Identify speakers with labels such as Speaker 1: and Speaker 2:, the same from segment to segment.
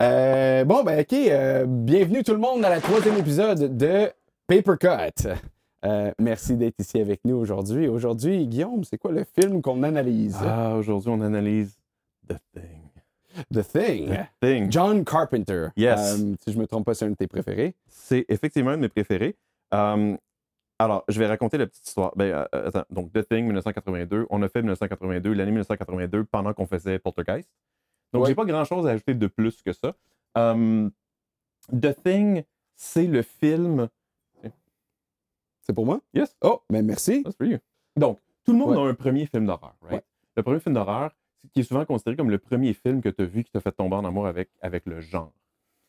Speaker 1: Euh, bon, ben, OK. euh, bienvenue tout le monde dans la troisième épisode de Paper Cut. Euh, merci d'être ici avec nous aujourd'hui. Aujourd'hui, Guillaume, c'est quoi le film qu'on analyse?
Speaker 2: Ah, aujourd'hui, on analyse The Thing.
Speaker 1: The Thing.
Speaker 2: The Thing.
Speaker 1: John Carpenter.
Speaker 2: Yes.
Speaker 1: Euh, si je me trompe pas, c'est un de tes préférés.
Speaker 2: C'est effectivement un de mes préférés. Euh, alors, je vais raconter la petite histoire. Ben, euh, euh, attends. Donc, The Thing, 1982. On a fait 1982, l'année 1982, pendant qu'on faisait Poltergeist. Donc,
Speaker 1: Ouais.
Speaker 2: j'ai pas grand-chose à ajouter de plus que ça. Euh, The Thing, c'est le film.
Speaker 1: C'est pour moi?
Speaker 2: Yes.
Speaker 1: Oh, ben merci.
Speaker 2: That's for you. Donc, tout le monde
Speaker 1: Ouais.
Speaker 2: a un premier film d'horreur, right?
Speaker 1: Ouais.
Speaker 2: Le premier film d'horreur, c'est- qui est souvent considéré comme le premier film que tu as vu qui t'a fait tomber en amour avec, avec le genre.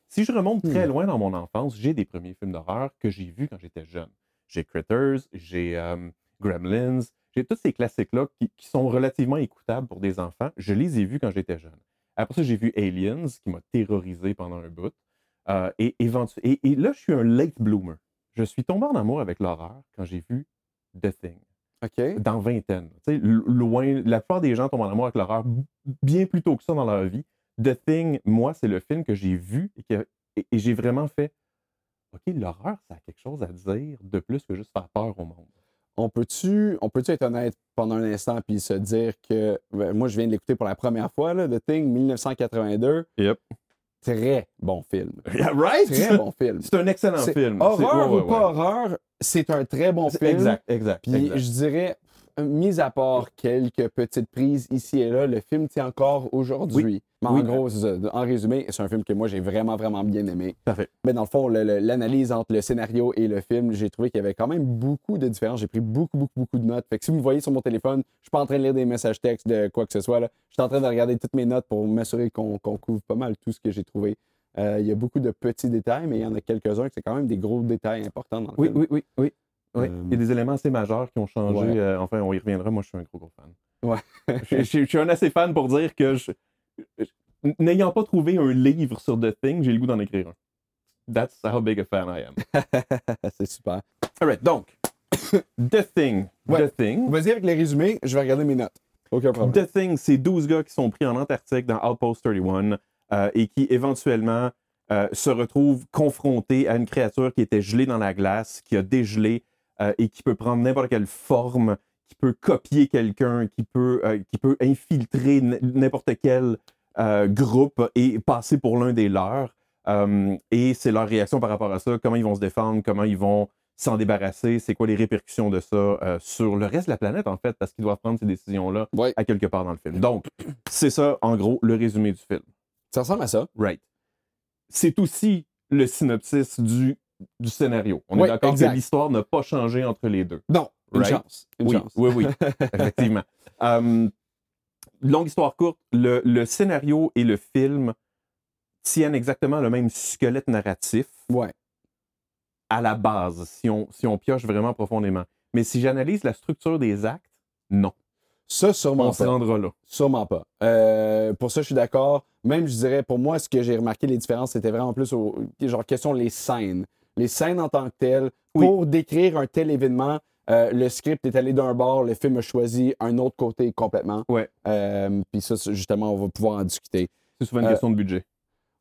Speaker 2: Si je remonte très loin dans mon enfance, j'ai des premiers films d'horreur que j'ai vus quand j'étais jeune. J'ai Critters, j'ai euh, Gremlins, j'ai tous ces classiques-là qui, qui sont relativement écoutables pour des enfants. Je les ai vus quand j'étais jeune. Après ça, j'ai vu Aliens, qui m'a terrorisé pendant un bout. Euh, et, éventu- et- et là, je suis un late bloomer. Je suis tombé en amour avec l'horreur quand j'ai vu The Thing
Speaker 1: OK.
Speaker 2: dans vingtaine. Tu sais, l- loin, la plupart des gens tombent en amour avec l'horreur b- bien plus tôt que ça dans leur vie. The Thing, moi, c'est le film que j'ai vu et, que- et- et j'ai vraiment fait OK, l'horreur, ça a quelque chose à dire de plus que juste faire peur au monde.
Speaker 1: On peut-tu on peut être honnête pendant un instant puis se dire que ben, moi, je viens de l'écouter pour la première fois, là, The Thing 1982.
Speaker 2: Yep.
Speaker 1: Très bon film. Très
Speaker 2: right?
Speaker 1: bon film.
Speaker 2: C'est un excellent
Speaker 1: C'est
Speaker 2: film. C'est-
Speaker 1: Horreur
Speaker 2: ouais, ouais,
Speaker 1: ou
Speaker 2: ouais.
Speaker 1: pas horreur, c'est un très bon
Speaker 2: C'est-
Speaker 1: film.
Speaker 2: Exact, exact.
Speaker 1: Puis
Speaker 2: exact.
Speaker 1: je dirais, pff, mis à part quelques petites prises ici et là, le film tient encore aujourd'hui. Mais en
Speaker 2: Oui.
Speaker 1: gros, c'est ça. en résumé, c'est un film que moi j'ai vraiment, vraiment bien aimé.
Speaker 2: Parfait.
Speaker 1: Mais dans le fond, le- le- l'analyse entre le scénario et le film, j'ai trouvé qu'il y avait quand même beaucoup de différences. J'ai pris beaucoup, beaucoup, beaucoup de notes. Fait que si vous me voyez sur mon téléphone, je suis pas en train de lire des messages textes de quoi que ce soit. Là. Je suis en train de regarder toutes mes notes pour m'assurer qu'on qu'on couvre pas mal tout ce que j'ai trouvé. Euh, Il y a beaucoup de petits détails, mais il y en a quelques-uns que c'est quand même des gros détails importants dans le
Speaker 2: Oui,
Speaker 1: film.
Speaker 2: oui, oui, oui. Oui.
Speaker 1: Euh,
Speaker 2: Il y a des éléments assez majeurs qui ont changé.
Speaker 1: Ouais.
Speaker 2: euh, enfin, on y reviendra. Moi, je suis un gros, gros fan.
Speaker 1: Ouais.
Speaker 2: je, je- je suis un assez fan pour dire que, je- je- n'ayant pas trouvé un livre sur The Thing, j'ai le goût d'en écrire un. That's how big a fan I am.
Speaker 1: c'est super.
Speaker 2: All right, donc, The Thing.
Speaker 1: Ouais.
Speaker 2: The Thing.
Speaker 1: Vas-y avec les résumés, je vais regarder mes notes. Aucun problème.
Speaker 2: The Thing, c'est 12 gars qui sont pris en Antarctique dans Outpost 31 euh, et qui éventuellement euh, se retrouvent confrontés à une créature qui était gelée dans la glace, qui a dégelé euh, et qui peut prendre n'importe quelle forme, qui peut copier quelqu'un, qui, peut, euh, qui peut infiltrer n- n'importe quel euh, groupe et passer pour l'un des leurs. Euh, et c'est leur réaction par rapport à ça, comment ils vont se défendre, comment ils vont s'en débarrasser, c'est quoi les répercussions de ça euh, sur le reste de la planète, en fait, parce qu'ils doivent prendre ces décisions-là
Speaker 1: Ouais.
Speaker 2: à quelque part dans le film. Donc, c'est ça, en gros, le résumé du film.
Speaker 1: Ça ressemble à ça.
Speaker 2: Right. C'est aussi le synopsis du, du scénario. On
Speaker 1: Oui,
Speaker 2: est d'accord
Speaker 1: exact.
Speaker 2: que l'histoire n'a pas changé entre les deux.
Speaker 1: Non, une
Speaker 2: Right.
Speaker 1: chance. Une
Speaker 2: oui,
Speaker 1: chance.
Speaker 2: oui, oui, effectivement. Hum, longue histoire courte, le, le scénario et le film tiennent exactement le même squelette narratif
Speaker 1: Ouais.
Speaker 2: à la base, si on, si on pioche vraiment profondément. Mais si j'analyse la structure des actes, non.
Speaker 1: Ça, sûrement
Speaker 2: on se
Speaker 1: pas.
Speaker 2: rendra là.
Speaker 1: Sûrement pas. Euh, pour ça, je suis d'accord. Même, je dirais, pour moi, ce que j'ai remarqué, les différences, c'était vraiment plus, au, genre, quelles sont les scènes. Les scènes en tant que telles,
Speaker 2: Oui.
Speaker 1: pour décrire un tel événement, euh, le script est allé d'un bord, le film a choisi un autre côté complètement.
Speaker 2: Ouais.
Speaker 1: Euh, Puis ça, c'est- justement, on va pouvoir en discuter.
Speaker 2: C'est souvent une
Speaker 1: Euh,
Speaker 2: question de budget.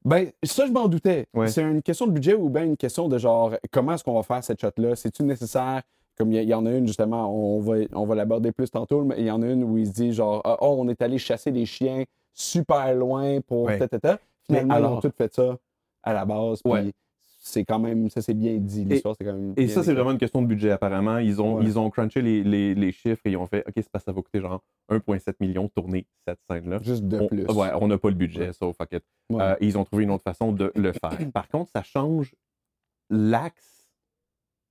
Speaker 1: Ben, ça, je m'en doutais.
Speaker 2: Ouais.
Speaker 1: C'est une question de budget ou bien une question de genre, comment est-ce qu'on va faire cette shot-là? C'est-tu nécessaire? Comme il y, a- il y en a une, justement, on va, on va l'aborder plus tantôt, mais il y en a une où il se dit genre, ah, oh, on est allé chasser des chiens super loin pour
Speaker 2: Ouais.
Speaker 1: ta, ta, ta. Finalement,
Speaker 2: alors-
Speaker 1: ils ont tout fait ça à la base. puis
Speaker 2: Ouais.
Speaker 1: c'est quand même, ça c'est bien dit, l'histoire, c'est quand même.
Speaker 2: Et
Speaker 1: bien
Speaker 2: ça, c'est
Speaker 1: écrit.
Speaker 2: vraiment une question de budget, apparemment. Ils ont,
Speaker 1: Ouais.
Speaker 2: ils ont crunché les, les- les chiffres et ils ont fait OK, c'est parce que ça va coûter genre 1,7 million de tourner cette scène-là.
Speaker 1: Juste de
Speaker 2: On-
Speaker 1: plus.
Speaker 2: ouais, on n'a pas le budget,
Speaker 1: Ouais.
Speaker 2: so fuck it.
Speaker 1: Ouais.
Speaker 2: Euh, et ils ont trouvé une autre façon de le faire. Par contre, ça change l'axe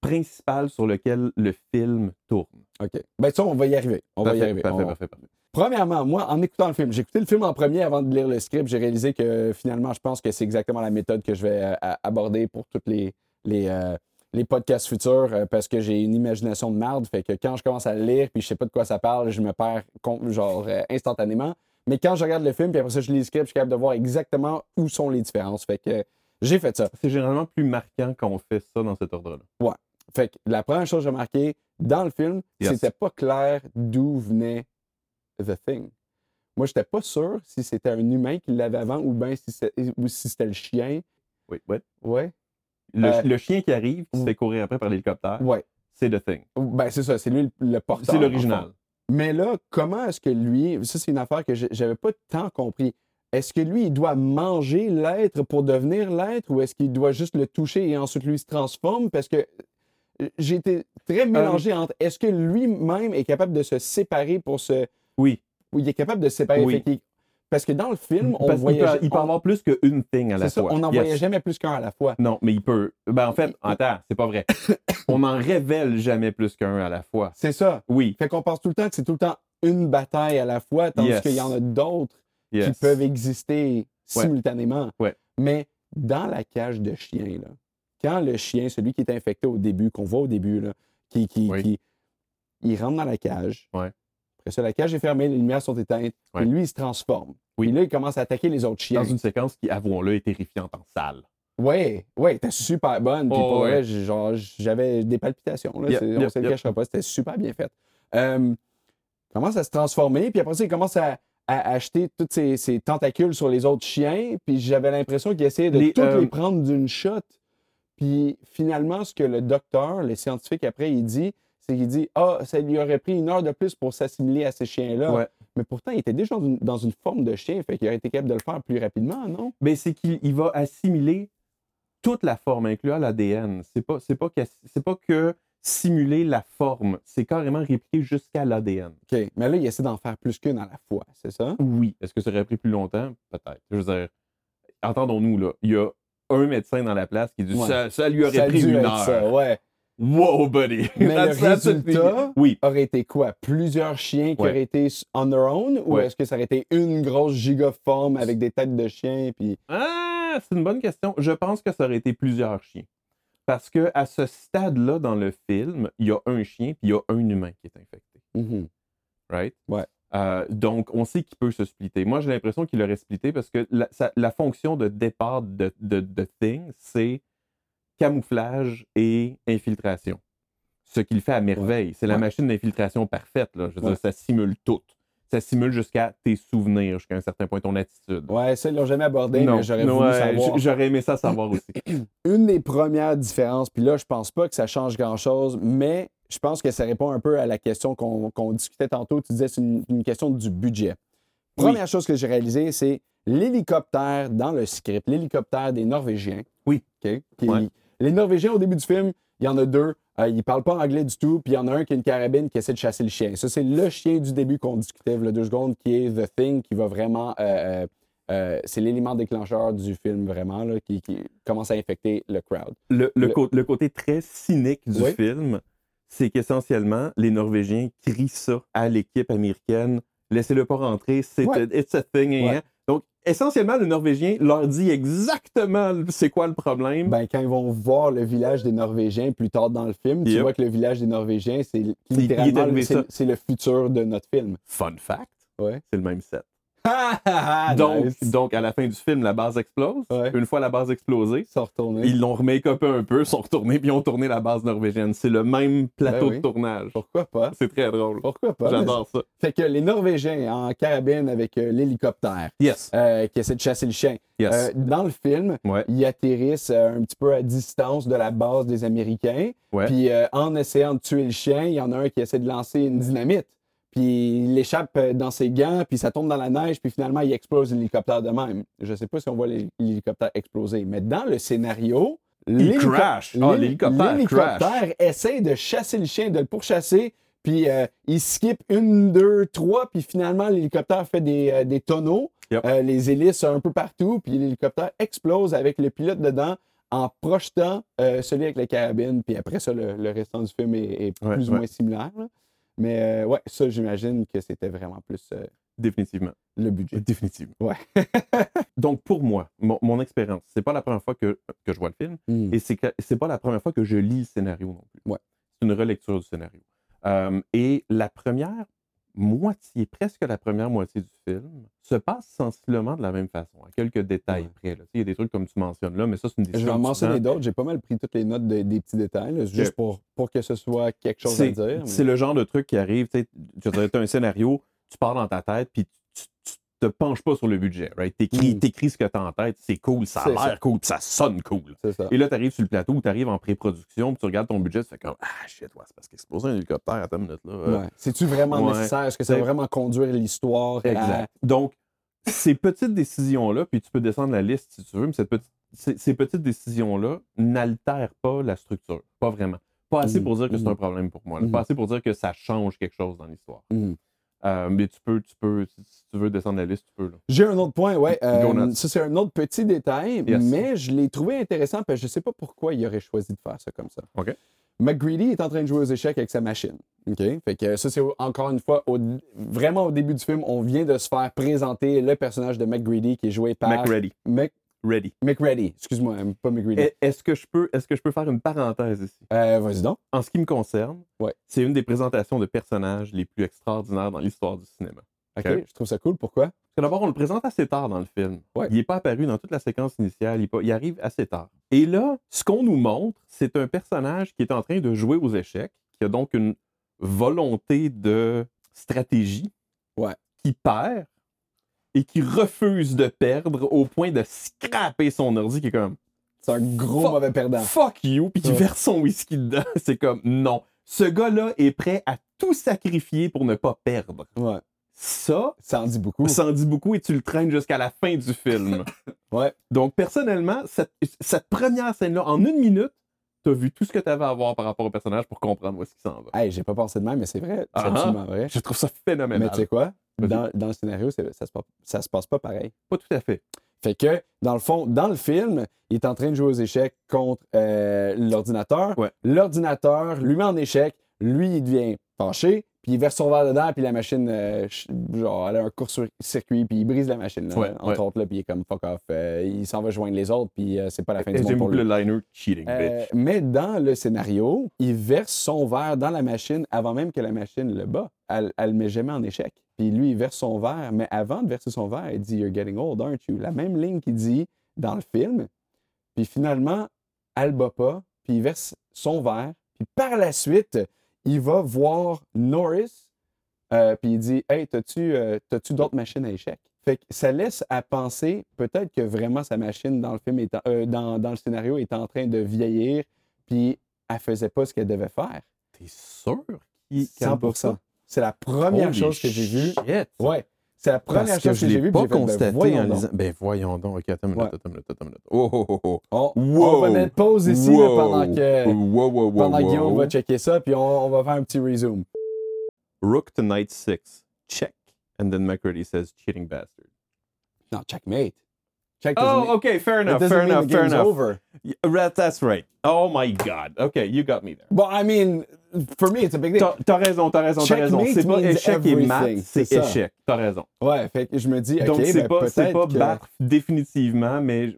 Speaker 2: principal sur lequel le film tourne.
Speaker 1: OK. Ben, ça, on va y arriver. On va y
Speaker 2: Parfait,
Speaker 1: arriver.
Speaker 2: parfait,
Speaker 1: On-
Speaker 2: parfait, parfait.
Speaker 1: Premièrement, moi, en écoutant le film, j'ai écouté le film en premier avant de lire le script. J'ai réalisé que finalement, je pense que c'est exactement la méthode que je vais euh, à- aborder pour toutes les, les, euh, les podcasts futurs euh, parce que j'ai une imagination de marde. Fait que quand je commence à le lire puis je sais pas de quoi ça parle, je me perds con- genre euh, instantanément. Mais quand je regarde le film puis après ça, je lis le script, je suis capable de voir exactement où sont les différences. Fait que euh, j'ai fait ça.
Speaker 2: C'est généralement plus marquant quand on fait ça dans cet ordre-là.
Speaker 1: Fait que la première chose que j'ai remarquée dans le film,
Speaker 2: Yes.
Speaker 1: c'était pas clair d'où venait The Thing. Moi, j'étais pas sûr si c'était un humain qui l'avait avant ou bien si c'est- ou si c'était le chien.
Speaker 2: Wait, what?
Speaker 1: Ouais.
Speaker 2: Le,
Speaker 1: Euh,
Speaker 2: le chien qui arrive, qui se
Speaker 1: ou-
Speaker 2: fait courir après par l'hélicoptère,
Speaker 1: Ouais.
Speaker 2: c'est The Thing.
Speaker 1: Ben, c'est ça, c'est lui le, le porteur.
Speaker 2: C'est
Speaker 1: en
Speaker 2: l'original.
Speaker 1: fait. Mais là, comment est-ce que lui. Ça, c'est une affaire que j'ai- j'avais pas tant compris. Est-ce que lui, il doit manger l'être pour devenir l'être ou est-ce qu'il doit juste le toucher et ensuite lui il se transforme? Parce que euh, j'ai été très mélangé entre est-ce que lui-même est capable de se séparer pour se.
Speaker 2: Oui.
Speaker 1: Ou il est capable de se séparer.
Speaker 2: Oui.
Speaker 1: Fait qu'il- Parce que dans le film, on
Speaker 2: Parce qu'il peut,
Speaker 1: voyait.
Speaker 2: il peut
Speaker 1: on-
Speaker 2: avoir plus qu'une thing à la
Speaker 1: C'est ça,
Speaker 2: fois.
Speaker 1: on n'en
Speaker 2: Yes.
Speaker 1: voyait jamais plus qu'un à la fois.
Speaker 2: Non, mais il peut. Ben, en fait, attends, c'est pas vrai. on n'en révèle jamais plus qu'un à la fois.
Speaker 1: C'est ça.
Speaker 2: Oui.
Speaker 1: Fait qu'on pense tout le temps que c'est tout le temps une bataille à la fois, tandis
Speaker 2: Yes.
Speaker 1: qu'il y en a d'autres
Speaker 2: yes.
Speaker 1: qui peuvent exister
Speaker 2: Ouais.
Speaker 1: simultanément.
Speaker 2: Ouais.
Speaker 1: Mais dans la cage de chien, là, quand le chien, celui qui est infecté au début, qu'on voit au début, là, qui, qui,
Speaker 2: Oui.
Speaker 1: qui- il rentre dans la cage.
Speaker 2: Ouais.
Speaker 1: Après ça, la cage est fermée, les lumières sont éteintes.
Speaker 2: Ouais.
Speaker 1: Et lui, il se transforme.
Speaker 2: Oui.
Speaker 1: Puis là, il commence à attaquer les autres chiens.
Speaker 2: Dans une séquence qui, avouons-le, est terrifiante en salle.
Speaker 1: Ouais, ouais, était super bonne. Puis
Speaker 2: Oh,
Speaker 1: pour
Speaker 2: ouais.
Speaker 1: vrai, j- genre, j'avais des palpitations. Là,
Speaker 2: Yep,
Speaker 1: C'est- on
Speaker 2: yep,
Speaker 1: se le
Speaker 2: yep.
Speaker 1: cachera pas. C'était super bien fait. Euh, il commence à se transformer, puis après ça, il commence à, à acheter toutes ses, ses tentacules sur les autres chiens. Puis j'avais l'impression qu'il essayait de
Speaker 2: Les,
Speaker 1: toutes
Speaker 2: euh,
Speaker 1: les prendre d'une shot. Puis finalement, ce que le docteur, le scientifique, après, il dit, c'est qu'il dit Ah, ça lui aurait pris une heure de plus pour s'assimiler à ces chiens-là.
Speaker 2: Ouais.
Speaker 1: Mais pourtant, il était déjà dans une, dans une forme de chien, fait qu'il aurait été capable de le faire plus rapidement, non?
Speaker 2: Mais c'est qu'il il va assimiler toute la forme, incluant l'ADN. C'est pas, c'est pas, que, c'est pas que simuler la forme, c'est carrément répliquer jusqu'à l'ADN.
Speaker 1: OK. Mais là, il essaie d'en faire plus qu'une à la fois, c'est ça?
Speaker 2: Oui. Est-ce que ça aurait pris plus longtemps? Peut-être. Je veux dire, entendons-nous, là. Il y a un médecin dans la place qui dit
Speaker 1: Ouais.
Speaker 2: ça, ça lui aurait
Speaker 1: Ça a
Speaker 2: pris
Speaker 1: dû
Speaker 2: une
Speaker 1: être
Speaker 2: heure.
Speaker 1: ça, ouais.
Speaker 2: Wow, buddy!
Speaker 1: Mais le
Speaker 2: a
Speaker 1: résultat-
Speaker 2: Oui.
Speaker 1: Aurait été quoi? Plusieurs chiens qui
Speaker 2: Ouais.
Speaker 1: auraient été s- on their own? Ou
Speaker 2: Ouais.
Speaker 1: est-ce que ça aurait été une grosse gigaforme avec des têtes de chiens? Puis...
Speaker 2: Ah, c'est une bonne question. Je pense que ça aurait été plusieurs chiens. Parce que à ce stade-là, dans le film, il y a un chien puis il y a un humain qui est infecté.
Speaker 1: Mhm.
Speaker 2: right?
Speaker 1: Ouais.
Speaker 2: Euh, donc, on sait qu'il peut se splitter. Moi, j'ai l'impression qu'il aurait splitté parce que la, sa- la fonction de départ de, de, de Thing, c'est camouflage et infiltration. Ce qu'il fait à merveille. C'est la
Speaker 1: Ouais.
Speaker 2: machine d'infiltration parfaite. Là. Je veux
Speaker 1: Ouais.
Speaker 2: dire, ça simule tout. Ça simule jusqu'à tes souvenirs, jusqu'à un certain point, ton attitude.
Speaker 1: Ouais, ça, ils l'ont jamais abordé, Ben, mais j'aurais
Speaker 2: non,
Speaker 1: voulu
Speaker 2: ouais,
Speaker 1: savoir.
Speaker 2: j- j'aurais aimé ça savoir aussi.
Speaker 1: Une des premières différences, puis là, je pense pas que ça change grand-chose, mais je pense que ça répond un peu à la question qu'on qu'on discutait tantôt. Tu disais, c'est une, une question du budget.
Speaker 2: Oui.
Speaker 1: Première chose que j'ai réalisée, c'est l'hélicoptère dans le script, l'hélicoptère des Norvégiens.
Speaker 2: Oui.
Speaker 1: OK? Qui-
Speaker 2: Ouais.
Speaker 1: Les Norvégiens, au début du film, il y en a deux. euh, ils parlent pas anglais du tout, puis il y en a un qui a une carabine qui essaie de chasser le chien. Ça, c'est le chien du début qu'on discutait, il y a deux secondes, qui est The Thing, qui va vraiment. euh, euh, euh, c'est l'élément déclencheur du film, vraiment, là, qui, qui commence à infecter le crowd.
Speaker 2: Le, le
Speaker 1: Le-
Speaker 2: cô- le côté très cynique du
Speaker 1: Oui.
Speaker 2: film, c'est qu'essentiellement, les Norvégiens crient ça à l'équipe américaine Laissez-le pas rentrer, c'est
Speaker 1: Ouais.
Speaker 2: a- it's a thing. hein,
Speaker 1: Ouais.
Speaker 2: hein. Donc, essentiellement, le Norvégien leur dit exactement c'est quoi le problème.
Speaker 1: Ben, quand ils vont voir le village des Norvégiens plus tard dans le film, tu
Speaker 2: Yep.
Speaker 1: vois que le village des Norvégiens, c'est
Speaker 2: il est
Speaker 1: littéralement
Speaker 2: arrivé
Speaker 1: le-
Speaker 2: ça.
Speaker 1: c'est c'est le futur de notre film.
Speaker 2: Fun fact
Speaker 1: Ouais.
Speaker 2: c'est le même set. donc,
Speaker 1: donc,
Speaker 2: donc, à la fin du film, la base explose.
Speaker 1: Ouais.
Speaker 2: Une fois la base explosée,
Speaker 1: se retourner.
Speaker 2: ils l'ont remake-upé un peu, sont retournés puis ils ont tourné la base norvégienne. C'est le même plateau
Speaker 1: Ben oui.
Speaker 2: de tournage.
Speaker 1: Pourquoi pas?
Speaker 2: C'est très drôle.
Speaker 1: Pourquoi pas?
Speaker 2: J'adore ça.
Speaker 1: Fait que les Norvégiens en carabine avec euh, l'hélicoptère
Speaker 2: Yes.
Speaker 1: euh, qui essaie de chasser le chien.
Speaker 2: Yes.
Speaker 1: Euh, dans le film,
Speaker 2: Ouais.
Speaker 1: ils atterrissent euh, un petit peu à distance de la base des Américains.
Speaker 2: Ouais.
Speaker 1: Puis euh, en essayant de tuer le chien, il y en a un qui essaie de lancer une dynamite. Puis il échappe euh, dans ses gants, puis ça tombe dans la neige, puis finalement il explose l'hélicoptère de même. Je sais pas si on voit l'hé- l'hélicoptère exploser, mais dans le scénario, l'hélico-
Speaker 2: crash. Ah,
Speaker 1: l'hé-
Speaker 2: l'hélicoptère
Speaker 1: l'hélicoptère essaie de chasser le chien, de le pourchasser, puis euh, il skip une, deux, trois, puis finalement l'hélicoptère fait des, euh, des tonneaux,
Speaker 2: Yep.
Speaker 1: euh, les hélices un peu partout, puis l'hélicoptère explose avec le pilote dedans en projetant euh, celui avec la carabine, puis après ça, le, le restant du film est, est
Speaker 2: Ouais,
Speaker 1: plus ou
Speaker 2: ouais.
Speaker 1: moins similaire. là. Mais euh, ouais, ça, j'imagine que c'était vraiment plus euh,
Speaker 2: Définitivement.
Speaker 1: le budget.
Speaker 2: Définitivement.
Speaker 1: Ouais.
Speaker 2: Donc, pour moi, mon, mon expérience, c'est pas la première fois que, que je vois le film Mm. et c'est que- c'est pas la première fois que je lis le scénario non plus.
Speaker 1: Ouais.
Speaker 2: C'est une relecture du scénario. Euh, et la première moitié, presque la première moitié du film, se passe sensiblement de la même façon, à quelques détails
Speaker 1: Ouais.
Speaker 2: près. là. Tu sais, Il y a des trucs comme tu mentionnes là, mais ça, c'est une
Speaker 1: Je
Speaker 2: décision.
Speaker 1: vais en
Speaker 2: du
Speaker 1: mentionner
Speaker 2: temps.
Speaker 1: d'autres. J'ai pas mal pris toutes les notes de- des petits détails, là, juste
Speaker 2: Yeah.
Speaker 1: pour, pour que ce soit quelque chose à
Speaker 2: C'est-
Speaker 1: dire. mais-
Speaker 2: C'est le genre de truc qui arrive. Tu as un scénario, tu pars dans ta tête, puis tu tu, tu te penches pas sur le budget, right? T'écris,
Speaker 1: Mm.
Speaker 2: t'écris ce que t'as en tête, c'est cool, ça a
Speaker 1: C'est
Speaker 2: l'air
Speaker 1: ça.
Speaker 2: cool, puis ça sonne cool.
Speaker 1: C'est ça.
Speaker 2: Et là, tu arrives sur le plateau ou tu arrives en pré-production, puis tu regardes ton budget, tu fais comme Ah shit, ouais, c'est parce qu'exploser un hélicoptère, attends une minute là. euh,
Speaker 1: Ouais. C'est-tu vraiment
Speaker 2: Ouais.
Speaker 1: nécessaire? Est-ce que ça
Speaker 2: C'est-
Speaker 1: va vraiment conduire l'histoire? à-
Speaker 2: Exact. Euh, Donc, ces petites décisions-là, puis tu peux descendre la liste si tu veux, mais cette petite- ces, ces petites décisions-là n'altèrent pas la structure. Pas vraiment. Pas assez
Speaker 1: Mhm.
Speaker 2: pour dire que c'est
Speaker 1: Mhm.
Speaker 2: un problème pour moi. là.
Speaker 1: Mhm.
Speaker 2: Pas assez pour dire que ça change quelque chose dans l'histoire.
Speaker 1: Mhm.
Speaker 2: Euh, mais tu peux, tu peux, si si tu veux descendre la liste, tu peux. Là.
Speaker 1: J'ai un autre point, ouais. euh,
Speaker 2: Go nuts.
Speaker 1: ça, c'est un autre petit détail,
Speaker 2: Yes.
Speaker 1: mais je l'ai trouvé intéressant parce que je ne sais pas pourquoi il aurait choisi de faire ça comme ça.
Speaker 2: OK.
Speaker 1: McGreedy est en train de jouer aux échecs avec sa machine. OK? Fait que ça, c'est au- encore une fois, au- vraiment au début du film, on vient de se faire présenter le personnage de McGreedy qui est joué par
Speaker 2: McReady.
Speaker 1: Mc-
Speaker 2: Ready.
Speaker 1: McReady. Excuse-moi, euh, pas McGreedy.
Speaker 2: Et- Est-ce que, je peux- est-ce que je peux faire une parenthèse ici?
Speaker 1: Euh, Vas-y donc.
Speaker 2: En ce qui me concerne,
Speaker 1: Ouais.
Speaker 2: c'est une des présentations de personnages les plus extraordinaires dans l'histoire du cinéma.
Speaker 1: OK?
Speaker 2: OK.
Speaker 1: Je trouve ça cool. Pourquoi?
Speaker 2: Parce que d'abord, on le présente assez tard dans le film.
Speaker 1: Ouais.
Speaker 2: Il n'est pas apparu dans toute la séquence initiale. Il, est pas- il arrive assez tard. Et là, ce qu'on nous montre, c'est un personnage qui est en train de jouer aux échecs, qui a donc une volonté de stratégie,
Speaker 1: Ouais.
Speaker 2: qui perd et qui refuse de perdre au point de scraper son ordi qui est comme
Speaker 1: C'est un gros
Speaker 2: Fuck.
Speaker 1: mauvais perdant.
Speaker 2: Fuck you, puis qui
Speaker 1: Ben. Ouais.
Speaker 2: verse son whisky dedans. C'est comme non. Ce gars-là est prêt à tout sacrifier pour ne pas perdre.
Speaker 1: Ouais.
Speaker 2: Ça,
Speaker 1: Ça en dit beaucoup.
Speaker 2: ça en dit beaucoup et tu le traînes jusqu'à la fin du film.
Speaker 1: Ouais.
Speaker 2: Donc, personnellement, cette, cette première scène-là, en une minute, t'as vu tout ce que t'avais à voir par rapport au personnage pour comprendre où est-ce qu'il s'en va.
Speaker 1: Hey, j'ai pas pensé de même, mais c'est vrai. C'est
Speaker 2: Ah-ha.
Speaker 1: absolument vrai.
Speaker 2: Je trouve ça
Speaker 1: Mais
Speaker 2: phénoménal.
Speaker 1: tu sais quoi?
Speaker 2: Vas-y.
Speaker 1: Dans, dans le scénario, c'est- ça se, passe- ça se passe pas pareil.
Speaker 2: Pas tout à fait.
Speaker 1: Fait que, dans le fond, dans le film, il est en train de jouer aux échecs contre euh, l'ordinateur.
Speaker 2: Ouais.
Speaker 1: L'ordinateur lui met en échec. Lui, il devient penché, puis il verse son verre dedans, puis la machine, euh, ch- genre, elle a un court-circuit, puis il brise la machine, là,
Speaker 2: Ouais,
Speaker 1: entre
Speaker 2: ouais.
Speaker 1: autres, là, puis il est comme fuck off. Euh, il s'en va joindre les autres, puis euh, c'est pas la fin
Speaker 2: Et
Speaker 1: du monde
Speaker 2: J'aime
Speaker 1: pour
Speaker 2: beaucoup
Speaker 1: lui.
Speaker 2: le liner cheating,
Speaker 1: Euh,
Speaker 2: bitch.
Speaker 1: mais dans le scénario, il verse son verre dans la machine avant même que la machine le bat. Elle, elle le met jamais en échec. Puis lui, il verse son verre, mais avant de verser son verre, il dit You're getting old, aren't you? La même ligne qu'il dit dans le film. Puis finalement, elle bat pas, puis il verse son verre. Puis par la suite, il va voir Norris, euh, puis il dit Hey, t'as-tu euh, t'as-tu d'autres machines à échec? Fait que ça laisse à penser peut-être que vraiment sa machine dans le film est en- euh, dans, dans le scénario est en train de vieillir, puis elle faisait pas ce qu'elle devait faire.
Speaker 2: T'es sûr qu'il
Speaker 1: 100%. C'est la première chose que j'ai vue.
Speaker 2: Shit.
Speaker 1: Ouais. C'est la première
Speaker 2: Parce que
Speaker 1: chose
Speaker 2: je
Speaker 1: que, j'ai
Speaker 2: l'ai
Speaker 1: vue.
Speaker 2: pas
Speaker 1: puis j'ai fait, ben,
Speaker 2: constaté
Speaker 1: voyons
Speaker 2: en
Speaker 1: donc.
Speaker 2: lisant. Ben voyons donc. Ok, attends une minute,
Speaker 1: Ouais.
Speaker 2: attends une minute, attends une minute. Oh, oh, oh, oh.
Speaker 1: On, on
Speaker 2: Wow.
Speaker 1: va mettre pause ici là, pendant que,
Speaker 2: Wow, wow, wow,
Speaker 1: pendant que
Speaker 2: wow.
Speaker 1: Guillaume va checker ça, puis on, on va faire un petit resume.
Speaker 2: Rook to knight six. Check. And then McCready says, cheating bastard.
Speaker 1: Non, checkmate. Check doesn't
Speaker 2: Oh,
Speaker 1: mean-
Speaker 2: okay, fair
Speaker 1: it
Speaker 2: enough,
Speaker 1: doesn't
Speaker 2: fair
Speaker 1: mean
Speaker 2: enough,
Speaker 1: the
Speaker 2: fair
Speaker 1: game's
Speaker 2: enough.
Speaker 1: over.
Speaker 2: Yeah, right, that's right. Oh my god. Okay, you got me there.
Speaker 1: Well, I mean, for me, it's a big deal.
Speaker 2: T'as t'as raison, t'as raison, t'as
Speaker 1: Checkmate
Speaker 2: raison. C'est pas
Speaker 1: means
Speaker 2: échec et mat,
Speaker 1: everything,
Speaker 2: c'est
Speaker 1: c'est ça.
Speaker 2: échec. T'as raison.
Speaker 1: Ouais, fait que je me dis,
Speaker 2: Donc
Speaker 1: ok,
Speaker 2: c'est
Speaker 1: ben,
Speaker 2: pas, c'est
Speaker 1: peut-être
Speaker 2: pas
Speaker 1: que-
Speaker 2: battre définitivement, mais j-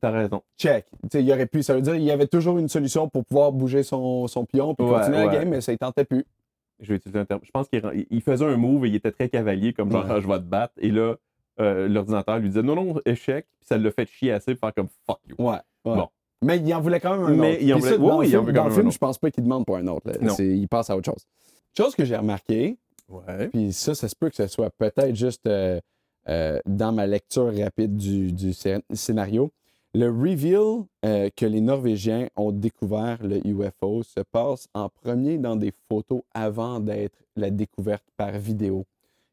Speaker 2: t'as raison.
Speaker 1: Check. Tu sais, il aurait pu, ça veut dire, il y avait toujours une solution pour pouvoir bouger son, son pion puis
Speaker 2: Ouais,
Speaker 1: continuer la
Speaker 2: ouais.
Speaker 1: game, mais ça il tentait plus.
Speaker 2: Je vais utiliser un terme. Je pense qu'il rend- il- il faisait un move et il était très cavalier, comme genre
Speaker 1: Ouais.
Speaker 2: Ah, je vais te battre. Et là, euh, l'ordinateur lui disait non, non, échec. Puis ça le fait chier assez pour faire comme fuck you.
Speaker 1: Ouais. ouais.
Speaker 2: Bon.
Speaker 1: Mais il en voulait quand même un
Speaker 2: Mais
Speaker 1: autre.
Speaker 2: il en
Speaker 1: Puis
Speaker 2: voulait-
Speaker 1: ça, dans
Speaker 2: oui,
Speaker 1: le
Speaker 2: il en
Speaker 1: film,
Speaker 2: voulait quand
Speaker 1: dans le
Speaker 2: même un
Speaker 1: film
Speaker 2: autre.
Speaker 1: je pense pas qu'il demande pour un autre. là.
Speaker 2: Non.
Speaker 1: C'est- Il passe à autre chose. Chose que j'ai remarqué,
Speaker 2: Ouais.
Speaker 1: puis ça, ça se peut que ce soit peut-être juste euh, euh, dans ma lecture rapide du, du scén- scénario. Le reveal euh, que les Norvégiens ont découvert le UFO se passe en premier dans des photos avant d'être la découverte par vidéo.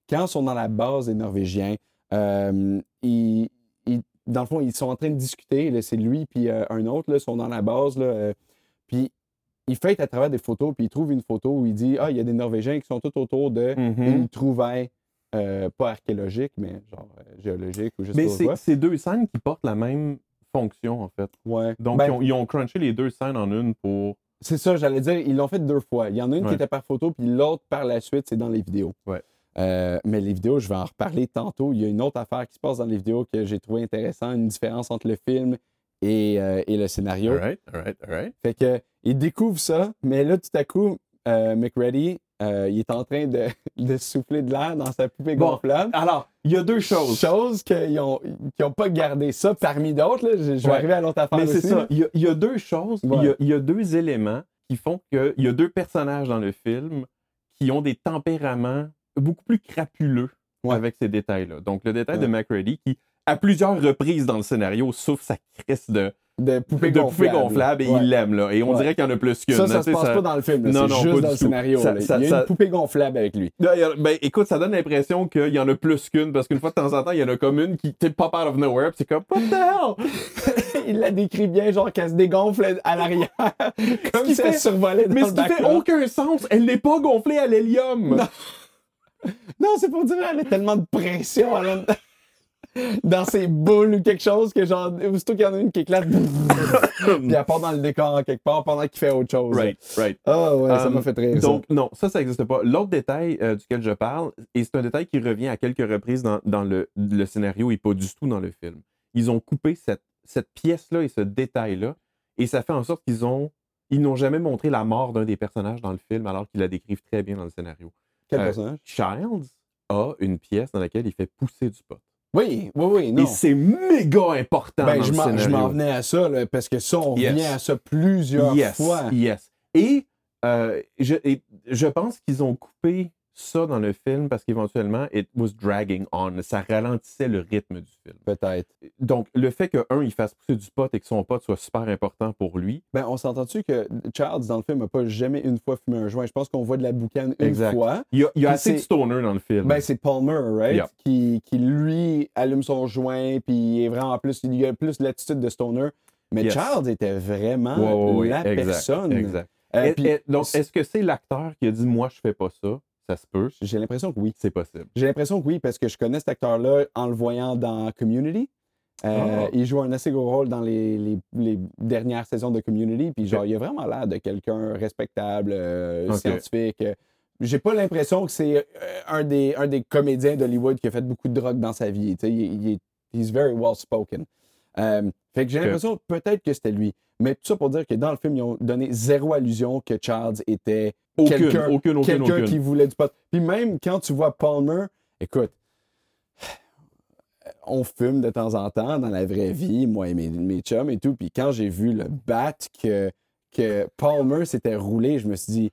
Speaker 1: Quand ils sont dans la base des Norvégiens, euh, ils- ils- dans le fond, ils sont en train de discuter. là, C'est lui puis euh, un autre, là, sont dans la base. là, euh, puis ils fêtent à travers des photos, puis ils trouvent une photo où il dit Ah, il y a des Norvégiens qui sont tout autour de
Speaker 2: Mhm.
Speaker 1: une trouvaille, euh, pas archéologique, mais genre euh, géologique ou je sais
Speaker 2: Mais
Speaker 1: pas
Speaker 2: c'est
Speaker 1: quoi.
Speaker 2: c'est deux scènes qui portent la même fonction, en fait.
Speaker 1: Ouais.
Speaker 2: Donc,
Speaker 1: Ben,
Speaker 2: ils, ont, ils ont crunché les deux scènes en une pour.
Speaker 1: C'est ça, j'allais dire, ils l'ont fait deux fois. Il y en a une
Speaker 2: Ouais.
Speaker 1: qui était par photo, puis l'autre par la suite, c'est dans les vidéos.
Speaker 2: Ouais.
Speaker 1: Euh, mais les vidéos, je vais en reparler tantôt. Il y a une autre affaire qui se passe dans les vidéos que j'ai trouvé intéressant, une différence entre le film et, euh, et le scénario.
Speaker 2: Alright, alright, alright.
Speaker 1: Fait que il découvre ça, mais là, tout à coup, euh, McReady, euh, il est en train de, de souffler de l'air dans sa poupée
Speaker 2: Bon,
Speaker 1: gonflable.
Speaker 2: Alors, il y a deux choses.
Speaker 1: Chose qu'ils n'ont pas gardé ça parmi d'autres. là. Je, je vais
Speaker 2: Ouais.
Speaker 1: arriver à l'autre affaire
Speaker 2: Mais c'est
Speaker 1: aussi,
Speaker 2: ça.
Speaker 1: là.
Speaker 2: Il y, a, il y a deux choses. Il, y a,
Speaker 1: Ouais.
Speaker 2: il y a deux éléments qui font que. Il y a deux personnages dans le film qui ont des tempéraments beaucoup plus crapuleux
Speaker 1: Ouais.
Speaker 2: avec ces détails-là. Donc, le détail de
Speaker 1: Ouais.
Speaker 2: MacReady qui, à plusieurs reprises dans le scénario, souffle sa crisse de,
Speaker 1: De poupée
Speaker 2: de
Speaker 1: gonflable.
Speaker 2: poupée gonflable et
Speaker 1: Ouais.
Speaker 2: il l'aime. là. Et on
Speaker 1: Ouais.
Speaker 2: dirait qu'il y en a plus qu'une.
Speaker 1: Ça,
Speaker 2: là,
Speaker 1: ça
Speaker 2: tu
Speaker 1: se
Speaker 2: sais,
Speaker 1: passe
Speaker 2: ça-
Speaker 1: pas dans le film. là.
Speaker 2: Non,
Speaker 1: C'est
Speaker 2: non,
Speaker 1: juste
Speaker 2: pas
Speaker 1: dans
Speaker 2: du
Speaker 1: le
Speaker 2: tout.
Speaker 1: scénario.
Speaker 2: Ça-
Speaker 1: là.
Speaker 2: ça-
Speaker 1: il y a
Speaker 2: ça-
Speaker 1: une poupée gonflable avec lui.
Speaker 2: Là, il y a- Ben, écoute, ça donne l'impression qu'il y en a plus qu'une parce qu'une fois de temps en temps, il y en a comme une qui t'es pop out of nowhere, pis c'est comme What the hell?
Speaker 1: il la décrit bien, genre qu'elle se dégonfle à l'arrière. comme
Speaker 2: qui
Speaker 1: si elle
Speaker 2: fait-
Speaker 1: survolait dans
Speaker 2: Mais
Speaker 1: le
Speaker 2: ce qui fait
Speaker 1: background.
Speaker 2: aucun sens, elle n'est pas gonflée à l'hélium.
Speaker 1: Non.
Speaker 2: oh!
Speaker 1: Non, c'est pour dire qu'elle a tellement de pression à l'en- dans ses boules ou quelque chose que genre, aussitôt qu'il y en a une qui éclate, puis elle part dans le décor en quelque part pendant qu'il fait autre chose.
Speaker 2: Right, right.
Speaker 1: Ah ouais, ça
Speaker 2: Um,
Speaker 1: m'a fait rire.
Speaker 2: Donc, non, ça, ça n'existe pas. L'autre détail euh, duquel je parle, et c'est un détail qui revient à quelques reprises dans, dans le, le scénario et pas du tout dans le film. Ils ont coupé cette, cette pièce-là et ce détail-là, et ça fait en sorte qu'ils ont. Ils n'ont jamais montré la mort d'un des personnages dans le film alors qu'ils la décrivent très bien dans le scénario.
Speaker 1: ça. Quel
Speaker 2: euh,
Speaker 1: personnage?
Speaker 2: Childs a une pièce dans laquelle il fait pousser du pot.
Speaker 1: Oui, oui, oui, non.
Speaker 2: Et c'est méga important
Speaker 1: Ben,
Speaker 2: dans
Speaker 1: je
Speaker 2: le
Speaker 1: m'en- je
Speaker 2: scénario.
Speaker 1: m'en venais à ça, là, parce que ça, on
Speaker 2: Yes.
Speaker 1: revient à ça plusieurs
Speaker 2: yes,
Speaker 1: fois.
Speaker 2: Yes. Et, euh, je, et je pense qu'ils ont coupé ça dans le film parce qu'éventuellement, it was dragging on. Ça ralentissait le rythme du film.
Speaker 1: Peut-être.
Speaker 2: Donc, le fait que, un, il fasse pousser du pot et que son pot soit super important pour lui,
Speaker 1: Ben, on s'entend-tu que Charles, dans le film, n'a pas jamais une fois fumé un joint? Je pense qu'on voit de la boucane une
Speaker 2: Exact.
Speaker 1: fois.
Speaker 2: il y a, il y a
Speaker 1: Puis
Speaker 2: assez de
Speaker 1: c'est-
Speaker 2: stoner dans le film.
Speaker 1: Ben, c'est Palmer, right?
Speaker 2: Yeah.
Speaker 1: Qui, qui, lui, allume son joint, puis il est vraiment plus, il a plus l'attitude de stoner. Mais
Speaker 2: Yes.
Speaker 1: Charles était vraiment
Speaker 2: Ouais, ouais, ouais,
Speaker 1: la
Speaker 2: exact,
Speaker 1: personne.
Speaker 2: Exact.
Speaker 1: Euh,
Speaker 2: Et-
Speaker 1: puis
Speaker 2: et- donc, est-ce que c'est l'acteur qui a dit, moi, je fais pas ça? Ça se peut.
Speaker 1: J'ai l'impression que oui.
Speaker 2: C'est possible.
Speaker 1: J'ai l'impression que oui, parce que je connais cet acteur-là en le voyant dans Community. Euh,
Speaker 2: Ah.
Speaker 1: Il joue un assez gros rôle dans les, les- les dernières saisons de Community. Puis genre,
Speaker 2: Ok.
Speaker 1: il a vraiment l'air de quelqu'un respectable, euh,
Speaker 2: Ok.
Speaker 1: scientifique. Euh, J'ai pas l'impression que c'est euh, un, des, un des comédiens d'Hollywood qui a fait beaucoup de drogue dans sa vie. Tu sais, il, il est he's very well spoken. Euh, fait que j'ai
Speaker 2: Ok.
Speaker 1: l'impression peut-être que c'était lui. Mais tout ça pour dire que dans le film, ils ont donné zéro allusion que Charles était
Speaker 2: Aucune,
Speaker 1: Quelqu'un-
Speaker 2: aucune, aucune,
Speaker 1: quelqu'un
Speaker 2: aucune.
Speaker 1: qui voulait du pot. Puis même quand tu vois Palmer, écoute, on fume de temps en temps dans la vraie vie, moi et mes, mes chums et tout. Puis quand j'ai vu le bat que, que Palmer s'était roulé, je me suis dit,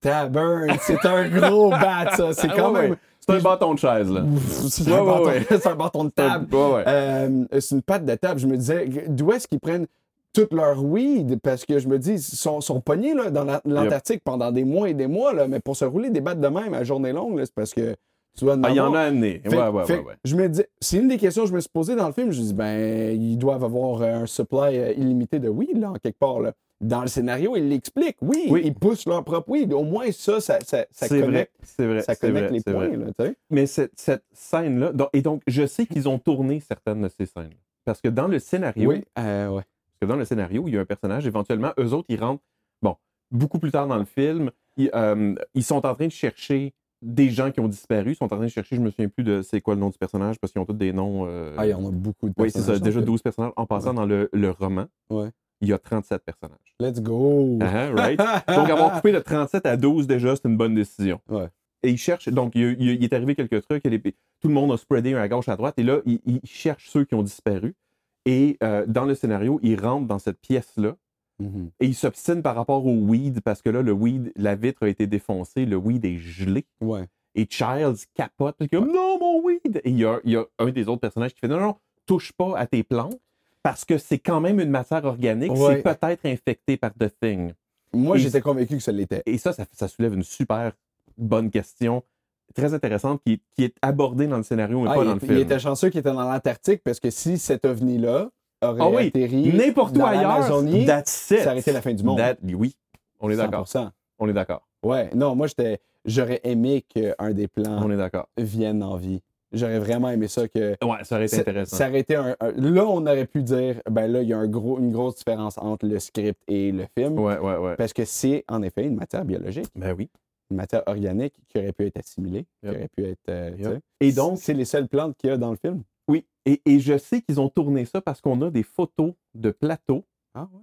Speaker 1: Tabern, c'est un gros bat, ça. C'est quand
Speaker 2: Ah Ouais,
Speaker 1: même.
Speaker 2: ouais. C'est un bâton de chaise, là.
Speaker 1: Ouf, C'est
Speaker 2: Ouais,
Speaker 1: un,
Speaker 2: ouais,
Speaker 1: bâton-
Speaker 2: ouais.
Speaker 1: c'est un bâton de table.
Speaker 2: Ouais, ouais.
Speaker 1: Euh, c'est une patte de table. Je me disais, d'où est-ce qu'ils prennent toute leur weed? Parce que je me dis, ils sont, sont pognés là, dans la- l'Antarctique pendant des mois et des mois. Là, mais pour se rouler des battes de même à journée longue, là, c'est parce que tu dois en
Speaker 2: Ah, il y en
Speaker 1: avoir.
Speaker 2: a amené.
Speaker 1: Fait-
Speaker 2: Ouais, ouais,
Speaker 1: fait-
Speaker 2: ouais, ouais.
Speaker 1: Je me dis, c'est une des questions que je me suis posée dans le film. Je me dis, ben, ils doivent avoir euh, un supply euh, illimité de weed, là, en quelque part. Là. Dans le scénario, ils l'expliquent. Oui,
Speaker 2: Oui.
Speaker 1: ils poussent leur propre weed. Au moins, ça, ça, ça, ça
Speaker 2: C'est vrai,
Speaker 1: connecte,
Speaker 2: c'est vrai.
Speaker 1: ça
Speaker 2: c'est
Speaker 1: connecte
Speaker 2: vrai,
Speaker 1: les
Speaker 2: c'est
Speaker 1: points.
Speaker 2: vrai.
Speaker 1: là, tu sais.
Speaker 2: Mais cette, cette scène-là, donc- et donc je sais qu'ils ont tourné certaines de ces scènes. Parce que dans le scénario,
Speaker 1: Oui, euh, ouais.
Speaker 2: parce que dans le scénario, il y a un personnage, éventuellement, eux autres, ils rentrent, bon, beaucoup plus tard dans le film, ils, euh, ils sont en train de chercher des gens qui ont disparu, ils sont en train de chercher, je me souviens plus de c'est quoi le nom du personnage, parce qu'ils ont tous des noms. euh,
Speaker 1: Ah, il y en a beaucoup de
Speaker 2: oui, c'est ça,
Speaker 1: personnages,
Speaker 2: déjà
Speaker 1: en fait.
Speaker 2: 12 personnages. En passant dans le, le roman,
Speaker 1: Ouais.
Speaker 2: il y a 37 personnages.
Speaker 1: Let's go!
Speaker 2: Ah, ah, right? Donc, avoir coupé de 37 à 12, déjà, c'est une bonne décision.
Speaker 1: Ouais.
Speaker 2: Et il cherche, donc, il, y a- il y a- il est arrivé quelques trucs, il y a des- tout le monde a spreadé un à gauche, à droite, et là, il, il cherche ceux qui ont disparu. Et euh, dans le scénario, il rentre dans cette pièce-là,
Speaker 1: Mhm.
Speaker 2: et il s'obstine par rapport au weed, parce que là, le weed, la vitre a été défoncée, le weed est gelé.
Speaker 1: Ouais.
Speaker 2: Et Childs capote, puis il est comme non, mon weed! Et il y, a, il y a un des autres personnages qui fait non, non, touche pas à tes plantes, parce que c'est quand même une matière organique,
Speaker 1: Ouais.
Speaker 2: c'est peut-être infecté par The Thing.
Speaker 1: Moi,
Speaker 2: Et-
Speaker 1: j'étais convaincu que ça l'était.
Speaker 2: Et ça, ça, ça soulève une super bonne question, très intéressante, qui, qui est abordée dans le scénario, mais
Speaker 1: Ah,
Speaker 2: pas
Speaker 1: il,
Speaker 2: dans le
Speaker 1: était-
Speaker 2: film.
Speaker 1: il était chanceux qu'il était dans l'Antarctique parce que si cet ovni-là aurait
Speaker 2: Ah oui,
Speaker 1: atterri
Speaker 2: N'importe où
Speaker 1: dans
Speaker 2: ailleurs,
Speaker 1: l'Amazonie,
Speaker 2: that's it.
Speaker 1: ça aurait été la fin du monde.
Speaker 2: That- oui, on est d'accord.
Speaker 1: 100%.
Speaker 2: On est d'accord.
Speaker 1: Ouais, non, moi, j'étais, j'aurais aimé qu'un des plans
Speaker 2: On est d'accord.
Speaker 1: vienne en vie. J'aurais vraiment aimé ça que.
Speaker 2: Ouais, ça aurait été
Speaker 1: Ça-
Speaker 2: intéressant.
Speaker 1: Ça aurait été un, un- Là, on aurait pu dire, ben là, il y a un gros, une grosse différence entre le script et le film.
Speaker 2: Ouais, ouais, ouais.
Speaker 1: Parce que c'est en effet une matière biologique,
Speaker 2: Ben oui.
Speaker 1: une matière organique qui aurait pu être assimilée,
Speaker 2: Yep.
Speaker 1: qui aurait pu être. euh, tu
Speaker 2: Yep.
Speaker 1: sais.
Speaker 2: Et donc,
Speaker 1: c'est les seules plantes qu'il y a dans le film.
Speaker 2: oui. Et, et je sais qu'ils ont tourné ça parce qu'on a des photos de plateaux.
Speaker 1: Ah ouais.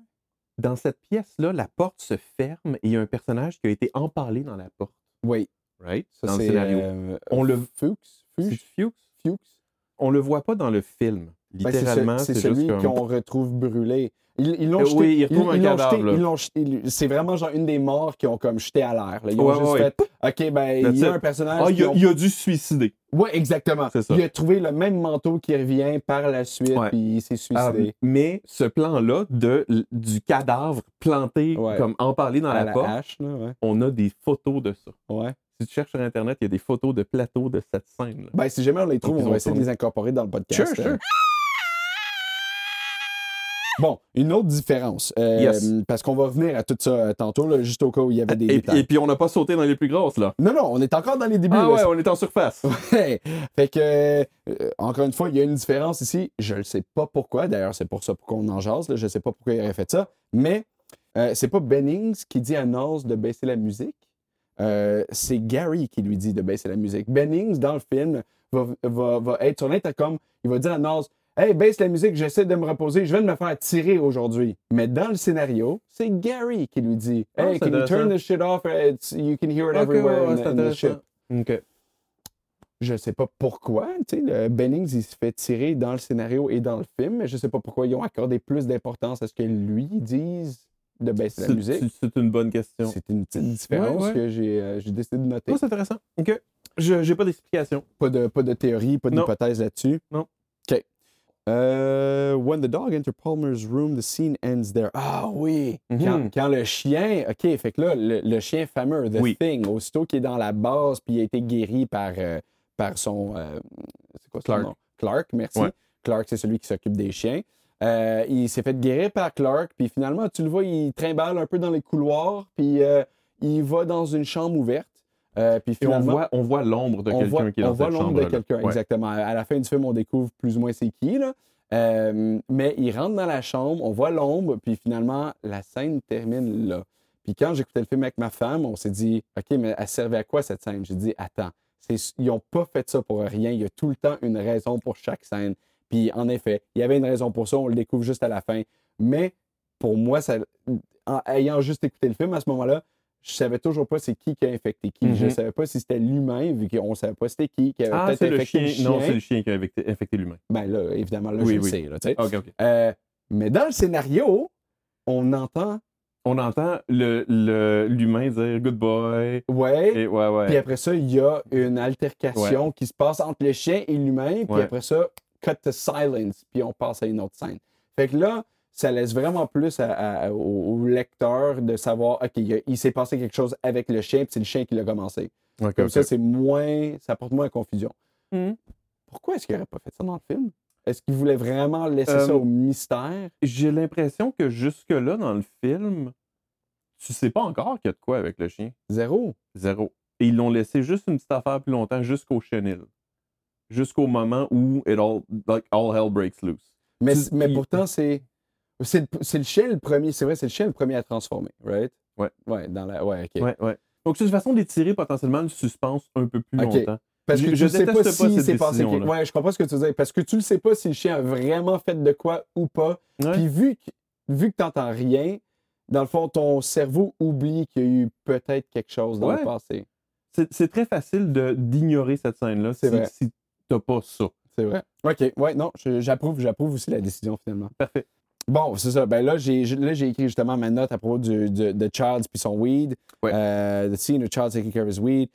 Speaker 2: Dans cette pièce-là, la porte se ferme et il y a un personnage qui a été empalé dans la porte.
Speaker 1: Oui,
Speaker 2: Right?
Speaker 1: ça
Speaker 2: dans le
Speaker 1: c'est
Speaker 2: scénario.
Speaker 1: euh,
Speaker 2: On le-
Speaker 1: Fuchs,
Speaker 2: C'est
Speaker 1: Fuchs,
Speaker 2: Fuchs?
Speaker 1: Fuchs.
Speaker 2: On le voit pas dans le film.
Speaker 1: Ben, c'est ce-
Speaker 2: Littéralement,
Speaker 1: c'est
Speaker 2: c'est
Speaker 1: celui
Speaker 2: juste comme...
Speaker 1: qu'on retrouve brûlé. Ils ils l'ont
Speaker 2: Euh,
Speaker 1: jeté.
Speaker 2: oui, ils retrouvent un
Speaker 1: l'ont
Speaker 2: cadavre,
Speaker 1: jeté-
Speaker 2: là.
Speaker 1: ils l'ont jeté- ils- C'est vraiment genre une des morts qui ont comme jeté à l'air. là. Ils ont
Speaker 2: Ouais,
Speaker 1: juste
Speaker 2: ouais,
Speaker 1: fait OK, ben, il
Speaker 2: That's
Speaker 1: y a
Speaker 2: it.
Speaker 1: un personnage.
Speaker 2: Ah, il
Speaker 1: qui
Speaker 2: a,
Speaker 1: ont-
Speaker 2: il a dû se suicider.
Speaker 1: Ouais, exactement.
Speaker 2: C'est ça.
Speaker 1: Il a trouvé le même manteau qui revient par la suite,
Speaker 2: Ouais.
Speaker 1: puis il s'est suicidé.
Speaker 2: Ah, mais ce plan-là de, du cadavre planté,
Speaker 1: Ouais.
Speaker 2: comme empalé dans
Speaker 1: à
Speaker 2: la,
Speaker 1: la
Speaker 2: porte,
Speaker 1: hache, là, ouais.
Speaker 2: on a des photos de ça.
Speaker 1: Ouais.
Speaker 2: Si tu cherches sur Internet, il y a des photos de plateaux de cette scène-là.
Speaker 1: Ben, si jamais on les trouve,
Speaker 2: Ils
Speaker 1: on
Speaker 2: ont
Speaker 1: va essayer de
Speaker 2: tourné.
Speaker 1: les incorporer dans le podcast.
Speaker 2: Sure, sure.
Speaker 1: Euh, Bon, une autre différence, euh,
Speaker 2: Yes.
Speaker 1: parce qu'on va revenir à tout ça euh, tantôt, là, juste au cas où il y avait des
Speaker 2: Et,
Speaker 1: détails.
Speaker 2: et puis, on n'a pas sauté dans les plus grosses, là.
Speaker 1: Non, non, on est encore dans les débuts.
Speaker 2: Ah
Speaker 1: là,
Speaker 2: ouais, on est en surface.
Speaker 1: Ouais. Fait que, euh, euh, encore une fois, il y a une différence ici. Je ne sais pas pourquoi. D'ailleurs, c'est pour ça qu'on en jase. là. Je ne sais pas pourquoi il aurait fait ça. Mais euh, c'est pas Bennings qui dit à Nas de baisser la musique. Euh, c'est Gary qui lui dit de baisser la musique. Bennings, dans le film, va, va- va être sur l'intercom. Il va dire à Nas Hey, baisse la musique, j'essaie de me reposer. Je viens de me faire tirer aujourd'hui. Mais dans le scénario, c'est Gary qui lui dit
Speaker 2: Ah,
Speaker 1: Hey,
Speaker 2: c'est
Speaker 1: can you turn
Speaker 2: intéressant.
Speaker 1: this shit off? It's- you can hear it
Speaker 2: Ok,
Speaker 1: everywhere
Speaker 2: ouais, ouais,
Speaker 1: in the-
Speaker 2: c'est
Speaker 1: in the ship.
Speaker 2: intéressant. OK.
Speaker 1: Je sais pas pourquoi. Tu sais, le Bennings, il se fait tirer dans le scénario et dans le film, mais je sais pas pourquoi ils ont accordé plus d'importance à ce que lui dise de baisser la
Speaker 2: C'est
Speaker 1: musique.
Speaker 2: c'est- c'est une bonne question.
Speaker 1: C'est une petite différence
Speaker 2: Ouais, ouais.
Speaker 1: que j'ai euh, j'ai décidé de noter.
Speaker 2: Oh, c'est intéressant. OK. Je j'ai pas d'explication.
Speaker 1: Pas de, pas de théorie, pas
Speaker 2: Non.
Speaker 1: d'hypothèse là-dessus.
Speaker 2: Non.
Speaker 1: OK. Euh, when the dog enters Palmer's room, the scene ends there. Ah oui!
Speaker 2: Mhm.
Speaker 1: Quand, quand le chien. OK, fait que là, le, le chien fameux, The
Speaker 2: Oui.
Speaker 1: Thing, aussitôt qu'il est dans la base puis il a été guéri par, euh, par son. euh, c'est quoi son
Speaker 2: Clark.
Speaker 1: nom? Clark, merci.
Speaker 2: Ouais.
Speaker 1: Clark, c'est celui qui s'occupe des chiens. Euh, il s'est fait guérir par Clark, puis finalement, tu le vois, il trimballe un peu dans les couloirs, puis euh, il va dans une chambre ouverte. Euh, puis
Speaker 2: Et on
Speaker 1: finalement,
Speaker 2: voit, on voit l'ombre de
Speaker 1: on voit,
Speaker 2: quelqu'un qui est dans
Speaker 1: on voit
Speaker 2: cette
Speaker 1: l'ombre de
Speaker 2: chambre-là.
Speaker 1: quelqu'un,
Speaker 2: Ouais.
Speaker 1: exactement. À la fin du film, on découvre plus ou moins c'est qui. Là. Euh, mais il rentre dans la chambre, on voit l'ombre, puis finalement, la scène termine là. Puis quand j'écoutais le film avec ma femme, on s'est dit, OK, mais elle servait à quoi cette scène? J'ai dit, attends, c'est- ils n'ont pas fait ça pour rien. Il y a tout le temps une raison pour chaque scène. Puis en effet, il y avait une raison pour ça, on le découvre juste à la fin. Mais pour moi, ça, en ayant juste écouté le film à ce moment-là, je savais toujours pas c'est qui qui a infecté qui. Je
Speaker 2: Mhm.
Speaker 1: savais pas si c'était l'humain, vu qu'on savait pas c'était qui qui avait
Speaker 2: Ah,
Speaker 1: peut-être
Speaker 2: c'est le
Speaker 1: infecté
Speaker 2: chien. Non, c'est le chien qui a infecté, infecté l'humain.
Speaker 1: Ben là, évidemment, là,
Speaker 2: Oui,
Speaker 1: je le
Speaker 2: oui.
Speaker 1: sais. là, tu sais.
Speaker 2: OK, OK.
Speaker 1: Euh, mais dans le scénario, on entend
Speaker 2: On entend l'humain le, l'humain dire good boy.
Speaker 1: Ouais.
Speaker 2: Et ouais, ouais.
Speaker 1: Puis après ça, il y a une altercation qui se passe entre le chien et l'humain. Puis
Speaker 2: Ouais.
Speaker 1: après ça, cut to silence. Puis on passe à une autre scène. Fait que là, ça laisse vraiment plus à- à- au, au lecteur de savoir, OK, il, y a- il s'est passé quelque chose avec le chien, puis c'est le chien qui l'a commencé.
Speaker 2: OK,
Speaker 1: Comme
Speaker 2: OK.
Speaker 1: ça, c'est moins. Ça porte moins à confusion.
Speaker 2: Mhm.
Speaker 1: Pourquoi est-ce qu'il n'aurait pas fait ça dans le film? Est-ce qu'il voulait vraiment laisser
Speaker 2: Euh,
Speaker 1: ça au mystère?
Speaker 2: J'ai l'impression que jusque-là, dans le film, tu sais pas encore qu'il y a de quoi avec le chien.
Speaker 1: Zéro.
Speaker 2: Zéro. Et ils l'ont laissé juste une petite affaire plus longtemps jusqu'au chenil. Jusqu'au moment où it all, like, all hell breaks loose.
Speaker 1: Mais,
Speaker 2: Tu-
Speaker 1: mais
Speaker 2: il-
Speaker 1: pourtant, c'est. C'est le- c'est le chien le premier, c'est vrai, c'est le chien le premier à transformer, right?
Speaker 2: Ouais.
Speaker 1: Ouais, dans la. Ouais, ok.
Speaker 2: Ouais, ouais. Donc, c'est une façon d'étirer potentiellement le suspense un peu plus
Speaker 1: Ok.
Speaker 2: longtemps.
Speaker 1: Parce que
Speaker 2: Je-
Speaker 1: tu
Speaker 2: je
Speaker 1: sais pas
Speaker 2: déteste pas
Speaker 1: si
Speaker 2: cette
Speaker 1: c'est passé
Speaker 2: décision-là.
Speaker 1: quelque- Ouais, je comprends ce que tu veux dire. Parce que tu le sais pas si le chien a vraiment fait de quoi ou pas.
Speaker 2: Ouais.
Speaker 1: Puis vu que, vu que t'entends rien, dans le fond, ton cerveau oublie qu'il y a eu peut-être quelque chose dans le
Speaker 2: Ouais.
Speaker 1: passé.
Speaker 2: C'est- C'est très facile de- d'ignorer cette scène-là
Speaker 1: C'est
Speaker 2: si,
Speaker 1: vrai.
Speaker 2: si t'as pas ça.
Speaker 1: C'est vrai. OK. Ouais, non, je- j'approuve, j'approuve aussi la décision finalement.
Speaker 2: Parfait.
Speaker 1: Bon, c'est ça. Ben là, j'ai j'ai- là, j'ai écrit justement ma note à propos du, du- de Childs puis son weed.
Speaker 2: Ouais.
Speaker 1: Euh, the scene of Childs taking care of his weed,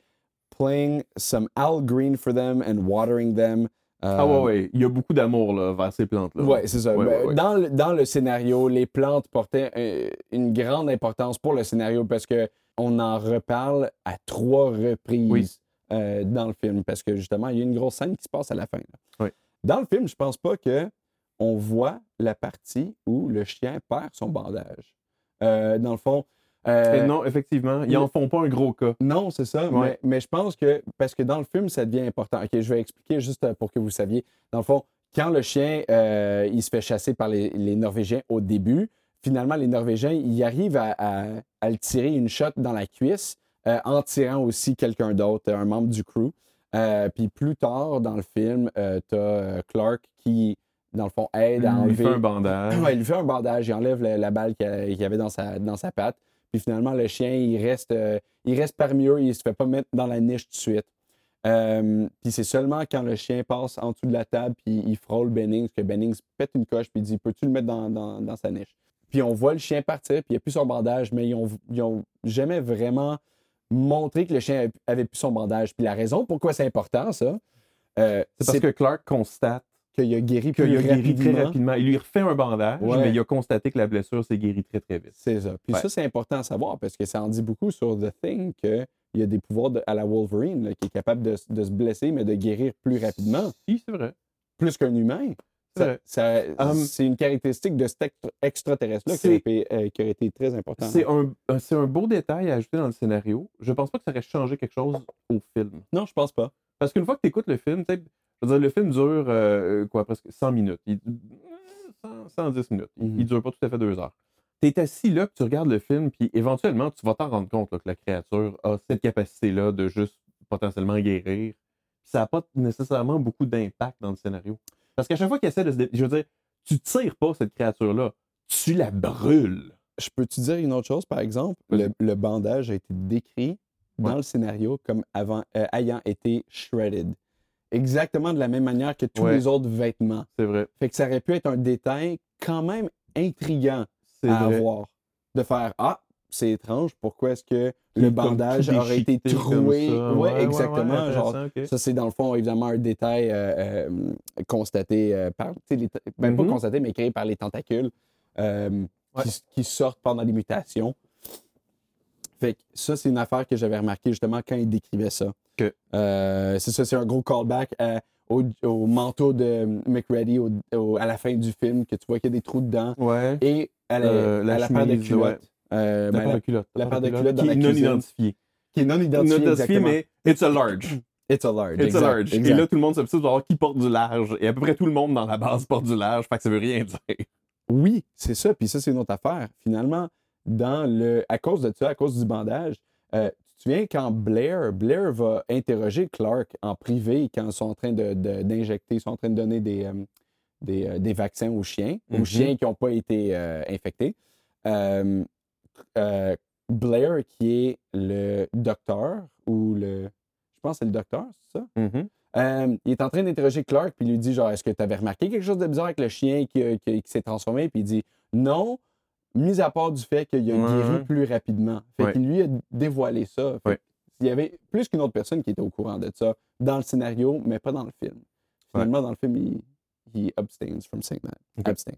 Speaker 1: playing some Al Green for them and watering them. Euh,
Speaker 2: Ah ouais, ouais. Il y a beaucoup d'amour là, vers ces plantes-là.
Speaker 1: Ouais, c'est ça.
Speaker 2: Ouais,
Speaker 1: Ben,
Speaker 2: ouais, ouais.
Speaker 1: Dans, le, dans le scénario, les plantes portaient euh, une grande importance pour le scénario parce que on en reparle à trois reprises
Speaker 2: Oui.
Speaker 1: euh, dans le film parce que justement, il y a une grosse scène qui se passe à la fin. là.
Speaker 2: Oui.
Speaker 1: Dans le film, je pense pas que on voit la partie où le chien perd son bandage. Euh, dans le fond, euh,
Speaker 2: Et non, effectivement, ils en font pas un gros cas.
Speaker 1: non, c'est ça.
Speaker 2: Ouais.
Speaker 1: Mais, mais je pense que, parce que dans le film, ça devient important. OK, je vais expliquer juste euh, pour que vous saviez. Dans le fond, quand le chien, euh, il se fait chasser par les, les Norvégiens au début, finalement, les Norvégiens, ils arrivent à, à- à le tirer une shot dans la cuisse euh, en tirant aussi quelqu'un d'autre, un membre du crew. Euh, Puis plus tard dans le film, euh, t'as euh, Clark qui, dans le fond, aide à
Speaker 2: Il
Speaker 1: enlever...
Speaker 2: fait un bandage.
Speaker 1: Ah Ouais, il lui fait un bandage, il enlève le- la balle qu'il y avait dans sa, dans sa patte. Puis finalement, le chien, il reste, euh, il reste parmi eux, il se fait pas mettre dans la niche tout de suite. Euh, puis c'est seulement quand le chien passe en dessous de la table puis il frôle Bennings que Bennings pète une coche puis dit Peux-tu le mettre dans, dans- dans sa niche Puis on voit le chien partir puis il n'y a plus son bandage, mais ils ont, ils ont jamais vraiment montré que le chien avait- avait plus son bandage. Puis la raison pourquoi c'est important, ça, euh,
Speaker 2: C'est parce
Speaker 1: c'est
Speaker 2: que Clark constate
Speaker 1: qu'il a guéri plus
Speaker 2: qu'il a guéri
Speaker 1: rapidement.
Speaker 2: très rapidement. Il lui refait un bandage,
Speaker 1: Ouais.
Speaker 2: mais il a constaté que la blessure s'est guérie très, très vite.
Speaker 1: C'est ça. Puis
Speaker 2: Ouais.
Speaker 1: ça, c'est important à savoir parce que ça en dit beaucoup sur The Thing qu'il y a des pouvoirs de- à la Wolverine là, qui est capable de, s- de se blesser, mais de guérir plus rapidement,
Speaker 2: Oui, c'est vrai.
Speaker 1: plus qu'un humain.
Speaker 2: C'est
Speaker 1: Ça-
Speaker 2: vrai.
Speaker 1: ça-
Speaker 2: Um,
Speaker 1: c'est une caractéristique de cet extra- extraterrestre-là qui,
Speaker 2: c'est-
Speaker 1: aurait pu- euh, qui aurait été très importante.
Speaker 2: C'est un, un- c'est un beau détail à ajouter dans le scénario. Je pense pas que ça aurait changé quelque chose au film.
Speaker 1: Non, je pense pas.
Speaker 2: Parce qu'une fois que tu écoutes le film, tu sais, je veux dire, le film dure euh, quoi, presque 100 minutes. Il- 100, 110 minutes. Il-
Speaker 1: Mhm.
Speaker 2: Il dure pas tout à fait deux heures. Tu es assis là, puis tu regardes le film, puis éventuellement, tu vas t'en rendre compte là, que la créature a cette capacité-là de juste potentiellement guérir. Ça n'a pas nécessairement beaucoup d'impact dans le scénario. Parce qu'à chaque fois qu'il essaie de se. dé- Je veux dire, tu tires pas cette créature-là, tu la brûles.
Speaker 1: Je peux te dire une autre chose, par exemple?
Speaker 2: Vas-y.
Speaker 1: Le, le bandage a été décrit dans
Speaker 2: Ouais.
Speaker 1: le scénario comme avant, euh, ayant été shredded. Exactement de la même manière que tous
Speaker 2: Ouais.
Speaker 1: les autres vêtements.
Speaker 2: C'est vrai.
Speaker 1: Fait que ça aurait pu être un détail quand même intriguant
Speaker 2: C'est
Speaker 1: à
Speaker 2: vrai.
Speaker 1: avoir. De faire Ah, c'est étrange, pourquoi est-ce que
Speaker 2: Puis
Speaker 1: le
Speaker 2: comme
Speaker 1: bandage
Speaker 2: tout
Speaker 1: aurait été
Speaker 2: déchiqueté comme
Speaker 1: troué?
Speaker 2: ça.
Speaker 1: Ouais, exactement.
Speaker 2: ouais,
Speaker 1: genre,
Speaker 2: intéressant, ok.
Speaker 1: ça, c'est dans le fond, évidemment, un détail euh, euh, constaté euh, par. tu sais, les ta- ben,
Speaker 2: Mhm.
Speaker 1: pas constaté, mais créé par les tentacules euh, qui, s- qui sortent pendant les mutations. Fait que ça, c'est une affaire que j'avais remarqué justement quand il décrivait ça.
Speaker 2: Ok.
Speaker 1: Euh, c'est ça, c'est un gros callback à- au, au manteau de McReady au- au- à la fin du film, que tu vois qu'il y a des trous dedans.
Speaker 2: Ouais.
Speaker 1: Et à la,
Speaker 2: Euh, la
Speaker 1: à la paire de
Speaker 2: chemise,
Speaker 1: culottes. Euh,
Speaker 2: Eh La
Speaker 1: ben,
Speaker 2: paire
Speaker 1: la-
Speaker 2: de culottes.
Speaker 1: la paire de culottes dans
Speaker 2: qui
Speaker 1: la
Speaker 2: est non
Speaker 1: cuisine.
Speaker 2: identifiée.
Speaker 1: qui est non
Speaker 2: Non
Speaker 1: identifiée.
Speaker 2: identifiée,
Speaker 1: exactement.
Speaker 2: mais it's a large.
Speaker 1: It's a large.
Speaker 2: It's
Speaker 1: exact,
Speaker 2: a large.
Speaker 1: exact.
Speaker 2: Et là, tout le monde s'obstine de savoir qui porte du large. Et à peu près tout le monde dans la base porte du large, fait que ça veut rien dire.
Speaker 1: Oui, c'est ça. Puis ça, c'est une autre affaire. Finalement, dans le, à cause de ça, à cause du bandage, euh, tu te souviens quand Blair, Blair va interroger Clark en privé quand ils sont en train de- de- d'injecter, ils sont en train de donner des, euh, des, euh, des vaccins aux chiens,
Speaker 2: Mhm.
Speaker 1: aux chiens qui n'ont pas été euh, infectés. Euh, euh, Blair, qui est le docteur, ou le. Je pense que c'est le docteur, c'est ça? Euh, il est en train d'interroger Clark, puis il lui dit genre, est-ce que tu avais remarqué quelque chose de bizarre avec le chien qui, a- qui a- qui s'est transformé? Puis il dit, non, mis à part du fait qu'il a
Speaker 2: Ouais,
Speaker 1: guéri
Speaker 2: ouais.
Speaker 1: plus rapidement. Fait
Speaker 2: Ouais.
Speaker 1: qu'il lui a dévoilé ça. Fait
Speaker 2: Ouais.
Speaker 1: Il y avait plus qu'une autre personne qui était au courant de ça dans le scénario, mais pas dans le film. Finalement, dans le film, il, he abstains from saying that.
Speaker 2: Ok.
Speaker 1: Abstains.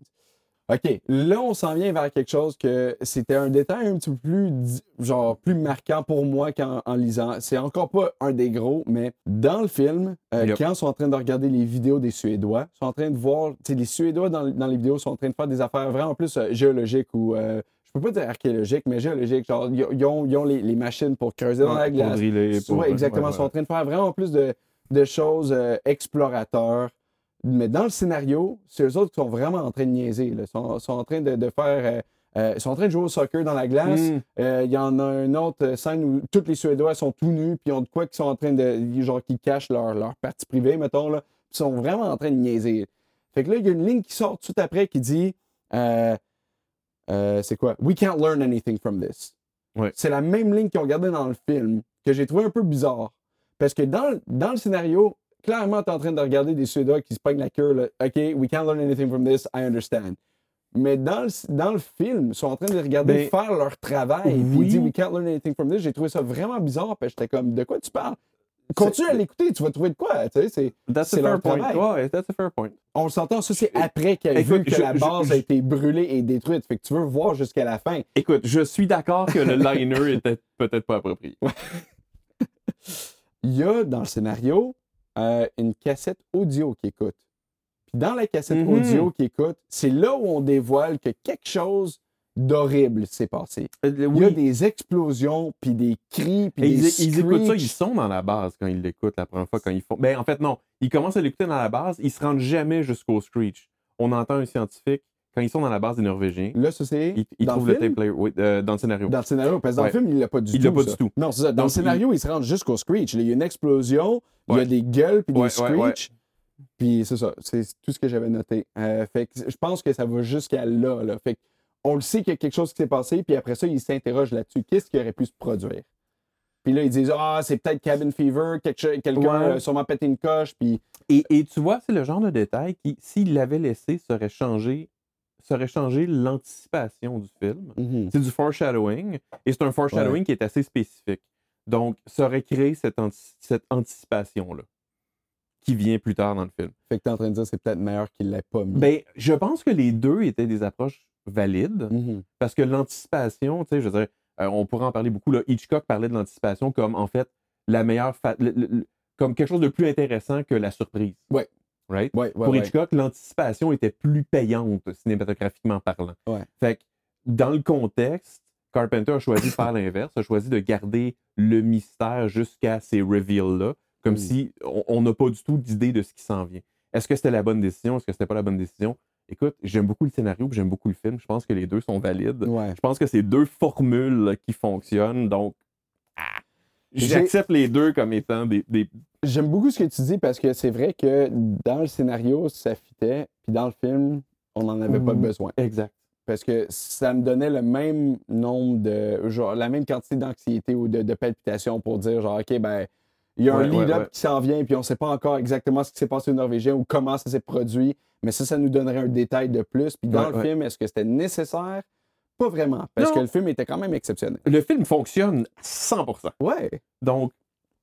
Speaker 1: OK, là, on s'en vient vers quelque chose que c'était un détail un petit peu plus, di- genre, plus marquant pour moi qu'en en lisant. C'est encore pas un des gros, mais dans le film, euh,
Speaker 2: Yep.
Speaker 1: quand ils sont en train de regarder les vidéos des Suédois, ils sont en train de voir, tu sais, les Suédois dans, dans les vidéos sont en train de faire des affaires vraiment plus euh, géologiques ou, euh, je peux pas dire archéologiques, mais géologiques. Genre, ils ont- ils ont, ils ont les, les machines pour creuser dans la glace. Oui,
Speaker 2: euh,
Speaker 1: exactement. Ils sont en train de faire vraiment plus de, de choses euh, explorateurs. Mais dans le scénario, c'est eux autres qui sont vraiment en train de niaiser. là. Ils sont, sont en train de, de faire. euh, euh, ils sont en train de jouer au soccer dans la glace. Euh, Il y en a une autre euh, scène où tous les Suédois sont tout nus, puis ils ont de quoi qu'ils sont en train de. genre qui cachent leur, leur partie privée, mettons, là. Puis Ils sont vraiment en train de niaiser. Fait que là, il y a une ligne qui sort tout de suite après qui dit euh, euh, C'est quoi We can't learn anything from this.
Speaker 2: Ouais.
Speaker 1: C'est la même ligne qu'ils ont gardée dans le film, que j'ai trouvé un peu bizarre. Parce que dans, le- dans le scénario, clairement, tu es en train de regarder des Suédois qui se pognent la queue. Là. OK, we can't learn anything from this, I understand. Mais dans le, dans le film, ils sont en train de les regarder
Speaker 2: Ben,
Speaker 1: faire leur travail. Ah, Puis
Speaker 2: oui.
Speaker 1: ils disent, we can't learn anything from this. J'ai trouvé ça vraiment bizarre. Puis j'étais comme, de quoi tu parles? Continue à l'écouter, tu vas trouver de quoi. Tu sais, c'est-
Speaker 2: Mm. That's
Speaker 1: C'est
Speaker 2: a fair
Speaker 1: leur
Speaker 2: point.
Speaker 1: travail.
Speaker 2: Ouais, that's a fair point.
Speaker 1: on s'entend, ça c'est après qu'il a
Speaker 2: Écoute,
Speaker 1: vu que
Speaker 2: je-
Speaker 1: la
Speaker 2: je-
Speaker 1: base
Speaker 2: je-
Speaker 1: a été brûlée et détruite. Fait que tu veux voir jusqu'à la fin.
Speaker 2: Écoute, je suis d'accord que le liner était peut-être pas approprié.
Speaker 1: il y a dans le scénario euh, une cassette audio qui écoute. Puis dans la cassette
Speaker 2: Mhm.
Speaker 1: audio qui écoute, c'est là où on dévoile que quelque chose d'horrible s'est passé.
Speaker 2: Euh,
Speaker 1: Il y a
Speaker 2: oui.
Speaker 1: des explosions, puis des cris, puis
Speaker 2: Et
Speaker 1: des
Speaker 2: ils, ils écoutent ça, ils
Speaker 1: screechs.
Speaker 2: sont dans la base quand ils l'écoutent la première fois, quand ils font. Ben, en fait, non. Ils commencent à l'écouter dans la base, ils se rendent jamais jusqu'au screech. On entend un scientifique, quand ils sont dans la base des Norvégiens,
Speaker 1: Là, ça, c'est
Speaker 2: ils, ils
Speaker 1: dans,
Speaker 2: trouvent
Speaker 1: le
Speaker 2: le
Speaker 1: film,
Speaker 2: tape player oui, euh, dans le scénario.
Speaker 1: dans le scénario. Parce que dans
Speaker 2: Ouais.
Speaker 1: le film, il l'a pas du
Speaker 2: Il
Speaker 1: tout.
Speaker 2: l'a pas
Speaker 1: ça.
Speaker 2: du tout.
Speaker 1: Non, c'est ça. Dans
Speaker 2: Donc,
Speaker 1: le scénario, ils se rendent jusqu'au screech. là. Il y a une explosion, il y
Speaker 2: Ouais.
Speaker 1: a des gueules, puis
Speaker 2: Ouais,
Speaker 1: des
Speaker 2: ouais,
Speaker 1: screechs.
Speaker 2: ouais.
Speaker 1: Puis c'est ça, c'est tout ce que j'avais noté. Euh, fait que je pense que ça va jusqu'à là, là. Fait que on le sait qu'il y a quelque chose qui s'est passé, puis après ça, il s'interroge là-dessus. Qu'est-ce qui aurait pu se produire? Puis là, ils disent Ah, c'est peut-être Cabin Fever, quelque cho- quelqu'un
Speaker 2: Ouais.
Speaker 1: a sûrement pété une coche. Puis
Speaker 2: Et, et tu vois, c'est le genre de détail qui, s'il l'avait laissé, serait changé, serait changé l'anticipation du film. C'est du foreshadowing, et c'est un foreshadowing qui est assez spécifique. Donc, ça aurait créé cette, anti- cette anticipation-là, qui vient plus tard dans le film.
Speaker 1: fait que t'es en train de dire c'est peut-être meilleur qu'il l'ait pas mis.
Speaker 2: Ben, je pense que les deux étaient des approches valides,
Speaker 1: Mhm.
Speaker 2: parce que l'anticipation, tu sais, je veux dire, euh, on pourrait en parler beaucoup, là, Hitchcock parlait de l'anticipation comme, en fait, la meilleure, fa- le- le- le- comme quelque chose de plus intéressant que la surprise.
Speaker 1: Ouais.
Speaker 2: Right?
Speaker 1: Ouais, ouais,
Speaker 2: pour
Speaker 1: ouais.
Speaker 2: Hitchcock, l'anticipation était plus payante cinématographiquement parlant.
Speaker 1: Ouais.
Speaker 2: Fait que, dans le contexte, Carpenter a choisi de faire l'inverse, a choisi de garder le mystère jusqu'à ces reveals-là, comme
Speaker 1: Mm.
Speaker 2: si on- on n'a pas du tout d'idée de ce qui s'en vient. Est-ce que c'était la bonne décision? Est-ce que c'était pas la bonne décision? Écoute, j'aime beaucoup le scénario, puis j'aime beaucoup le film. Je pense que les deux sont valides.
Speaker 1: Ouais.
Speaker 2: Je pense que c'est deux formules qui fonctionnent, donc ah,
Speaker 1: J'ai-
Speaker 2: j'accepte les deux comme étant des, des-
Speaker 1: J'aime beaucoup ce que tu dis parce que c'est vrai que dans le scénario, ça fitait, puis dans le film, on n'en avait pas
Speaker 2: Mhm.
Speaker 1: besoin.
Speaker 2: Exact.
Speaker 1: Parce que ça me donnait le même nombre de. genre, la même quantité d'anxiété ou de, de palpitations pour dire, genre, OK, ben, il y a un
Speaker 2: Ouais, ouais,
Speaker 1: lead-up
Speaker 2: ouais.
Speaker 1: qui s'en vient, puis on ne sait pas encore exactement ce qui s'est passé au Norvégien ou comment ça s'est produit, mais ça, ça nous donnerait un détail de plus. Puis dans
Speaker 2: Ouais,
Speaker 1: le
Speaker 2: ouais.
Speaker 1: film, est-ce que c'était nécessaire? Pas vraiment, parce
Speaker 2: Non.
Speaker 1: que le film était quand même exceptionnel.
Speaker 2: Le film fonctionne à 100%.
Speaker 1: Ouais.
Speaker 2: Donc, eh,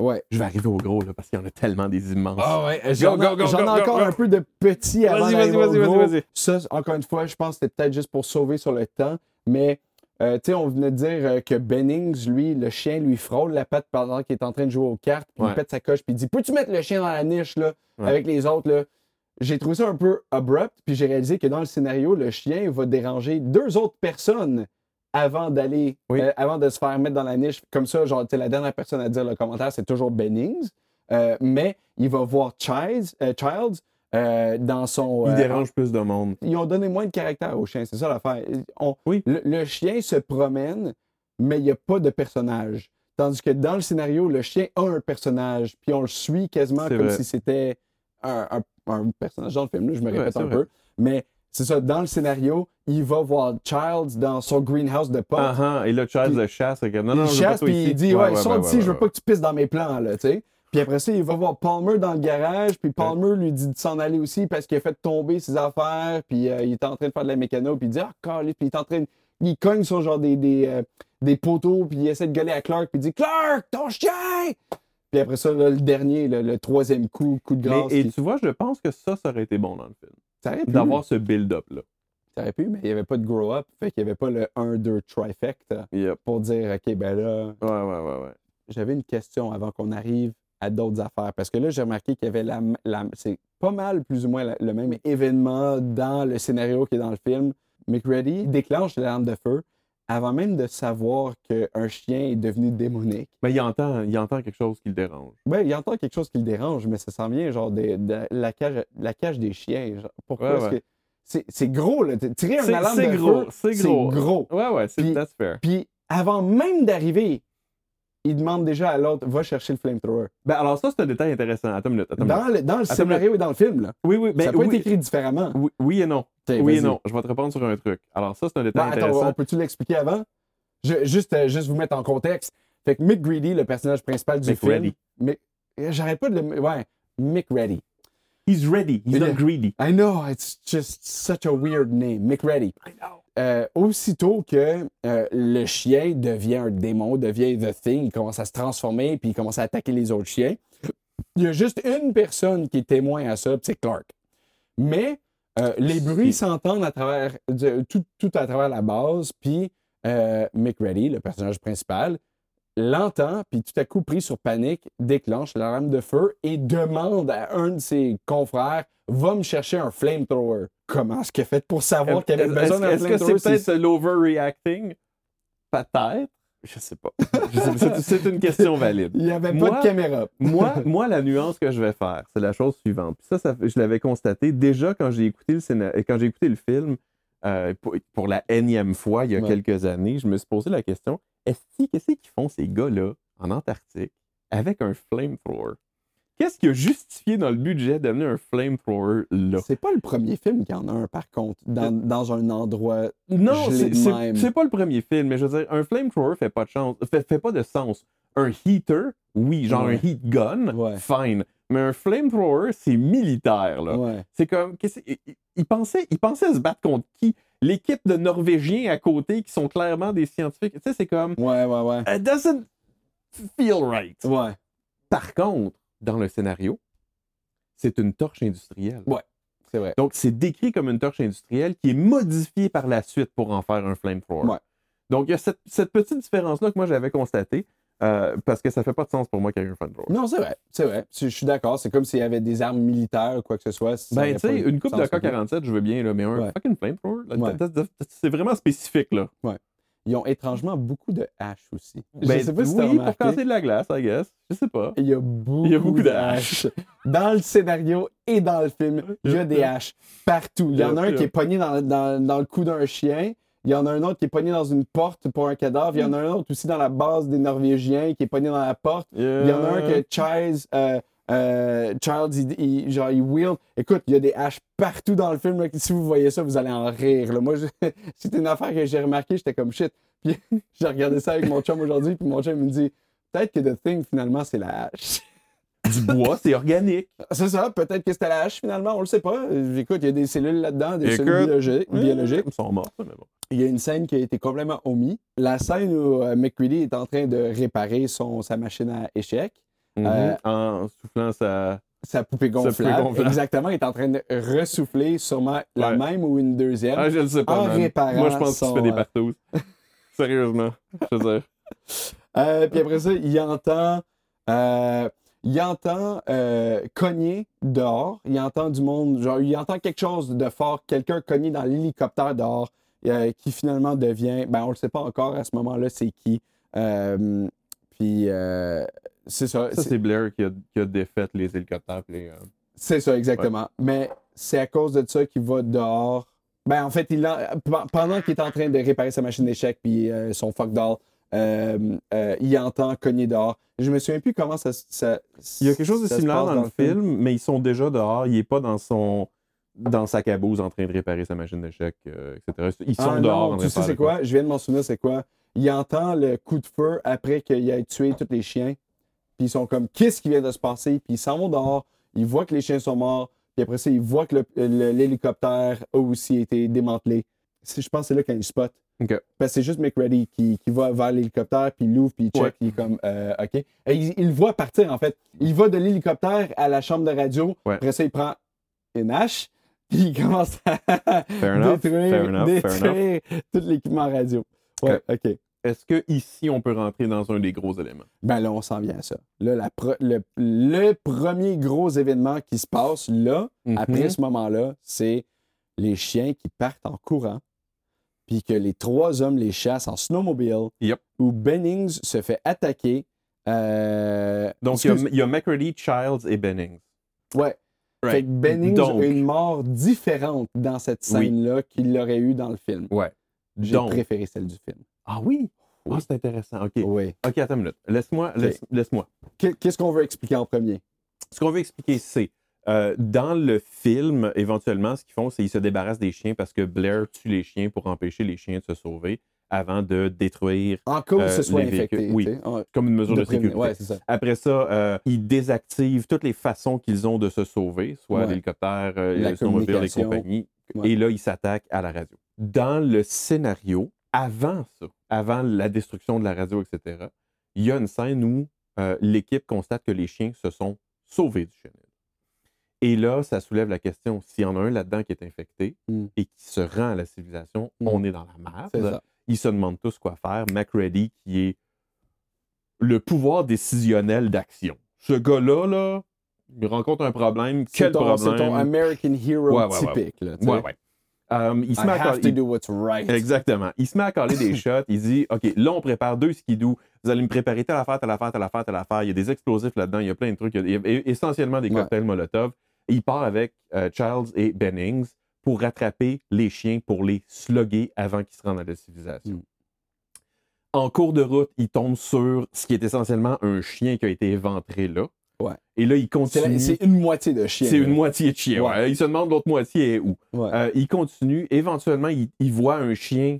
Speaker 1: Ouais.
Speaker 2: Je vais arriver au gros, là, parce qu'il y en a tellement des immenses.
Speaker 1: Ah ouais,
Speaker 2: Go,
Speaker 1: j'en
Speaker 2: go, go,
Speaker 1: ai j'en ai
Speaker 2: go, go,
Speaker 1: encore
Speaker 2: go.
Speaker 1: un peu de petits avant
Speaker 2: Vas-y,
Speaker 1: d'arriver
Speaker 2: vas-y,
Speaker 1: au
Speaker 2: vas-y,
Speaker 1: gros.
Speaker 2: vas-y, vas-y.
Speaker 1: Ça, encore une fois, je pense que c'était peut-être juste pour sauver sur le temps, mais euh, tu sais, on venait de dire euh, que Bennings, lui, le chien, lui frôle la patte pendant qu'il est en train de jouer aux cartes, puis
Speaker 2: Ouais.
Speaker 1: il pète sa coche, puis il dit Peux-tu mettre le chien dans la niche, là,
Speaker 2: Ouais.
Speaker 1: avec les autres, là J'ai trouvé ça un peu abrupt, puis j'ai réalisé que dans le scénario, le chien va déranger deux autres personnes avant d'aller,
Speaker 2: Oui.
Speaker 1: euh, avant de se faire mettre dans la niche. Comme ça, genre, tu sais, la dernière personne à dire le commentaire, c'est toujours Bennings, Euh, mais il va voir Childs, euh, Childs euh, dans son.
Speaker 2: Il
Speaker 1: euh,
Speaker 2: dérange plus de monde.
Speaker 1: ils ont donné moins de caractère au chien, c'est ça l'affaire. On-
Speaker 2: Oui.
Speaker 1: le, le chien se promène, mais il n'y a pas de personnage. Tandis que dans le scénario, le chien a un personnage, puis on le suit quasiment
Speaker 2: C'est
Speaker 1: comme
Speaker 2: vrai.
Speaker 1: si c'était un, un- un personnage dans le film. là, je me
Speaker 2: Ouais,
Speaker 1: répète
Speaker 2: c'est
Speaker 1: un
Speaker 2: vrai.
Speaker 1: peu. Mais c'est ça, dans le scénario, il va voir Childs dans son greenhouse de
Speaker 2: Ah,
Speaker 1: potes.
Speaker 2: ah, et là, Charles le chasse. regarde, Non, non,
Speaker 1: il
Speaker 2: je veux pas
Speaker 1: chasse,
Speaker 2: toi
Speaker 1: puis
Speaker 2: ici.
Speaker 1: il dit
Speaker 2: Ouais,
Speaker 1: Ouais,
Speaker 2: ouais,
Speaker 1: sors
Speaker 2: ouais,
Speaker 1: d'ici,
Speaker 2: ouais,
Speaker 1: je veux
Speaker 2: ouais.
Speaker 1: pas que tu pisses dans mes plans, là, tu sais. Puis après ça, il va voir Palmer dans le garage, puis Palmer lui dit de s'en aller aussi parce qu'il a fait tomber ses affaires, puis euh, il est en train de faire de la mécano, puis il dit Ah, calé, puis il est en train de- Il cogne sur genre des, des, euh, des poteaux, puis il essaie de gueuler à Clark, puis il dit Clark, ton chien Puis après ça, là, le dernier, le, le troisième coup, coup de grâce.
Speaker 2: Mais- et
Speaker 1: qui-
Speaker 2: tu vois, je pense que ça, ça aurait été bon dans le film.
Speaker 1: Ça aurait pu,
Speaker 2: D'avoir ce build-up-là.
Speaker 1: ça aurait pu, mais il n'y avait pas de grow-up, fait qu'il n'y avait pas le 1-2 trifecta
Speaker 2: Yep.
Speaker 1: pour dire Ok, ben là,
Speaker 2: Ouais, ouais, ouais, ouais.
Speaker 1: j'avais une question avant qu'on arrive à d'autres affaires. Parce que là, j'ai remarqué qu'il y avait la, m- la- c'est pas mal, plus ou moins, la- le même événement dans le scénario qui est dans le film. McReady déclenche l'arme de feu avant même de savoir qu'un chien est devenu démonique.
Speaker 2: Mais il entend, il entend quelque chose qui le dérange.
Speaker 1: Ben, il entend quelque chose qui le dérange, mais ça s'en vient, genre, de, de la, cage, la cage des chiens. genre. pourquoi
Speaker 2: Ouais,
Speaker 1: est-ce
Speaker 2: ouais.
Speaker 1: que. C'est, c'est gros, là. t- Tirer
Speaker 2: C'est-
Speaker 1: un alarme
Speaker 2: c'est
Speaker 1: de feu,
Speaker 2: gros, c'est gros.
Speaker 1: C'est gros.
Speaker 2: Ouais, ouais, c'est
Speaker 1: Puis-
Speaker 2: that's fair.
Speaker 1: Puis, avant même d'arriver, il demande déjà à l'autre, va chercher le flamethrower.
Speaker 2: Ben, alors, ça, c'est un détail intéressant. Attends une minute. Attends une minute.
Speaker 1: Dans le, dans le
Speaker 2: Attends,
Speaker 1: scénario et dans le film, là.
Speaker 2: Oui, oui, ben,
Speaker 1: ça peut
Speaker 2: oui,
Speaker 1: être écrit différemment.
Speaker 2: oui, oui et non.
Speaker 1: Ok,
Speaker 2: oui et
Speaker 1: vas-y.
Speaker 2: non. Je vais te répondre sur un truc. Alors, ça, c'est un
Speaker 1: Ben,
Speaker 2: détail
Speaker 1: attends,
Speaker 2: intéressant.
Speaker 1: on peut-tu l'expliquer avant? Je- juste, euh, juste vous mettre en contexte. Fait que Mick Greedy, le personnage principal du
Speaker 2: Mick
Speaker 1: film.
Speaker 2: Ready.
Speaker 1: Mick- euh, J'arrête pas de le. Ouais, Mick Ready.
Speaker 2: He's ready. He's
Speaker 1: Il
Speaker 2: not
Speaker 1: est-
Speaker 2: greedy.
Speaker 1: I know, it's just such a weird name. Mick Ready. Euh, aussitôt que euh, le chien devient un démon, devient The Thing, il commence à se transformer, puis il commence à attaquer les autres chiens, il y a juste une personne qui est témoin à ça, puis c'est Clark. Mais euh, les bruits s'entendent à travers de- tout, tout à travers la base, puis euh, McReady, le personnage principal, l'entend, puis tout à coup, pris sur panique, déclenche l'alarme de feu et demande à un de ses confrères Va me chercher un flamethrower. Comment est-ce qu'il a fait pour savoir qu'il avait
Speaker 2: Est-ce
Speaker 1: besoin d'un
Speaker 2: est-ce que
Speaker 1: flamethrower
Speaker 2: c'est
Speaker 1: si-
Speaker 2: peut-être l'overreacting? Peut-être. Je sais pas. Je sais pas. C'est- C'est une question valide.
Speaker 1: Il n'y avait pas
Speaker 2: Moi-
Speaker 1: de caméra.
Speaker 2: Moi, moi, la nuance que je vais faire, c'est la chose suivante. Puis ça, ça, je l'avais constaté déjà quand j'ai écouté le scénar- quand j'ai écouté le film euh, pour, pour la énième fois il y a
Speaker 1: Ouais.
Speaker 2: quelques années, je me suis posé la question est-ce que- qu'est-ce qu'ils font ces gars-là en Antarctique avec un flamethrower Qu'est-ce qui a justifié dans le budget d'amener un flamethrower là? Euh.
Speaker 1: C'est pas le premier film qui en a un, par contre, dans, dans un endroit.
Speaker 2: Non,
Speaker 1: Je l'ai
Speaker 2: c'est-
Speaker 1: de
Speaker 2: c'est
Speaker 1: même.
Speaker 2: c'est pas le premier film, mais je veux dire, un flamethrower fait pas de chance, fait, fait pas de sens. Un heater, oui, genre
Speaker 1: Ouais.
Speaker 2: un heat gun,
Speaker 1: Ouais.
Speaker 2: fine. Mais un flamethrower, c'est militaire, là.
Speaker 1: Ouais.
Speaker 2: C'est comme, qu'est-ce- il, il- il pensait, il pensait se battre contre qui? L'équipe de Norvégiens à côté qui sont clairement des scientifiques. Tu sais, c'est comme,
Speaker 1: Ouais, ouais, ouais.
Speaker 2: it doesn't feel right.
Speaker 1: Ouais.
Speaker 2: Par contre, dans le scénario, c'est une torche industrielle.
Speaker 1: C'est vrai.
Speaker 2: Donc, c'est décrit comme une torche industrielle qui est modifiée par la suite pour en faire un flamethrower.
Speaker 1: Ouais.
Speaker 2: Donc, il y a cette, cette petite différence-là que moi, j'avais constatée, euh, parce que ça fait pas de sens pour moi qu'il y ait un flamethrower.
Speaker 1: Non, c'est vrai. C'est vrai. Je je suis d'accord. C'est comme s'il y avait des armes militaires ou quoi que ce soit. ça aurait
Speaker 2: Ben, tu
Speaker 1: pas
Speaker 2: sais,
Speaker 1: eu
Speaker 2: une coupe de
Speaker 1: sens non plus.
Speaker 2: K-47, je veux bien, là, mais un
Speaker 1: Ouais.
Speaker 2: fucking flamethrower, là,
Speaker 1: Ouais.
Speaker 2: that- that- that- c'est vraiment spécifique, là.
Speaker 1: Ils ont étrangement beaucoup de haches aussi.
Speaker 2: Ben,
Speaker 1: je sais pas si t'as
Speaker 2: oui, pour
Speaker 1: remarqué.
Speaker 2: casser de la glace, I guess. Je sais pas.
Speaker 1: Il y a beaucoup,
Speaker 2: Il y a beaucoup de
Speaker 1: de haches. Dans le scénario et dans le film, il y a
Speaker 2: Euh,
Speaker 1: des haches partout. Il y en a un qui est pogné dans, dans- dans le cou d'un chien. Il y en a un autre qui est pogné dans une porte pour un cadavre. Il y en a un autre aussi dans la base des Norvégiens qui est pogné dans la porte. Il y en a un
Speaker 2: Euh.
Speaker 1: que Charles, euh, euh, Charles il, il- genre, il wheel. Écoute, il y a des haches partout dans le film. là. Si vous voyez ça, vous allez en rire. là. Moi, je- c'était une affaire que j'ai remarqué. J'étais comme shit. Puis j'ai regardé ça avec mon chum aujourd'hui. Puis mon chum il me dit Peut-être que The Thing, finalement, c'est la hache.
Speaker 2: Du bois, c'est organique.
Speaker 1: C'est ça, peut-être que c'était la hache, finalement. On le sait pas. Euh, Écoute, il y a des cellules là-dedans, des cellules
Speaker 2: Écoute,
Speaker 1: biologi- biologiques.
Speaker 2: Ils sont morts, ça, mais bon.
Speaker 1: Il y a une scène qui a été complètement omise. La scène où euh, McCready est en train de réparer son, sa machine à échecs. Euh,
Speaker 2: Mhm. En soufflant ça.
Speaker 1: sa poupée gonflable.
Speaker 2: poupée gonflable.
Speaker 1: Exactement, est en train de ressouffler sûrement la
Speaker 2: Ouais.
Speaker 1: même ou une deuxième.
Speaker 2: Ah, je le sais pas.
Speaker 1: en
Speaker 2: man.
Speaker 1: réparant
Speaker 2: Moi, je pense que
Speaker 1: son,
Speaker 2: tu fais
Speaker 1: euh,
Speaker 2: des partout. Sérieusement. Je veux dire.
Speaker 1: Euh, puis après ça, il entend, euh, il entend euh, cogner dehors. Il entend du monde, genre, il entend quelque chose de fort, quelqu'un cogner dans l'hélicoptère dehors, euh, qui finalement devient, ben on le sait pas encore à ce moment-là, c'est qui. Euh, puis euh, c'est ça.
Speaker 2: Ça,
Speaker 1: c'est-
Speaker 2: c'est Blair qui a, qui a défait les hélicoptères. puis les, euh,
Speaker 1: C'est ça, exactement. Mais c'est à cause de ça qu'il va dehors. Ben, en fait, il en- pe- pendant qu'il est en train de réparer sa machine d'échecs puis euh, son fuck doll, euh, euh, il entend cogner dehors. Je me souviens plus comment ça. ça-
Speaker 2: Il y a quelque chose de
Speaker 1: ça se
Speaker 2: similaire
Speaker 1: passe
Speaker 2: dans, le film, mais ils sont déjà dehors. Il n'est pas dans son dans sa caboose en train de réparer sa machine d'échecs, euh, etc. Ils sont
Speaker 1: Ah non,
Speaker 2: dehors. en train
Speaker 1: tu
Speaker 2: de
Speaker 1: sais,
Speaker 2: faire
Speaker 1: c'est
Speaker 2: de
Speaker 1: quoi? Je viens de m'en souvenir, c'est quoi? Il entend le coup de feu après qu'il ait tué tous les chiens. Puis ils sont comme, qu'est-ce qui vient de se passer? Puis ils s'en vont dehors. Ils voient que les chiens sont morts. Puis après ça, ils voient que le- le- l'hélicoptère a aussi été démantelé. C'est- Je pense que c'est là qu'il y a une spot.
Speaker 2: Ok.
Speaker 1: Parce que Ben, c'est juste McReady qui, qui va vers l'hélicoptère, puis il l'ouvre, puis il check,
Speaker 2: Ouais.
Speaker 1: puis il est comme, euh, OK. Et il, il le voit partir, en fait. Il va de l'hélicoptère à la chambre de radio.
Speaker 2: Ouais.
Speaker 1: Après ça, il prend une hache, puis il commence à,
Speaker 2: Fair enough.
Speaker 1: détruire,
Speaker 2: fair enough, fair
Speaker 1: détruire tout l'équipement radio. Ouais, OK.
Speaker 2: Est-ce que ici on peut rentrer dans un des gros éléments?
Speaker 1: Ben là, on s'en vient à ça. Là, la pro- le, le premier gros événement qui se passe là, après
Speaker 2: Mhm.
Speaker 1: ce moment-là, c'est les chiens qui partent en courant, puis que les trois hommes les chassent en snowmobile,
Speaker 2: Yep.
Speaker 1: où Bennings se fait attaquer. euh,
Speaker 2: Donc il y a-
Speaker 1: excuse-
Speaker 2: il y, a McCready, Childs et Bennings.
Speaker 1: Ouais.
Speaker 2: Right.
Speaker 1: Fait que Bennings
Speaker 2: Donc-
Speaker 1: a une mort différente dans cette
Speaker 2: Oui.
Speaker 1: scène-là qu'il aurait eu dans le film.
Speaker 2: Ouais.
Speaker 1: J'ai
Speaker 2: Donc-
Speaker 1: préféré celle du film.
Speaker 2: Ah oui?
Speaker 1: Oui.
Speaker 2: Ah, c'est intéressant. OK.
Speaker 1: Oui.
Speaker 2: OK, attends une minute. Laisse-moi. laisse- Laisse-moi.
Speaker 1: Qu'est- Qu'est-ce qu'on veut expliquer en premier?
Speaker 2: ce qu'on veut expliquer, c'est euh, dans le film, éventuellement, ce qu'ils font, c'est qu'ils se débarrassent des chiens parce que Blair tue les chiens pour empêcher les chiens de se sauver avant de détruire
Speaker 1: En cas où
Speaker 2: Euh,
Speaker 1: ce soit
Speaker 2: les véhicules,
Speaker 1: infecté.
Speaker 2: oui.
Speaker 1: tu sais. En-
Speaker 2: comme une mesure de,
Speaker 1: de prévenir.
Speaker 2: sécurité.
Speaker 1: Ouais, c'est ça.
Speaker 2: Après ça, euh, ils désactivent toutes les façons qu'ils ont de se sauver, soit
Speaker 1: Ouais.
Speaker 2: l'hélicoptère, euh,
Speaker 1: La
Speaker 2: le snowmobile et
Speaker 1: communication.
Speaker 2: compagnie.
Speaker 1: Ouais.
Speaker 2: Et là, ils s'attaquent à la radio. Dans le scénario, avant ça, avant la destruction de la radio, etc., il y a une scène où euh, l'équipe constate que les chiens se sont sauvés du chenil. Et là, ça soulève la question, s'il y en a un là-dedans qui est infecté
Speaker 1: Mm.
Speaker 2: et qui se rend à la civilisation,
Speaker 1: Mm.
Speaker 2: on est dans la merde.
Speaker 1: C'est ça.
Speaker 2: Ils se demandent tous quoi faire. MacReady, qui est le pouvoir décisionnel d'action. Ce gars-là, là, il rencontre un problème. Quel
Speaker 1: C'est ton-
Speaker 2: problème?
Speaker 1: C'est ton American hero
Speaker 2: Ouais, ouais, ouais.
Speaker 1: typique. Là, tu sais.
Speaker 2: Ouais, ouais. Euh, il se
Speaker 1: I
Speaker 2: met à
Speaker 1: have to
Speaker 2: coller-
Speaker 1: do what's right.
Speaker 2: Exactement. Il se met à caler des shots. Il dit OK, là, on prépare deux skidoo. Vous allez me préparer telle affaire, telle affaire, telle affaire, telle affaire. Il y a des explosifs là-dedans. Il y a plein de trucs. Il y a, il y a essentiellement des
Speaker 1: Ouais.
Speaker 2: cocktails Molotov. Et il part avec euh, Charles et Bennings pour rattraper les chiens, pour les sloguer avant qu'ils se rendent à la civilisation.
Speaker 1: Mm.
Speaker 2: En cours de route, il tombe sur ce qui est essentiellement un chien qui a été éventré là.
Speaker 1: Ouais.
Speaker 2: Et là, il
Speaker 1: C'est
Speaker 2: continue.
Speaker 1: la- C'est une moitié de chien.
Speaker 2: C'est
Speaker 1: là.
Speaker 2: une moitié de chien. ouais. Il se demande l'autre moitié est où.
Speaker 1: Ouais.
Speaker 2: Euh, il continue. Éventuellement, il, il voit un chien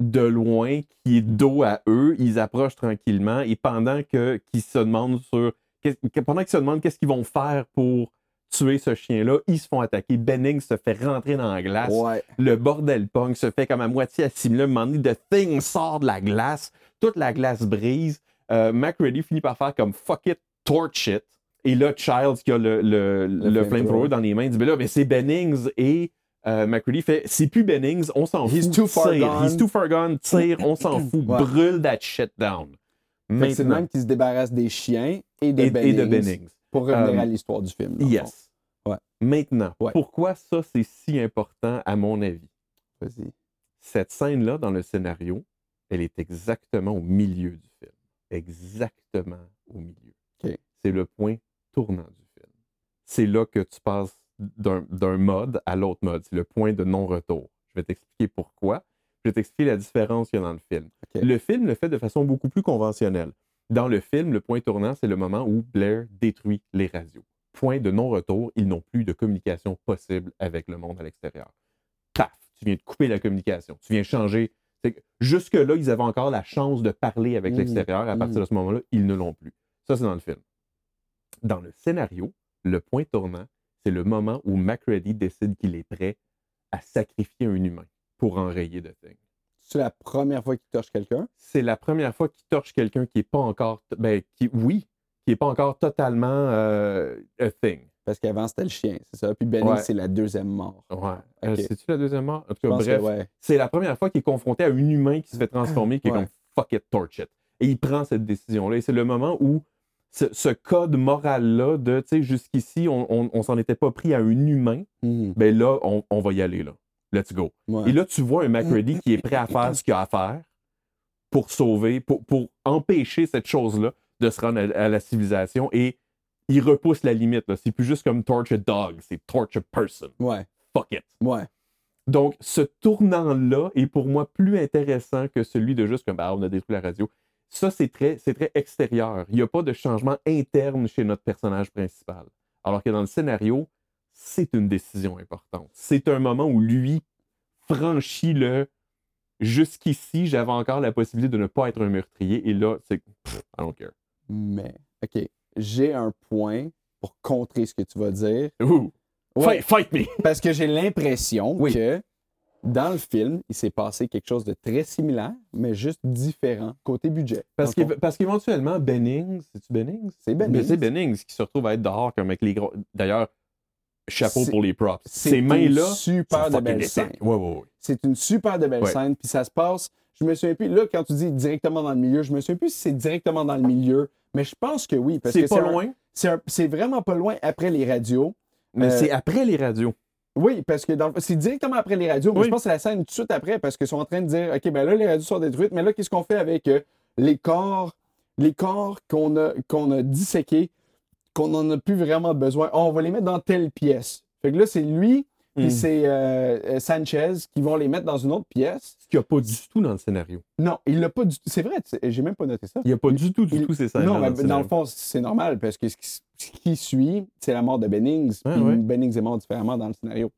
Speaker 2: de loin qui est dos à eux. Ils approchent tranquillement et pendant que qu'ils se demandent sur qu'est- que- pendant qu'ils se demandent qu'est-ce qu'ils vont faire pour tuer ce chien-là, ils se font attaquer. Benning se fait rentrer dans la glace.
Speaker 1: Ouais.
Speaker 2: Le bordel punk se fait comme à moitié assimilé. À un moment donné, The Thing sort de la glace. Toute la glace brise. Euh, McReady finit par faire comme fuck it, torch it. Et là, Childs, qui a le, le, le
Speaker 1: flamethrower.
Speaker 2: flamethrower dans les mains, dit Mais là, mais c'est Bennings. Et euh, McReady fait C'est plus Bennings, on s'en fout.
Speaker 1: He's too far
Speaker 2: tire.
Speaker 1: gone.
Speaker 2: He's too far gone, tire, on s'en fout.
Speaker 1: Ouais.
Speaker 2: Brûle that shit down.
Speaker 1: Fait que C'est le
Speaker 2: Maintenant.
Speaker 1: même qui se débarrasse des chiens et de
Speaker 2: Et,
Speaker 1: Bennings.
Speaker 2: et de Bennings.
Speaker 1: Pour revenir
Speaker 2: Euh,
Speaker 1: à l'histoire du film. dans le fond.
Speaker 2: Yes.
Speaker 1: Ouais.
Speaker 2: Maintenant,
Speaker 1: Ouais.
Speaker 2: pourquoi ça, c'est si important, à mon avis
Speaker 1: Vas-y.
Speaker 2: cette scène-là dans le scénario, elle est exactement au milieu du film. Exactement au milieu.
Speaker 1: Ok.
Speaker 2: C'est le point tournant du film. C'est là que tu passes d'un d'un mode à l'autre mode. C'est le point de non-retour. Je vais t'expliquer pourquoi. Je vais t'expliquer la différence qu'il y a dans le film.
Speaker 1: Ok.
Speaker 2: Le film le fait de façon beaucoup plus conventionnelle. Dans le film, le point tournant, c'est le moment où Blair détruit les radios. Point de non-retour, ils n'ont plus de communication possible avec le monde à l'extérieur paf, tu viens de couper la communication, tu viens changer. C'est que Jusque-là, ils avaient encore la chance de parler avec
Speaker 1: Mm,
Speaker 2: l'extérieur. À partir de ce moment-là, ils ne l'ont plus. Ça, c'est dans le film. Dans le scénario, le point tournant, c'est le moment où McCready décide qu'il est prêt à sacrifier un humain pour enrayer The Thing.
Speaker 1: C'est la première fois qu'il touche quelqu'un.
Speaker 2: C'est la première fois qu'il torche quelqu'un qui n'est pas encore, t- ben, qui, oui, qui n'est pas encore totalement euh, a thing.
Speaker 1: Parce qu'avant, c'était le chien, c'est ça. Puis Bennings,
Speaker 2: Ouais.
Speaker 1: c'est la deuxième mort.
Speaker 2: Ouais. Euh,
Speaker 1: Ok.
Speaker 2: C'est-tu la deuxième mort? En tout
Speaker 1: Je
Speaker 2: cas,
Speaker 1: pense
Speaker 2: bref,
Speaker 1: que ouais.
Speaker 2: c'est la première fois qu'il est confronté à un humain qui se fait transformer, qui est
Speaker 1: Ouais.
Speaker 2: comme fuck it, torch it. Et il prend cette décision-là. Et c'est le moment où ce, ce code moral-là de, tu sais, jusqu'ici, on, on- on s'en était pas pris à un humain,
Speaker 1: Mhm.
Speaker 2: ben là, on, on va y aller, là. Let's go.
Speaker 1: Ouais.
Speaker 2: Et là, tu vois un McReady qui est prêt à faire ce qu'il a à faire pour sauver, pour, pour empêcher cette chose-là de se rendre à, à la civilisation et il repousse la limite. là. C'est plus juste comme torch a dog, c'est torch a person.
Speaker 1: Ouais.
Speaker 2: Fuck it.
Speaker 1: Ouais.
Speaker 2: Donc, ce tournant-là est pour moi plus intéressant que celui de juste comme bah, on a détruit la radio. Ça, c'est très, c'est très extérieur. Il n'y a pas de changement interne chez notre personnage principal. Alors que dans le scénario, c'est une décision importante. C'est un moment où lui franchit le jusqu'ici, j'avais encore la possibilité de ne pas être un meurtrier. Et là, c'est pff, I don't care.
Speaker 1: Mais, OK. J'ai un point pour contrer ce que tu vas dire.
Speaker 2: Ouh,
Speaker 1: Ouais,
Speaker 2: fight, fight me!
Speaker 1: parce que j'ai l'impression
Speaker 2: Oui.
Speaker 1: que dans le film, il s'est passé quelque chose de très similaire, mais juste différent côté budget.
Speaker 2: Parce,
Speaker 1: Dans le
Speaker 2: qu'éve-
Speaker 1: fond,
Speaker 2: parce qu'éventuellement, Bennings, c'est-tu Bennings?
Speaker 1: c'est
Speaker 2: Mais
Speaker 1: Bennings.
Speaker 2: Ben, c'est Bennings qui se retrouve à être dehors comme avec les gros. D'ailleurs, chapeau
Speaker 1: C'est-
Speaker 2: pour les props.
Speaker 1: C'est
Speaker 2: Ces
Speaker 1: une
Speaker 2: mains-là.
Speaker 1: Super
Speaker 2: sont
Speaker 1: de
Speaker 2: fucking
Speaker 1: belle
Speaker 2: décentes.
Speaker 1: scène.
Speaker 2: Ouais, ouais, ouais.
Speaker 1: C'est une super de belle
Speaker 2: Ouais.
Speaker 1: scène, puis ça se passe. Je me souviens plus, là, quand tu dis directement dans le milieu, je me souviens plus si c'est directement dans le milieu, mais je pense que oui. parce
Speaker 2: C'est
Speaker 1: que
Speaker 2: pas
Speaker 1: un-
Speaker 2: loin,
Speaker 1: c'est un- C'est vraiment pas loin après les radios.
Speaker 2: mais
Speaker 1: Euh,
Speaker 2: c'est après les radios.
Speaker 1: Oui, parce que dans le- c'est directement après les radios. mais
Speaker 2: Oui.
Speaker 1: je pense que c'est la scène tout de suite après parce qu'ils sont en train de dire OK, ben là, les radios sont détruites, mais là, qu'est-ce qu'on fait avec euh, les corps, les corps qu'on a, qu'on a disséqués, qu'on n'en a plus vraiment besoin? Oh, on va les mettre dans telle pièce. Fait que là, c'est lui puis
Speaker 2: Hmm. Ce
Speaker 1: c'est euh, euh, Sanchez qui vont les mettre dans une autre pièce.
Speaker 2: qu'il n'y a pas du tout dans le scénario.
Speaker 1: Non, il l'a pas du C'est vrai, tu sais, j'ai même pas noté ça.
Speaker 2: Il n'y a pas
Speaker 1: Il-
Speaker 2: du tout, du
Speaker 1: il-
Speaker 2: tout ces scènes-là.
Speaker 1: Non, mais
Speaker 2: dans le
Speaker 1: dans le
Speaker 2: scénario.
Speaker 1: fond, c'est normal parce que ce qui, ce qui suit, c'est la mort de Bennings.
Speaker 2: Ouais,
Speaker 1: puis
Speaker 2: ouais.
Speaker 1: Bennings est mort différemment dans le scénario.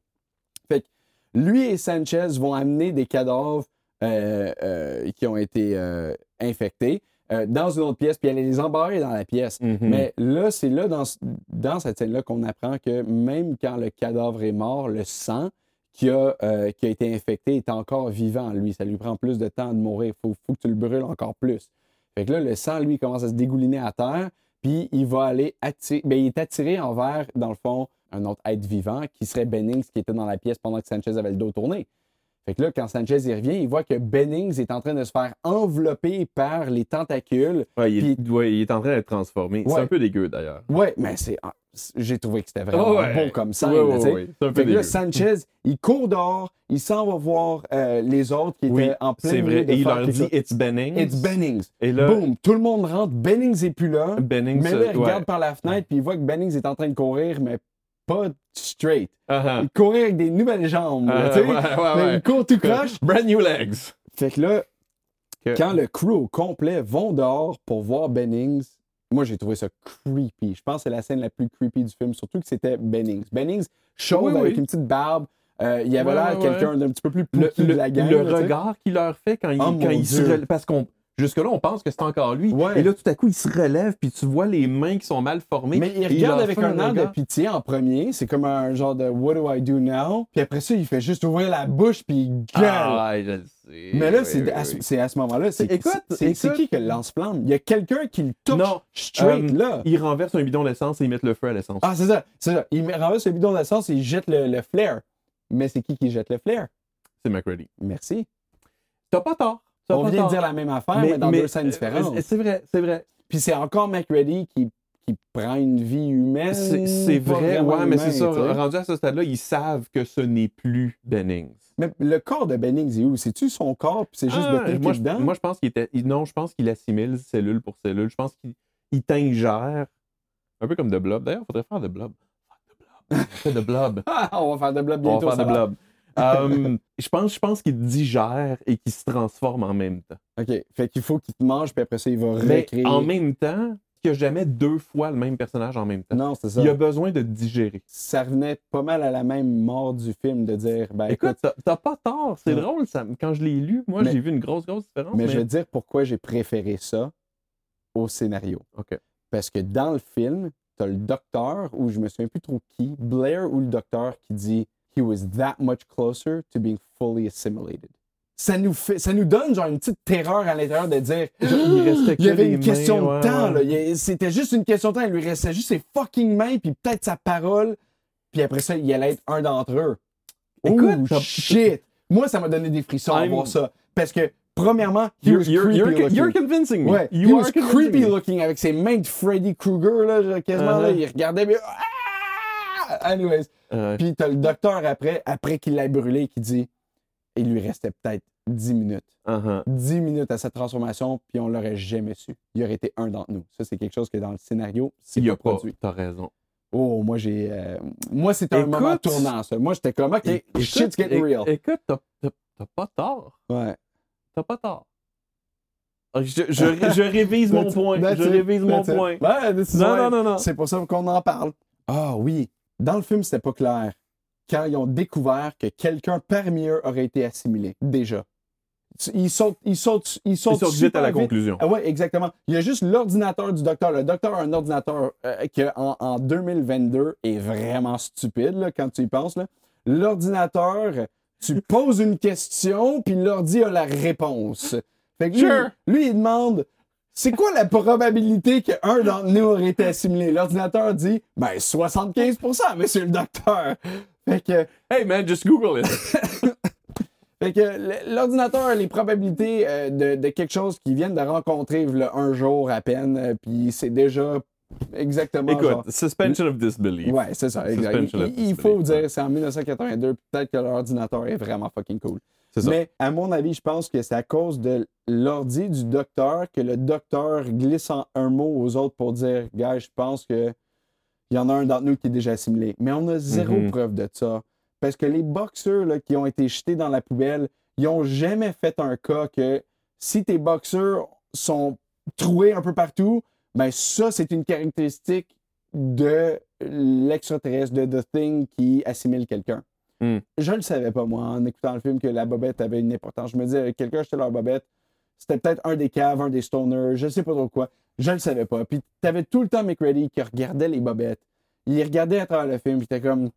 Speaker 1: Fait que lui et Sanchez vont amener des cadavres euh, euh, qui ont été euh, infectés euh, dans une autre pièce, puis aller les embarrer dans la pièce.
Speaker 2: Mhm.
Speaker 1: Mais là, c'est là, dans, ce- dans cette scène-là, qu'on apprend que même quand le cadavre est mort, le sang qui a, euh, qui a été infecté est encore vivant, lui. Ça lui prend plus de temps de mourir. Il faut, faut que tu le brûles encore plus. Fait que là, le sang, lui, commence à se dégouliner à terre, puis il va aller attirer. ben, il est attiré envers, dans le fond, un autre être vivant qui serait Bennings qui était dans la pièce pendant que Sanchez avait le dos tourné. Fait que là, quand Sanchez y revient, il voit que Bennings est en train de se faire envelopper par les tentacules
Speaker 2: Ouais, il, est, ouais, il est en train d'être transformé. C'est
Speaker 1: Ouais.
Speaker 2: un peu dégueu d'ailleurs.
Speaker 1: Ouais, mais c'est. ah, c- J'ai trouvé que c'était vraiment
Speaker 2: Ouais.
Speaker 1: bon comme ça.
Speaker 2: Ouais, ouais, ouais. C'est un peu
Speaker 1: Fait que là,
Speaker 2: dégueu.
Speaker 1: Sanchez, il court dehors, il s'en va voir euh, les autres qui étaient
Speaker 2: Oui,
Speaker 1: en plein
Speaker 2: c'est
Speaker 1: milieu
Speaker 2: vrai.
Speaker 1: de
Speaker 2: Et il
Speaker 1: faire
Speaker 2: leur
Speaker 1: quelque
Speaker 2: dit It's Bennings.
Speaker 1: chose. It's Bennings.
Speaker 2: Et là,
Speaker 1: Boom, tout le monde rentre. Bennings est plus là.
Speaker 2: Bennings.
Speaker 1: Mais là, il
Speaker 2: ouais.
Speaker 1: regarde par la fenêtre puis il voit que Bennings est en train de courir, mais pas straight.
Speaker 2: Ah, ah.
Speaker 1: Il courait avec des nouvelles jambes. là,
Speaker 2: Ah,
Speaker 1: tu sais.
Speaker 2: ouais,
Speaker 1: Mais
Speaker 2: ouais, ouais.
Speaker 1: Il court tout croche.
Speaker 2: Brand new legs.
Speaker 1: Fait que là,
Speaker 2: Que-
Speaker 1: quand le crew au complet vont dehors pour voir Bennings, Moi, j'ai trouvé ça creepy. Je pense que c'est la scène la plus creepy du film, surtout que c'était Bennings. Bennings, chauve
Speaker 3: Oui, oui.
Speaker 1: avec une petite barbe. euh, il avait
Speaker 3: Ouais,
Speaker 1: l'air
Speaker 3: ouais,
Speaker 1: quelqu'un d'un petit peu plus
Speaker 2: Le,
Speaker 1: pookie
Speaker 2: le-
Speaker 1: de la gang.
Speaker 2: le
Speaker 1: là, tu sais.
Speaker 2: regard qu'il leur fait quand il,
Speaker 1: Oh,
Speaker 2: quand
Speaker 1: mon
Speaker 2: il se
Speaker 1: Dieu.
Speaker 2: relève. Parce qu'on. Jusque-là, on pense que c'est encore lui.
Speaker 1: Ouais.
Speaker 2: Et là, tout à coup, il se relève, puis tu vois les mains qui sont mal formées.
Speaker 1: Mais il
Speaker 2: Et
Speaker 1: regarde
Speaker 2: leur
Speaker 1: avec
Speaker 2: fait
Speaker 1: un air de
Speaker 2: regard.
Speaker 1: pitié en premier. C'est comme un genre de What do I do now? Puis après ça, il fait juste ouvrir la bouche puis il gueule.
Speaker 2: Ah, ouais, je le sais.
Speaker 1: Mais là,
Speaker 2: Oui,
Speaker 1: c'est
Speaker 2: oui,
Speaker 1: à, ce-
Speaker 2: oui.
Speaker 1: c'est à ce moment-là. C'est,
Speaker 2: Écoute,
Speaker 1: c'est- c'est- c'est
Speaker 2: écoute.
Speaker 1: qui qui le lance-flamme? Il y a quelqu'un qui le touche
Speaker 2: Non,
Speaker 1: straight
Speaker 2: euh,
Speaker 1: là.
Speaker 2: Ils renversent un bidon d'essence et ils mettent le feu à l'essence.
Speaker 1: Ah, c'est ça, c'est ça. Il met- renverse le bidon d'essence et il jette le, le flair. Mais c'est qui qui jette le flair?
Speaker 2: C'est McReady.
Speaker 1: Merci.
Speaker 2: T'as pas tort. T'as
Speaker 1: On
Speaker 2: pas
Speaker 1: vient de
Speaker 2: tort.
Speaker 1: dire la même affaire, mais, dans deux scènes différentes.
Speaker 2: euh, C'est vrai, c'est vrai.
Speaker 1: Puis c'est encore McReady qui, qui prend une vie humaine.
Speaker 2: C'est c'est
Speaker 1: Euh, pas
Speaker 2: vrai,
Speaker 1: vraiment
Speaker 2: ouais, mais
Speaker 1: humain,
Speaker 2: c'est ça.
Speaker 1: tu sais.
Speaker 2: Rendu à ce stade-là, ils savent que ce n'est plus Bennings.
Speaker 1: Mais le corps de Bennings est où? C'est-tu son corps? Puis c'est juste de
Speaker 2: Ah,
Speaker 1: tête
Speaker 2: moi,
Speaker 1: qui est
Speaker 2: je,
Speaker 1: dedans?
Speaker 2: moi, je pense qu'il était. il- Non, je pense qu'il assimile cellule pour cellule. Je pense qu'il il t'ingère. Un peu comme de blob. D'ailleurs, il faudrait faire de blob. Fuck de blob.
Speaker 1: Ah, on va faire de blob
Speaker 2: On
Speaker 1: bientôt.
Speaker 2: va
Speaker 1: ça
Speaker 2: faire de
Speaker 1: va.
Speaker 2: blob. Hum, je pense, je pense qu'il digère et qu'il se transforme en même temps.
Speaker 1: OK. Fait qu'il faut qu'il te mange, puis après ça, il va
Speaker 2: Mais
Speaker 1: recréer.
Speaker 2: en même temps, qu'il n'y a jamais deux fois le même personnage en même temps.
Speaker 1: Non, c'est ça.
Speaker 2: Il a besoin de digérer.
Speaker 1: Ça revenait pas mal à la même mort du film de dire, ben écoute,
Speaker 2: Écoute, t'as- t'as pas tort, c'est
Speaker 1: Ouais.
Speaker 2: drôle. Ça, quand je l'ai lu, moi,
Speaker 1: Mais-
Speaker 2: j'ai vu une grosse, grosse différence.
Speaker 1: mais je vais te dire pourquoi j'ai préféré ça au scénario.
Speaker 2: OK.
Speaker 1: Parce que dans le film, t'as le docteur, ou je me souviens plus trop qui, Blair ou le docteur, qui dit He was that much closer to being fully assimilated. Ça nous, fait, ça nous donne genre une petite terreur à l'intérieur de dire
Speaker 2: il restait que
Speaker 1: Il y avait
Speaker 2: les
Speaker 1: une question
Speaker 2: mains,
Speaker 1: de
Speaker 2: ouais,
Speaker 1: temps.
Speaker 2: ouais.
Speaker 1: là. Il y a- C'était juste une question de temps. Il lui restait juste ses fucking mains, puis peut-être sa parole. Puis après ça, il allait être un d'entre eux.
Speaker 2: Écoute,
Speaker 1: oh,
Speaker 2: t'as-
Speaker 1: shit! Moi, ça m'a donné des frissons à
Speaker 2: I'm-
Speaker 1: voir ça. Parce que, premièrement, he
Speaker 2: You're,
Speaker 1: was
Speaker 2: you're-
Speaker 1: creepy
Speaker 2: you're-
Speaker 1: looking.
Speaker 2: you're convincing me.
Speaker 1: Ouais,
Speaker 2: You
Speaker 1: he
Speaker 2: are
Speaker 1: was
Speaker 2: convincing
Speaker 1: creepy
Speaker 2: me.
Speaker 1: looking avec ses mains de Freddy Krueger, là, genre, quasiment, là,
Speaker 2: Uh-huh.
Speaker 1: il regardait, mais... Ah! Anyways,
Speaker 2: Ouais.
Speaker 1: puis t'as le docteur après, après qu'il l'a brûlé, qui dit, il lui restait peut-être 10 minutes.
Speaker 2: Uh-huh.
Speaker 1: 10 minutes à cette transformation, puis on l'aurait jamais su. Il aurait été un d'entre nous. Ça, c'est quelque chose que dans le scénario, c'est
Speaker 2: Il y
Speaker 1: pas
Speaker 2: a pas.
Speaker 1: produit.
Speaker 2: T'as raison.
Speaker 1: Oh, moi, j'ai. euh, moi, c'était un
Speaker 2: Écoute.
Speaker 1: moment tournant, ça. Moi, j'étais comme, OK,
Speaker 2: Écoute,
Speaker 1: shit's getting
Speaker 2: é-
Speaker 1: real.
Speaker 2: Écoute, t'as t'as- t'as pas tort.
Speaker 1: Ouais.
Speaker 2: T'as pas tort. Je, Ah, je, je révise mon
Speaker 1: That's-
Speaker 2: point.
Speaker 1: that's
Speaker 2: Je
Speaker 1: it,
Speaker 2: révise mon
Speaker 1: that's it.
Speaker 2: point.
Speaker 1: Ouais, this is
Speaker 2: Non,
Speaker 1: why-
Speaker 2: non, non, non.
Speaker 1: C'est pour ça qu'on en parle. Ah oui, dans le film, c'était pas clair. Quand ils ont découvert que quelqu'un parmi eux aurait été assimilé, déjà. Ils sautent, ils sautent, ils
Speaker 2: Ils
Speaker 1: sautent,
Speaker 2: sortent vite à la
Speaker 1: super
Speaker 2: conclusion.
Speaker 1: Ah ouais, exactement. Il y a juste l'ordinateur du docteur. Le docteur a un ordinateur euh, qui, en, en 2022, est vraiment stupide là, quand tu y penses. là. L'ordinateur, tu poses une question, puis l'ordi a la réponse. Fait que lui,
Speaker 2: Sure.
Speaker 1: lui, il demande c'est quoi la probabilité qu'un d'entre nous aurait été assimilé L'ordinateur dit ben 75 monsieur le docteur. Fait que.
Speaker 2: Hey man, just Google it.
Speaker 1: Fait que l- l'ordinateur, les probabilités euh, de, de quelque chose qu'ils viennent de rencontrer v'là un jour à peine, euh, puis c'est déjà exactement. genre-
Speaker 2: Écoute, suspension of disbelief.
Speaker 1: Ouais, c'est ça, exact.
Speaker 2: Suspension of
Speaker 1: Il, il faut
Speaker 2: disbelief, ouais.
Speaker 1: dire, c'est en 1982, puis peut-être que l'ordinateur est vraiment fucking cool.
Speaker 2: C'est ça.
Speaker 1: Mais à mon avis, je pense que c'est à cause de l'ordi du docteur que le docteur glisse en un mot aux autres pour dire Gars, je pense que il y en a un d'entre nous qui est déjà assimilé. Mais on a zéro
Speaker 2: Mhm.
Speaker 1: preuve de ça. Parce que les boxeurs là, qui ont été jetés dans la poubelle, ils ont jamais fait un cas que si tes boxeurs sont troués un peu partout, ben ça, c'est une caractéristique de l'extraterrestre, de The Thing qui assimile quelqu'un.
Speaker 2: Hmm.
Speaker 1: Je le savais pas, moi, en écoutant le film, que la bobette avait une importance. Je me disais, quelqu'un achetait leur bobette. C'était peut-être un des caves, un des stoners, je sais pas trop quoi. Je le savais pas. Puis t'avais tout le temps McReady qui regardait les bobettes. Il regardait à travers le film, puis t'es comme.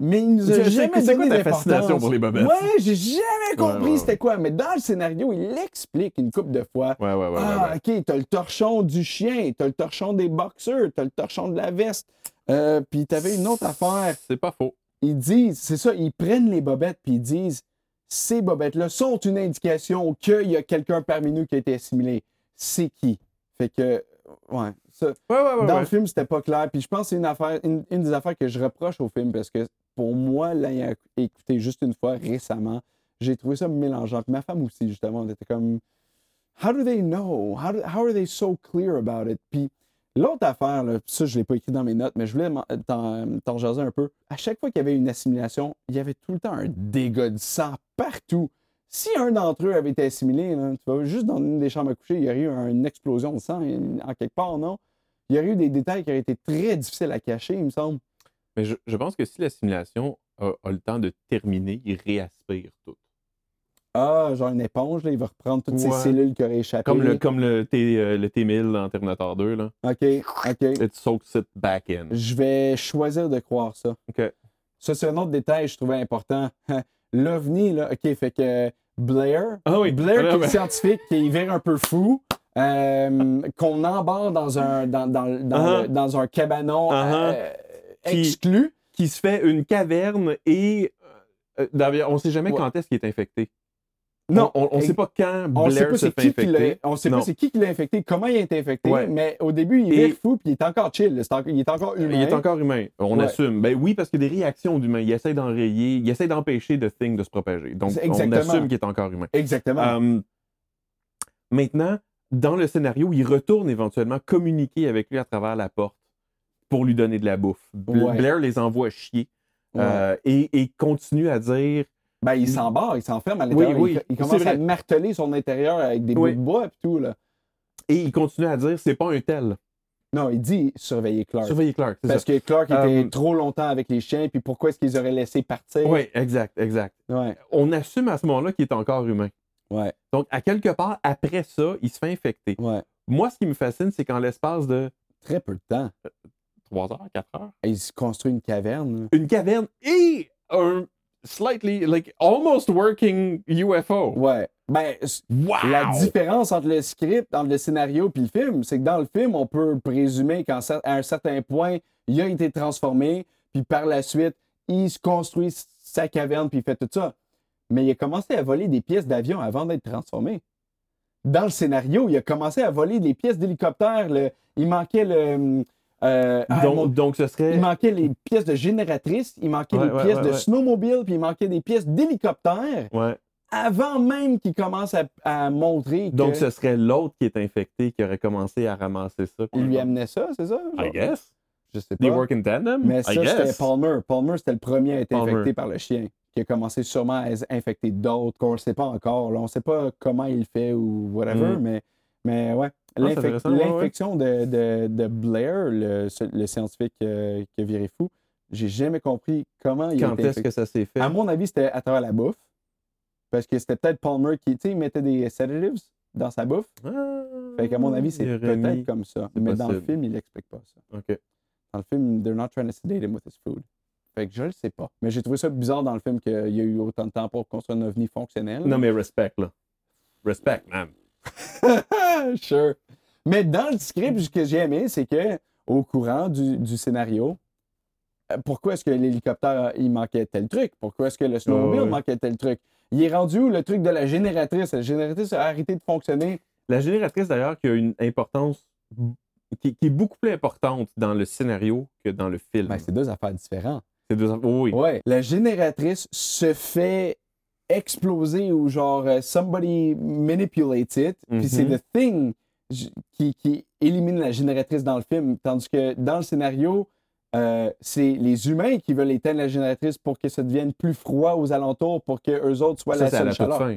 Speaker 1: Mais il nous a
Speaker 2: C'est- c'est-
Speaker 1: jamais
Speaker 2: c'est quoi
Speaker 1: donné
Speaker 2: ta fascination
Speaker 1: d'importance.
Speaker 2: pour les bobettes?
Speaker 1: Ouais, j'ai jamais compris
Speaker 2: Ouais, ouais,
Speaker 1: c'était quoi. Mais dans le scénario, il l'explique une couple de fois.
Speaker 2: Ouais, ouais, ouais. ouais, ouais.
Speaker 1: Ah, ok, t'as le torchon du chien, t'as le torchon des boxeurs, t'as le torchon de la veste. Euh, puis t'avais une autre affaire.
Speaker 2: C'est pas faux.
Speaker 1: Ils disent, c'est ça, ils prennent les bobettes puis ils disent, ces bobettes-là sont une indication qu'il y a quelqu'un parmi nous qui a été assimilé. C'est qui? Fait que, ouais, ça,
Speaker 2: Ouais, ouais, ouais.
Speaker 1: dans
Speaker 2: ouais.
Speaker 1: le film, c'était pas clair. Puis je pense que c'est une, affaire, une, une des affaires que je reproche au film parce que pour moi, l'ayant écouté juste une fois récemment, j'ai trouvé ça mélangeant. Puis ma femme aussi, justement, on était comme How do they know? How, do- how are they so clear about it? Puis l'autre affaire, là, puis ça, je l'ai pas écrit dans mes notes, mais je voulais m'en- t'en t'en jaser un peu. À chaque fois qu'il y avait une assimilation, il y avait tout le temps un dégât de sang partout. Si un d'entre eux avait été assimilé, là, tu vois, juste dans une des chambres à coucher, il y aurait eu une explosion de sang il- en quelque part, non? Il y aurait eu des détails qui auraient été très difficiles à cacher, il me semble.
Speaker 2: Mais je, je pense que si la simulation a, a le temps de terminer, il réaspire tout.
Speaker 1: Ah, genre une éponge, là, il va reprendre toutes
Speaker 2: Ouais.
Speaker 1: ces cellules qui auraient échappé.
Speaker 2: Comme le, comme le, T, euh, le T1000 dans Terminator 2, là.
Speaker 1: OK, OK.
Speaker 2: It soaks it back in.
Speaker 1: Je vais choisir de croire ça.
Speaker 2: OK.
Speaker 1: Ça, c'est un autre détail que je trouvais important. L'OVNI, là, OK, fait que Blair,
Speaker 2: Ah oui,
Speaker 1: Blair,
Speaker 2: ah non,
Speaker 1: qui est
Speaker 2: mais-
Speaker 1: scientifique, qui est vert un peu fou, euh, qu'on embarque dans un, dans, dans, dans
Speaker 2: Uh-huh.
Speaker 1: le- dans un cabanon
Speaker 2: Uh-huh.
Speaker 1: euh,
Speaker 2: Qui-
Speaker 1: exclu.
Speaker 2: qui se fait une caverne et euh, d'ailleurs, on sait jamais
Speaker 1: Ouais.
Speaker 2: quand est-ce qu'il est infecté.
Speaker 1: Non,
Speaker 2: on, on, on
Speaker 1: et-
Speaker 2: sait pas quand
Speaker 1: On sait
Speaker 2: Blair
Speaker 1: pas
Speaker 2: se
Speaker 1: c'est
Speaker 2: fait
Speaker 1: qui qui l'a
Speaker 2: infecter.
Speaker 1: on sait
Speaker 2: Non.
Speaker 1: pas c'est qui qui l'a infecté, comment il a été infecté,
Speaker 2: Ouais.
Speaker 1: mais au début il est
Speaker 2: Et-
Speaker 1: vert fou puis il est encore chill, c'est encore- il est encore humain.
Speaker 2: Il est encore humain, on
Speaker 1: Ouais.
Speaker 2: assume. Ben oui, parce qu'il y a des réactions d'humains. Il essaie d'enrayer, il essaie d'empêcher The Thing de se propager. Donc,
Speaker 1: C'est
Speaker 2: on
Speaker 1: exactement.
Speaker 2: assume qu'il est encore humain.
Speaker 1: Exactement.
Speaker 2: Euh, maintenant, dans le scénario, il retourne éventuellement communiquer avec lui à travers la porte pour lui donner de la bouffe. Bl-
Speaker 1: Ouais.
Speaker 2: Blair les envoie chier
Speaker 1: Ouais.
Speaker 2: euh, et, et continue à dire
Speaker 1: Ben, il s'embarque, il s'enferme à l'intérieur.
Speaker 2: oui,
Speaker 1: il- il,
Speaker 2: c'est
Speaker 1: commence à
Speaker 2: vrai.
Speaker 1: marteler son intérieur avec des
Speaker 2: Oui.
Speaker 1: bouts de bois et tout. Là.
Speaker 2: et il continue à dire c'est pas un tel.
Speaker 1: Non, il dit surveiller Clark.
Speaker 2: Surveillez Clark. c'est
Speaker 1: Parce que Clark était
Speaker 2: Euh,
Speaker 1: trop longtemps avec les chiens, puis pourquoi est-ce qu'ils auraient laissé partir?
Speaker 2: Oui, exact, exact.
Speaker 1: Ouais.
Speaker 2: On assume à ce moment-là qu'il est encore humain.
Speaker 1: Ouais.
Speaker 2: Donc, à quelque part, après ça, il se fait infecter.
Speaker 1: Ouais.
Speaker 2: Moi, ce qui me fascine, c'est qu'en l'espace de
Speaker 1: Très peu de temps.
Speaker 2: 3 heures, 4 heures,
Speaker 1: Et il se construit une caverne. là.
Speaker 2: une caverne et un slightly, like, almost working UFO.
Speaker 1: Ouais. Ben, s-
Speaker 2: Wow!
Speaker 1: la différence entre le script, entre le scénario puis le film, c'est que dans le film, on peut présumer qu'à un certain point, il a été transformé, puis par la suite, il se construit s- sa caverne, puis il fait tout ça. Mais il a commencé à voler des pièces d'avion avant d'être transformé. Dans le scénario, il a commencé à voler des pièces d'hélicoptère. le- Il manquait le. hum, euh, ah, mon-
Speaker 2: donc, donc, ce serait.
Speaker 1: Il manquait les pièces de génératrice, il manquait
Speaker 2: Ouais,
Speaker 1: des
Speaker 2: ouais,
Speaker 1: pièces
Speaker 2: ouais,
Speaker 1: de
Speaker 2: ouais.
Speaker 1: snowmobile, puis il manquait des pièces d'hélicoptère
Speaker 2: Ouais.
Speaker 1: avant même qu'il commence à, à montrer que
Speaker 2: Donc, ce serait l'autre qui est infecté qui aurait commencé à ramasser ça.
Speaker 1: il lui amenait ça, c'est ça?
Speaker 2: I
Speaker 1: Genre,
Speaker 2: guess.
Speaker 1: Je sais
Speaker 2: They
Speaker 1: pas.
Speaker 2: work in tandem.
Speaker 1: Mais
Speaker 2: I
Speaker 1: ça, c'était
Speaker 2: guess.
Speaker 1: Palmer. Palmer, c'était le premier à être
Speaker 2: Palmer.
Speaker 1: infecté par le chien, qui a commencé sûrement à s- infecter d'autres qu'on ne sait pas encore. là. On ne sait pas comment il fait ou whatever,
Speaker 2: Mm.
Speaker 1: mais, mais ouais.
Speaker 2: Ah, c'est
Speaker 1: L'infec-
Speaker 2: intéressant, ouais, ouais.
Speaker 1: L'infection de, de- de Blair, le, ce- le scientifique euh, qui a viré fou, j'ai jamais compris comment il a
Speaker 2: Quand
Speaker 1: été
Speaker 2: est-ce
Speaker 1: infecté.
Speaker 2: que ça s'est fait?
Speaker 1: À mon avis, c'était à travers la bouffe. Parce que c'était peut-être Palmer qui, tu sais, il mettait des sedatives dans sa bouffe. Fait qu'à mon avis, c'est peut-être comme ça.
Speaker 2: c'est
Speaker 1: Mais dans le
Speaker 2: possible.
Speaker 1: film, il n'explique pas ça.
Speaker 2: OK.
Speaker 1: Dans le film, they're not trying to sedate him with his food. Fait que je le sais pas. Mais j'ai trouvé ça bizarre dans le film qu'il y a eu autant de temps pour construire un ovni fonctionnel.
Speaker 2: Non, mais respect, là. Respect, man.
Speaker 1: sure. Mais dans le script, ce que j'ai aimé, c'est que au courant du, du scénario, euh, pourquoi est-ce que l'hélicoptère, euh, il manquait tel truc? Pourquoi est-ce que le snowmobile
Speaker 2: Ah ouais.
Speaker 1: manquait tel truc? Il est rendu où le truc de la génératrice? La génératrice a arrêté de fonctionner.
Speaker 2: La génératrice, d'ailleurs, qui a une importance b- qui, qui est beaucoup plus importante dans le scénario que dans le film.
Speaker 1: Ben, c'est deux affaires différentes.
Speaker 2: c'est deux... oh, oui.
Speaker 1: Ouais. La génératrice se fait exploser ou genre euh, somebody manipulates it. Puis
Speaker 2: Mhm.
Speaker 1: c'est The Thing j- qui, qui élimine la génératrice dans le film. Tandis que dans le scénario, euh, c'est les humains qui veulent éteindre la génératrice pour que ça devienne plus froid aux alentours pour que eux autres soient
Speaker 2: ça,
Speaker 1: la
Speaker 2: c'est à
Speaker 1: seule
Speaker 2: la toute
Speaker 1: chaleur.
Speaker 2: fin.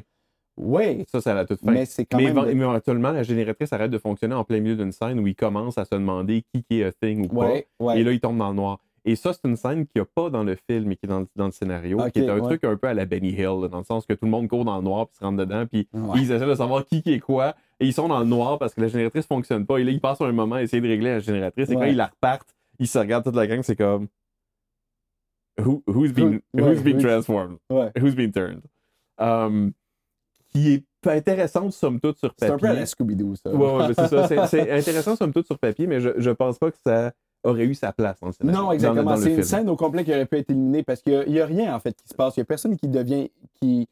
Speaker 1: Oui,
Speaker 2: Ça, c'est à la toute fin.
Speaker 1: mais c'est quand
Speaker 2: Mais
Speaker 1: même...
Speaker 2: évent- mais éventuellement, la génératrice arrête de fonctionner en plein milieu d'une scène où il commence à se demander qui qui est a thing ou pas.
Speaker 1: Ouais, ouais.
Speaker 2: Et là, il tombe dans le noir. Et ça, c'est une scène qu'il n'y a pas dans le film et qui est dans le, dans le scénario,
Speaker 1: Ok,
Speaker 2: qui est un
Speaker 1: ouais.
Speaker 2: truc un peu à la Benny Hill, là, dans le sens que tout le monde court dans le noir puis se rentre dedans, puis
Speaker 1: Ouais.
Speaker 2: ils essaient de savoir qui, qui est quoi, et ils sont dans le noir parce que la génératrice ne fonctionne pas. Et là, ils passent un moment à essayer de régler la génératrice, et quand
Speaker 1: Ouais.
Speaker 2: ils la repartent, ils se regardent toute la gang, c'est comme. Who- who's been,
Speaker 1: Who-
Speaker 2: who's
Speaker 1: ouais,
Speaker 2: been
Speaker 1: who's-
Speaker 2: transformed?
Speaker 1: Ouais.
Speaker 2: Who's been turned? Um, qui est intéressante, somme toute, sur
Speaker 1: C'est
Speaker 2: papier.
Speaker 1: un peu à la Scooby-Doo, ça.
Speaker 2: Ouais, ouais, ben c'est ça. C'est- C'est intéressant, somme toute, sur papier, mais je, je pense pas que ça aurait eu sa place dans le scénario.
Speaker 1: Non,
Speaker 2: dans le- dans
Speaker 1: exactement.
Speaker 2: le
Speaker 1: C'est une
Speaker 2: film.
Speaker 1: scène au complet qui aurait pu être éliminée parce qu'il n'y a, rien en fait qui se passe. Il n'y a personne qui devient qui,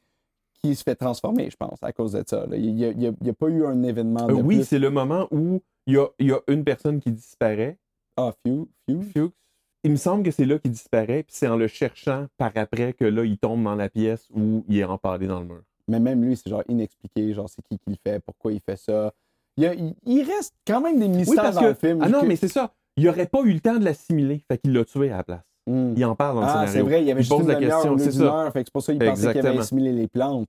Speaker 1: qui se fait transformer, je pense, à cause de ça. là. Il n'y a, il y a- il y a pas eu un événement de
Speaker 2: Euh, oui,
Speaker 1: plus.
Speaker 2: c'est le moment où il y a, il y a une personne qui disparaît.
Speaker 1: Ah, few, few.
Speaker 2: Fuchs. Il me semble que c'est là qu'il disparaît, puis c'est en le cherchant par après que là, il tombe dans la pièce où il est empalé dans le mur.
Speaker 1: Mais même lui, c'est genre inexpliqué, genre c'est qui qui le fait, pourquoi il fait ça. Il, y a- il- il reste quand même des mystères
Speaker 2: parce
Speaker 1: dans
Speaker 2: que-
Speaker 1: le film.
Speaker 2: Ah non,
Speaker 1: que-
Speaker 2: mais c'est ça. Il aurait pas eu le temps de l'assimiler, fait qu'il l'a tué à la place.
Speaker 1: Hmm.
Speaker 2: Il en parle dans le
Speaker 1: Ah, c'est
Speaker 2: scénario.
Speaker 1: vrai, il y avait
Speaker 2: Il
Speaker 1: juste
Speaker 2: pose
Speaker 1: une
Speaker 2: la
Speaker 1: demi-heure au
Speaker 2: question,
Speaker 1: lieu
Speaker 2: c'est
Speaker 1: d'une
Speaker 2: ça.
Speaker 1: heure, fait que c'est pour ça qu'il pensait qu'il avait
Speaker 2: Exactement.
Speaker 1: assimilé les plantes.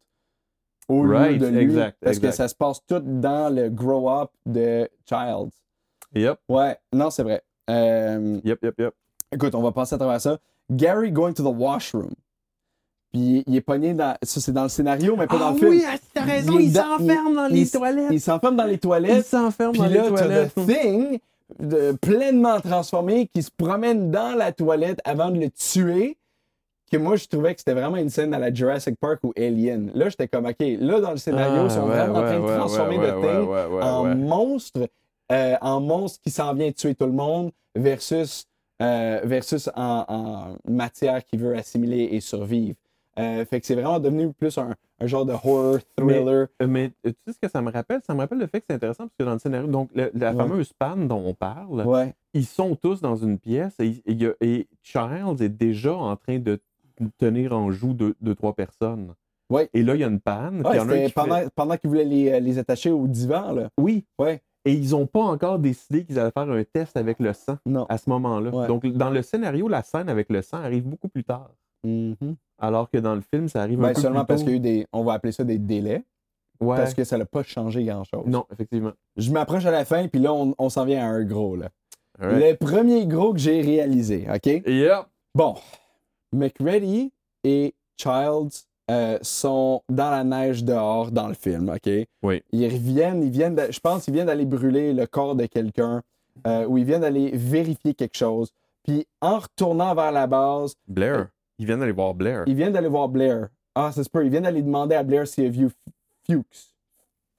Speaker 1: au lieu
Speaker 2: Right,
Speaker 1: de lui.
Speaker 2: exact,
Speaker 1: parce
Speaker 2: exact.
Speaker 1: que ça se passe tout dans le grow-up de Child.
Speaker 2: Yep,
Speaker 1: Ouais, non, c'est vrai. Euh,
Speaker 2: yep, yep, yep.
Speaker 1: écoute, on va passer à travers ça. Gary going to the washroom. Puis il est pogné dans. Ça, c'est dans le scénario, mais pas dans le film.
Speaker 2: Ah t'as
Speaker 1: raison, il s'enferme
Speaker 2: dans
Speaker 1: les
Speaker 2: toilettes.
Speaker 1: Il s'enferme dans les toilettes.
Speaker 2: s'enferme
Speaker 1: Puis là, t'as The Thing, de- pleinement transformé, qui se promène dans la toilette avant de le tuer. Que moi, je trouvais que c'était vraiment une scène à la Jurassic Park ou Alien. Là, j'étais comme, OK, là, dans le scénario,
Speaker 2: Ah,
Speaker 1: ils sont vraiment en train de transformer The Thing en monstre, euh, en monstre qui s'en vient tuer tout le monde, versus, euh, versus en, en matière qui veut assimiler et survivre. Euh, fait que c'est vraiment devenu plus un, un genre de horror thriller.
Speaker 2: Euh, Mais euh, tu sais ce que ça me rappelle? Ça me rappelle le fait que c'est intéressant parce que dans le scénario, donc le- la
Speaker 1: Ouais.
Speaker 2: fameuse panne dont on parle,
Speaker 1: Ouais.
Speaker 2: ils sont tous dans une pièce et, il y a- et Charles est déjà en train de tenir en joue deux, deux, trois personnes.
Speaker 1: Ouais.
Speaker 2: Et là, il y a une panne. puis
Speaker 1: Ouais,
Speaker 2: il y en a un
Speaker 1: c'était
Speaker 2: qui
Speaker 1: pendant,
Speaker 2: fait-
Speaker 1: pendant qu'ils voulaient les, euh, les attacher au divan, là.
Speaker 2: Oui.
Speaker 1: Ouais.
Speaker 2: Et ils n'ont pas encore décidé qu'ils allaient faire un test avec le sang
Speaker 1: Non.
Speaker 2: à ce moment-là.
Speaker 1: Ouais.
Speaker 2: Donc, dans le scénario, la scène avec le sang arrive beaucoup plus tard. Alors que dans le film, ça arrive
Speaker 1: mhm.
Speaker 2: un
Speaker 1: Ben,
Speaker 2: peu
Speaker 1: seulement
Speaker 2: plus tôt.
Speaker 1: parce qu'il y a eu des, on va appeler ça des délais,
Speaker 2: Ouais.
Speaker 1: parce que ça n'a pas changé grand-chose.
Speaker 2: Non, effectivement.
Speaker 1: Je m'approche à la fin, puis là, on, on s'en vient à un gros, là.
Speaker 2: Alright.
Speaker 1: Le premier gros que j'ai réalisé, OK?
Speaker 2: Yep.
Speaker 1: Bon, McReady et Childs euh, sont dans la neige dehors dans le film, OK?
Speaker 2: Oui.
Speaker 1: Ils reviennent, ils viennent, d'a- je pense qu'ils viennent d'aller brûler le corps de quelqu'un euh, ou ils viennent d'aller vérifier quelque chose. Puis en retournant vers la base,
Speaker 2: Blair. Ils viennent d'aller voir Blair.
Speaker 1: ils viennent d'aller voir Blair. Ah, ça se peut, ils viennent d'aller demander à Blair s'il a vu F- Fuchs.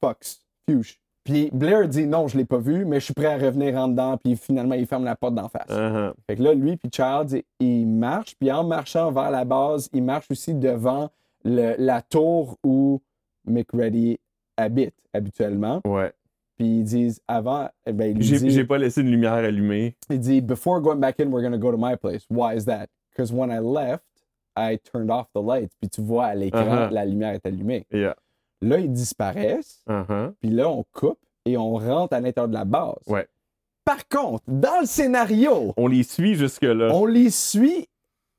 Speaker 1: Fox. Fuchs. Puis Blair dit non, je l'ai pas vu, mais je suis prêt à revenir en dedans. Puis finalement, il ferme la porte d'en face.
Speaker 2: Uh-huh.
Speaker 1: Fait que là, lui puis Childs, ils marchent, puis en marchant vers la base, ils marchent aussi devant le- la tour où McReady habite habituellement.
Speaker 2: Ouais.
Speaker 1: Puis ils disent avant, eh ben, il lui
Speaker 2: J'ai j'ai
Speaker 1: dit,
Speaker 2: pas laissé une lumière allumée.
Speaker 1: il dit, Before going back in, we're gonna go to my place. Why is that? Because when I left, I turned off the lights. Puis tu vois à l'écran,
Speaker 2: Uh-huh.
Speaker 1: la lumière est allumée.
Speaker 2: Yeah.
Speaker 1: Là, ils disparaissent,
Speaker 2: Uh-huh.
Speaker 1: puis là, on coupe et on rentre à l'intérieur de la base.
Speaker 2: Ouais.
Speaker 1: Par contre, dans le scénario,
Speaker 2: On les suit jusque-là.
Speaker 1: on les suit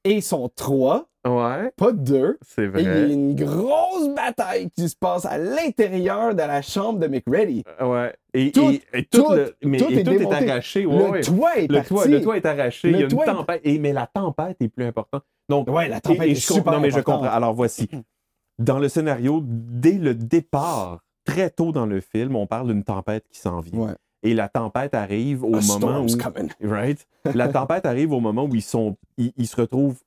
Speaker 1: et ils sont trois.
Speaker 2: Ouais.
Speaker 1: pas deux.
Speaker 2: C'est
Speaker 1: Et il y a
Speaker 2: vrai.
Speaker 1: une grosse bataille qui se passe à l'intérieur de la chambre de McReady.
Speaker 2: Euh, Ouais. Et
Speaker 1: Tout-
Speaker 2: et- et tout
Speaker 1: tout-
Speaker 2: le- mais-
Speaker 1: tout
Speaker 2: et
Speaker 1: est
Speaker 2: tout est
Speaker 1: démonté.
Speaker 2: arraché. Ouais,
Speaker 1: le
Speaker 2: ouais.
Speaker 1: toit est
Speaker 2: Le
Speaker 1: parti.
Speaker 2: toit, le toit est arraché,
Speaker 1: Le
Speaker 2: il y a une
Speaker 1: toit est-
Speaker 2: tempête, et, mais la tempête est plus importante. Donc,
Speaker 1: Ouais, la tempête
Speaker 2: et- et
Speaker 1: est
Speaker 2: je comprends-
Speaker 1: super
Speaker 2: Non, mais je
Speaker 1: importante.
Speaker 2: comprends. Alors, voici. Dans le scénario, dès le départ, très tôt dans le film, on parle d'une tempête qui s'en vient.
Speaker 1: Ouais.
Speaker 2: Et la tempête arrive au
Speaker 1: A
Speaker 2: moment où...
Speaker 1: storm's coming.
Speaker 2: Right? La tempête arrive au moment où ils, sont, ils, ils se retrouvent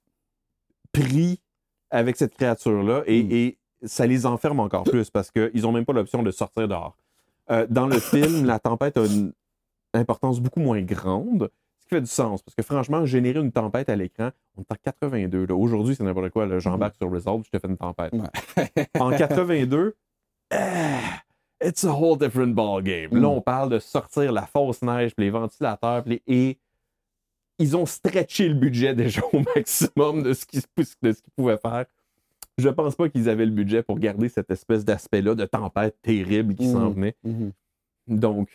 Speaker 2: pris avec cette créature-là et,
Speaker 1: Mm.
Speaker 2: et ça les enferme encore plus parce qu'ils n'ont même pas l'option de sortir dehors. Euh, dans le film, la tempête a une importance beaucoup moins grande, ce qui fait du sens parce que franchement, générer une tempête à l'écran, on est en 82. là. Aujourd'hui, c'est n'importe quoi. là. J'embarque sur Resolve, je te fais une tempête. en 82, eh, it's a whole different ball game. Là,
Speaker 1: Mm.
Speaker 2: on parle de sortir la fausse neige, puis les ventilateurs, puis les- et ils ont stretché le budget déjà au maximum de ce qu'ils de ce qu'ils pouvaient faire. Je pense pas qu'ils avaient le budget pour garder cette espèce d'aspect-là de tempête terrible qui s'en
Speaker 1: Mm.
Speaker 2: venait.
Speaker 1: Mhm.
Speaker 2: Donc,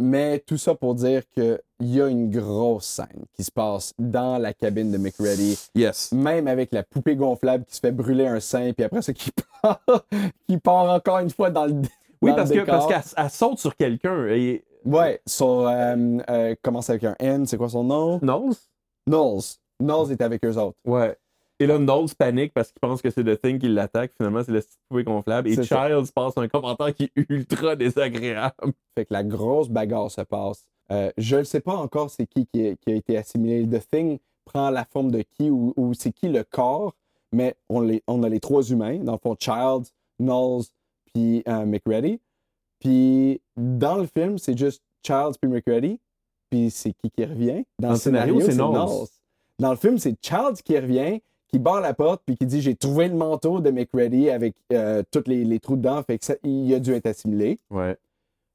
Speaker 1: Mais tout ça pour dire qu'il y a une grosse scène qui se passe dans la cabine de McReady,
Speaker 2: yes.
Speaker 1: même avec la poupée gonflable qui se fait brûler un sein, puis après ça, qui part, qui part encore une fois dans le.
Speaker 2: Oui,
Speaker 1: dans
Speaker 2: parce
Speaker 1: le
Speaker 2: que parce
Speaker 1: décor.
Speaker 2: qu'elle elle saute sur quelqu'un et.
Speaker 1: Ouais, sur. euh, euh, commence avec un N, c'est quoi son nom?
Speaker 2: Knowles?
Speaker 1: Knowles. Knowles est avec eux autres.
Speaker 2: Ouais. Et là, Knowles panique parce qu'il pense que c'est The Thing qui l'attaque. Finalement, c'est le petit poupée gonflable. Et
Speaker 1: C'est ça.
Speaker 2: Childs passe un commentaire qui est ultra désagréable.
Speaker 1: Fait que la grosse bagarre se passe. Euh, je ne sais pas encore c'est qui qui, est- qui a été assimilé. The Thing prend la forme de qui ou, ou c'est qui le corps, mais on, les, on a les trois humains, dans le fond, Child, Knowles, puis euh, McReady. Puis dans le film, c'est juste Child puis McReady, puis c'est qui qui revient. Dans
Speaker 2: le scénario, c'est Knowles.
Speaker 1: Dans le film, c'est Child qui revient, qui barre la porte, puis qui dit J'ai trouvé le manteau de McReady avec euh, tous les, les trous dedans, fait que ça, il a dû être assimilé.
Speaker 2: Ouais.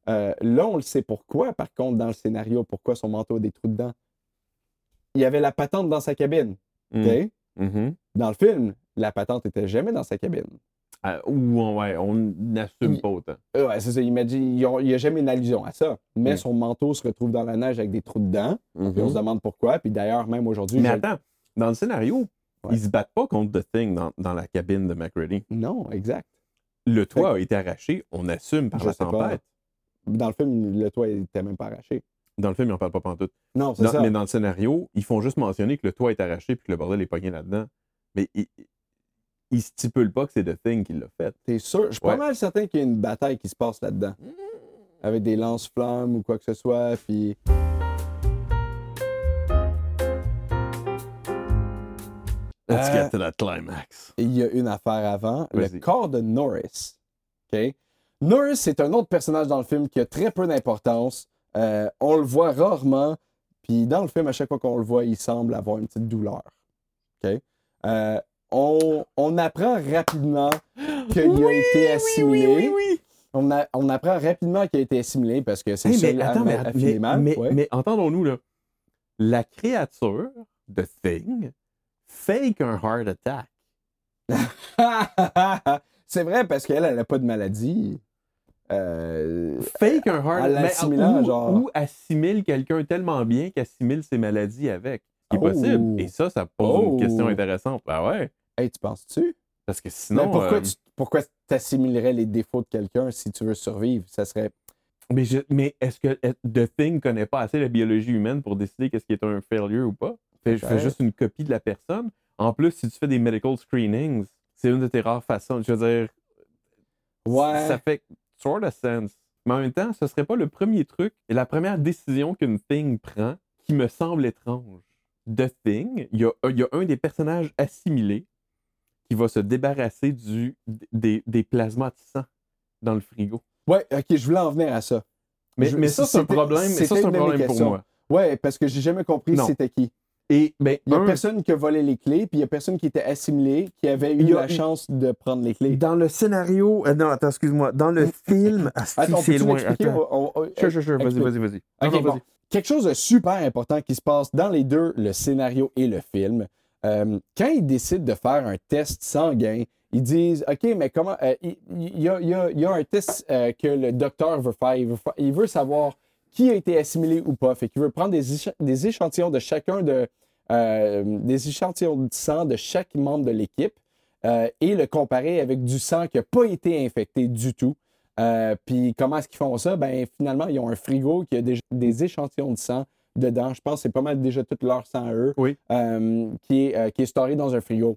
Speaker 1: Euh, là, on le sait pourquoi, par contre, dans le scénario, pourquoi son manteau a des trous dedans. Il y avait la patente dans sa cabine.
Speaker 2: Mm.
Speaker 1: ok?
Speaker 2: Mhm.
Speaker 1: Dans le film, la patente était jamais dans sa cabine.
Speaker 2: Ah, ou on- ouais, on n'assume
Speaker 1: Il-
Speaker 2: pas autant.
Speaker 1: Euh, ouais, c'est ça, il m'a dit, il n'y a jamais une allusion à ça. Mais
Speaker 2: Mm.
Speaker 1: son manteau se retrouve dans la neige avec des trous dedans. Puis on se
Speaker 2: Mhm.
Speaker 1: demande pourquoi. Puis d'ailleurs, même aujourd'hui.
Speaker 2: Mais
Speaker 1: je-
Speaker 2: attends, dans le scénario,
Speaker 1: Ouais.
Speaker 2: ils se battent pas contre The Thing dans, dans la cabine de McReady.
Speaker 1: Non, exact.
Speaker 2: Le toit a été arraché, on assume par
Speaker 1: Je
Speaker 2: la
Speaker 1: sais pas.
Speaker 2: tempête.
Speaker 1: Dans le film, le toit n'était même pas arraché.
Speaker 2: Dans le film, ils n'en parlent pas pantoute.
Speaker 1: Non, c'est
Speaker 2: Dans-
Speaker 1: ça.
Speaker 2: mais dans le scénario, ils font juste mentionner que le toit est arraché puis que le bordel est pogné là-dedans. Mais ils ne stipulent pas que c'est The Thing qui l'a fait.
Speaker 1: T'es sûr? Je suis
Speaker 2: Ouais. Hmm.
Speaker 1: pas mal certain qu'il y a une bataille qui se passe là-dedans. Avec des lance-flammes ou quoi que ce soit, puis...
Speaker 2: Let's
Speaker 1: Euh,
Speaker 2: get to that climax.
Speaker 1: Et il y a une affaire avant, le
Speaker 2: Vas-y.
Speaker 1: corps de Norris. OK? Norris, c'est un autre personnage dans le film qui a très peu d'importance. Euh, on le voit rarement, puis dans le film, à chaque fois qu'on le voit, il semble avoir une petite douleur. OK? Euh, on, on apprend rapidement qu'il a été assimilé. On, a- on apprend rapidement qu'il a été assimilé parce que c'est
Speaker 2: Hey,
Speaker 1: le seul
Speaker 2: mais
Speaker 1: à-
Speaker 2: attends, mais,
Speaker 1: à- à
Speaker 2: att-
Speaker 1: filer
Speaker 2: mais-
Speaker 1: mal,
Speaker 2: mais-
Speaker 1: ouais.
Speaker 2: mais entendons-nous, là. La créature, The Thing, fake un heart attack.
Speaker 1: c'est vrai parce qu'elle, elle n'a pas de maladie. Euh,
Speaker 2: Fake un heart
Speaker 1: en
Speaker 2: mais-
Speaker 1: l'assimilant,
Speaker 2: ou,
Speaker 1: genre.
Speaker 2: ou assimile quelqu'un tellement bien qu'assimile ses maladies avec. C'est
Speaker 1: Oh.
Speaker 2: possible. Et ça, ça pose
Speaker 1: Oh.
Speaker 2: une question intéressante. Ah ouais.
Speaker 1: hey, tu penses-tu?
Speaker 2: Parce que
Speaker 1: Mais
Speaker 2: sinon.
Speaker 1: pourquoi
Speaker 2: euh,
Speaker 1: tu pourquoi assimilerais les défauts de quelqu'un si tu veux survivre? Ça serait.
Speaker 2: Mais, je- mais est-ce que est- The Thing connaît pas assez la biologie humaine pour décider qu'est-ce qui est un failure ou pas? Fait- je fais
Speaker 1: Peut-être.
Speaker 2: juste une copie de la personne. En plus, si tu fais des medical screenings, c'est une de tes rares façons. Je veux dire,
Speaker 1: Ouais.
Speaker 2: ça fait sort of sense. Mais en même temps, ce serait pas le premier truc et la première décision qu'une Thing prend qui me semble étrange. The Thing, il y a, il y a un des personnages assimilés qui va se débarrasser du, des, des plasmas de sang dans le frigo.
Speaker 1: Ouais, ok, je voulais en venir à ça.
Speaker 2: Mais,
Speaker 1: Je-
Speaker 2: mais ça, c'est un
Speaker 1: c'était-
Speaker 2: problème, ça,
Speaker 1: c'était
Speaker 2: c'est
Speaker 1: une
Speaker 2: un
Speaker 1: de mes
Speaker 2: problème pour
Speaker 1: questions.
Speaker 2: moi.
Speaker 1: Ouais, parce que j'ai jamais compris
Speaker 2: Non.
Speaker 1: c'était qui.
Speaker 2: Et ben,
Speaker 1: Il y a
Speaker 2: un,
Speaker 1: personne qui a volé les clés, puis il y a personne qui était assimilé, qui avait eu
Speaker 3: Il y a-
Speaker 1: la chance de prendre les clés.
Speaker 3: Dans le scénario. euh, non, attends, excuse-moi. Dans le film. Ah, si,
Speaker 1: Attends,
Speaker 3: c'est
Speaker 1: peux-tu
Speaker 3: loin.
Speaker 1: m'expliquer?
Speaker 3: attends.
Speaker 1: On- on-
Speaker 2: sure, sure, sure, vas-y,
Speaker 1: Explique.
Speaker 2: vas-y, vas-y.
Speaker 1: Ok,
Speaker 2: Non, non,
Speaker 1: bon.
Speaker 2: vas-y.
Speaker 1: Quelque chose de super important qui se passe dans les deux, le scénario et le film. Euh, quand ils décident de faire un test sanguin, ils disent OK, mais comment. euh, Il il y, a- il y a- il y a un test euh, que le docteur veut faire. Il veut, fa- il veut savoir qui a été assimilé ou pas. Fait qu'il veut prendre des, écha- des échantillons de chacun de. euh, des échantillons de sang de chaque membre de l'équipe euh, et le comparer avec du sang qui n'a pas été infecté du tout. Euh, Puis comment est-ce qu'ils font ça? Ben finalement, ils ont un frigo qui a des, des échantillons de sang dedans. Je pense que c'est pas mal déjà tout leur sang à eux
Speaker 2: Oui.
Speaker 1: euh, qui, est, euh, qui est storé dans un frigo.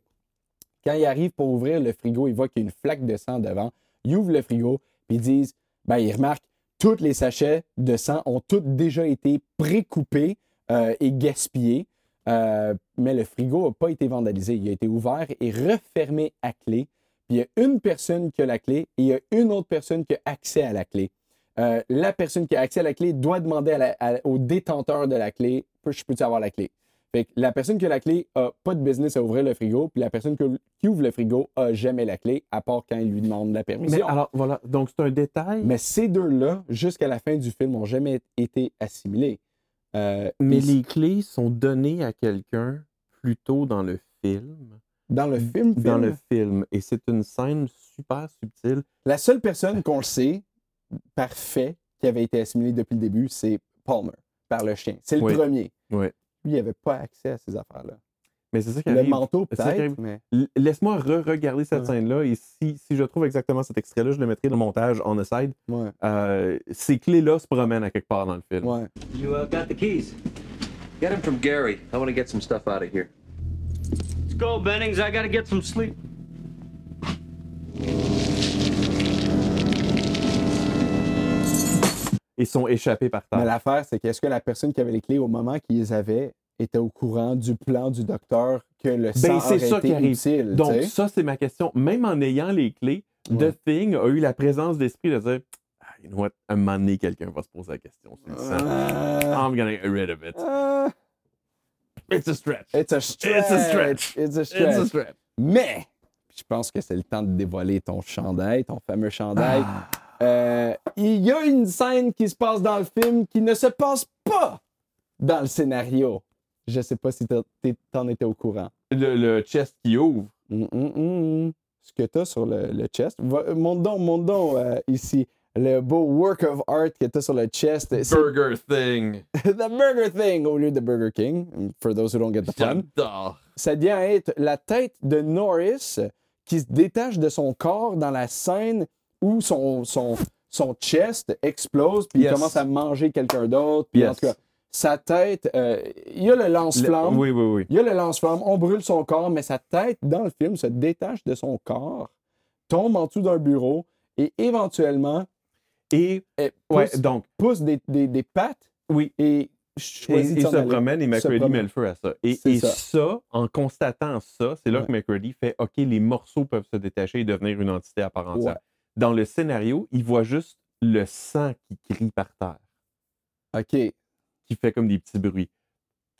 Speaker 1: Quand ils arrivent pour ouvrir le frigo, ils voient qu'il y a une flaque de sang devant. Ils ouvrent le frigo, puis ils disent, ben ils remarquent, tous les sachets de sang ont tous déjà été précoupés euh, et gaspillés. Euh, mais le frigo n'a pas été vandalisé. Il a été ouvert et refermé à clé. Puis il y a une personne qui a la clé et il y a une autre personne qui a accès à la clé. Euh, la personne qui a accès à la clé doit demander à la- à- au détenteur de la clé Peux- Je peux-tu avoir la clé Fait que la personne qui a la clé a pas de business à ouvrir le frigo, puis la personne que- qui ouvre le frigo a jamais la clé, à part quand il lui demande la
Speaker 2: Mais
Speaker 1: permission. Mais,
Speaker 2: alors, voilà, donc c'est un détail, mais,
Speaker 1: ces deux-là, jusqu'à la fin du film, n'ont jamais été assimilés. Euh, puis
Speaker 2: les clés sont données à quelqu'un plus tôt dans le film.
Speaker 1: Dans le film,
Speaker 2: Dans
Speaker 1: film,
Speaker 2: le film. Et c'est une scène super subtile.
Speaker 1: la seule personne qu'on le sait, parfait, qui avait été assimilée depuis le début, c'est Palmer, par le chien. C'est le
Speaker 2: Oui.
Speaker 1: premier.
Speaker 2: Oui.
Speaker 1: Lui, il n'avait pas accès à ces affaires-là.
Speaker 2: Mais c'est ça qui
Speaker 1: Le
Speaker 2: arrive.
Speaker 1: manteau,
Speaker 2: C'est ça qui
Speaker 1: peut-être,
Speaker 2: arrive.
Speaker 1: mais...
Speaker 2: L- Laisse-moi re-regarder cette
Speaker 1: Ouais.
Speaker 2: scène-là et si, si je trouve exactement cet extrait-là, je le mettrai dans le montage en aside.
Speaker 1: Ouais,
Speaker 2: Euh, ces clés-là se promènent à quelque part dans le film.
Speaker 1: ouais.
Speaker 4: You uh, got the keys.
Speaker 5: Get him from Gary. I want to get some stuff out of here.
Speaker 4: Let's go, Bennings. I gotta get some sleep.
Speaker 2: Ils sont échappés par
Speaker 1: Mais
Speaker 2: terre.
Speaker 1: l'affaire, c'est qu'est-ce que la personne qui avait les clés au moment qu'ils les avaient était au courant du plan du docteur que le sang
Speaker 2: Ben, c'est
Speaker 1: aurait
Speaker 2: ça
Speaker 1: été
Speaker 2: qui arrive.
Speaker 1: utile,
Speaker 2: Donc,
Speaker 1: tu sais?
Speaker 2: ça, c'est ma question. Même en ayant les clés,
Speaker 1: Ouais.
Speaker 2: The Thing a eu la présence d'esprit de dire ah, You know what, un moment donné, quelqu'un va se poser la question sur le sang.
Speaker 1: Ah,
Speaker 2: I'm gonna get rid of it.
Speaker 1: ah,
Speaker 2: It's a stretch.
Speaker 1: it's a
Speaker 2: It's a stretch.
Speaker 1: It's a stretch.
Speaker 2: It's a stretch.
Speaker 1: Mais je pense que c'est le temps de dévoiler ton chandail, ton fameux chandail.
Speaker 2: Ah.
Speaker 1: Euh, il y a une scène qui se passe dans le film qui ne se passe pas dans le scénario. Je sais pas si t'as- t'es- t'en étais au courant.
Speaker 2: Le, le chest qui ouvre.
Speaker 1: Hum, hum, hum. Ce que t'as sur le, le chest. Va- monte donc, monte donc, euh, ici. Le beau work of art que t'as sur le chest. C'est
Speaker 2: Burger Thing.
Speaker 1: The Burger Thing au lieu de Burger King. For those who don't get the pun
Speaker 2: J'adore.
Speaker 1: ça vient être la tête de Norris qui se détache de son corps dans la scène où son, son, son chest explose, puis
Speaker 2: Yes.
Speaker 1: il commence à manger quelqu'un d'autre. Puis
Speaker 2: Yes.
Speaker 1: en tout cas, sa tête, euh, il y a le lance-flamme.
Speaker 2: Le- Oui, oui, oui.
Speaker 1: Il y a le lance-flamme, on brûle son corps, mais sa tête, dans le film, se détache de son corps, tombe en dessous d'un bureau et éventuellement
Speaker 2: Et,
Speaker 1: elle pousse,
Speaker 2: ouais, donc,
Speaker 1: pousse des, des- des pattes
Speaker 2: oui.
Speaker 1: et
Speaker 2: Et,
Speaker 1: choisit de
Speaker 2: il
Speaker 1: s'en
Speaker 2: se
Speaker 1: aller.
Speaker 2: promène et McReady
Speaker 1: promène.
Speaker 2: met le feu à ça. Et,
Speaker 1: C'est
Speaker 2: et ça.
Speaker 1: ça.
Speaker 2: en constatant ça, c'est là
Speaker 1: Ouais.
Speaker 2: que McReady fait OK, les morceaux peuvent se détacher et devenir une entité à part entière.
Speaker 1: Ouais.
Speaker 2: Dans le scénario, il voit juste le sang qui crie par terre,
Speaker 1: OK.
Speaker 2: qui fait comme des petits bruits,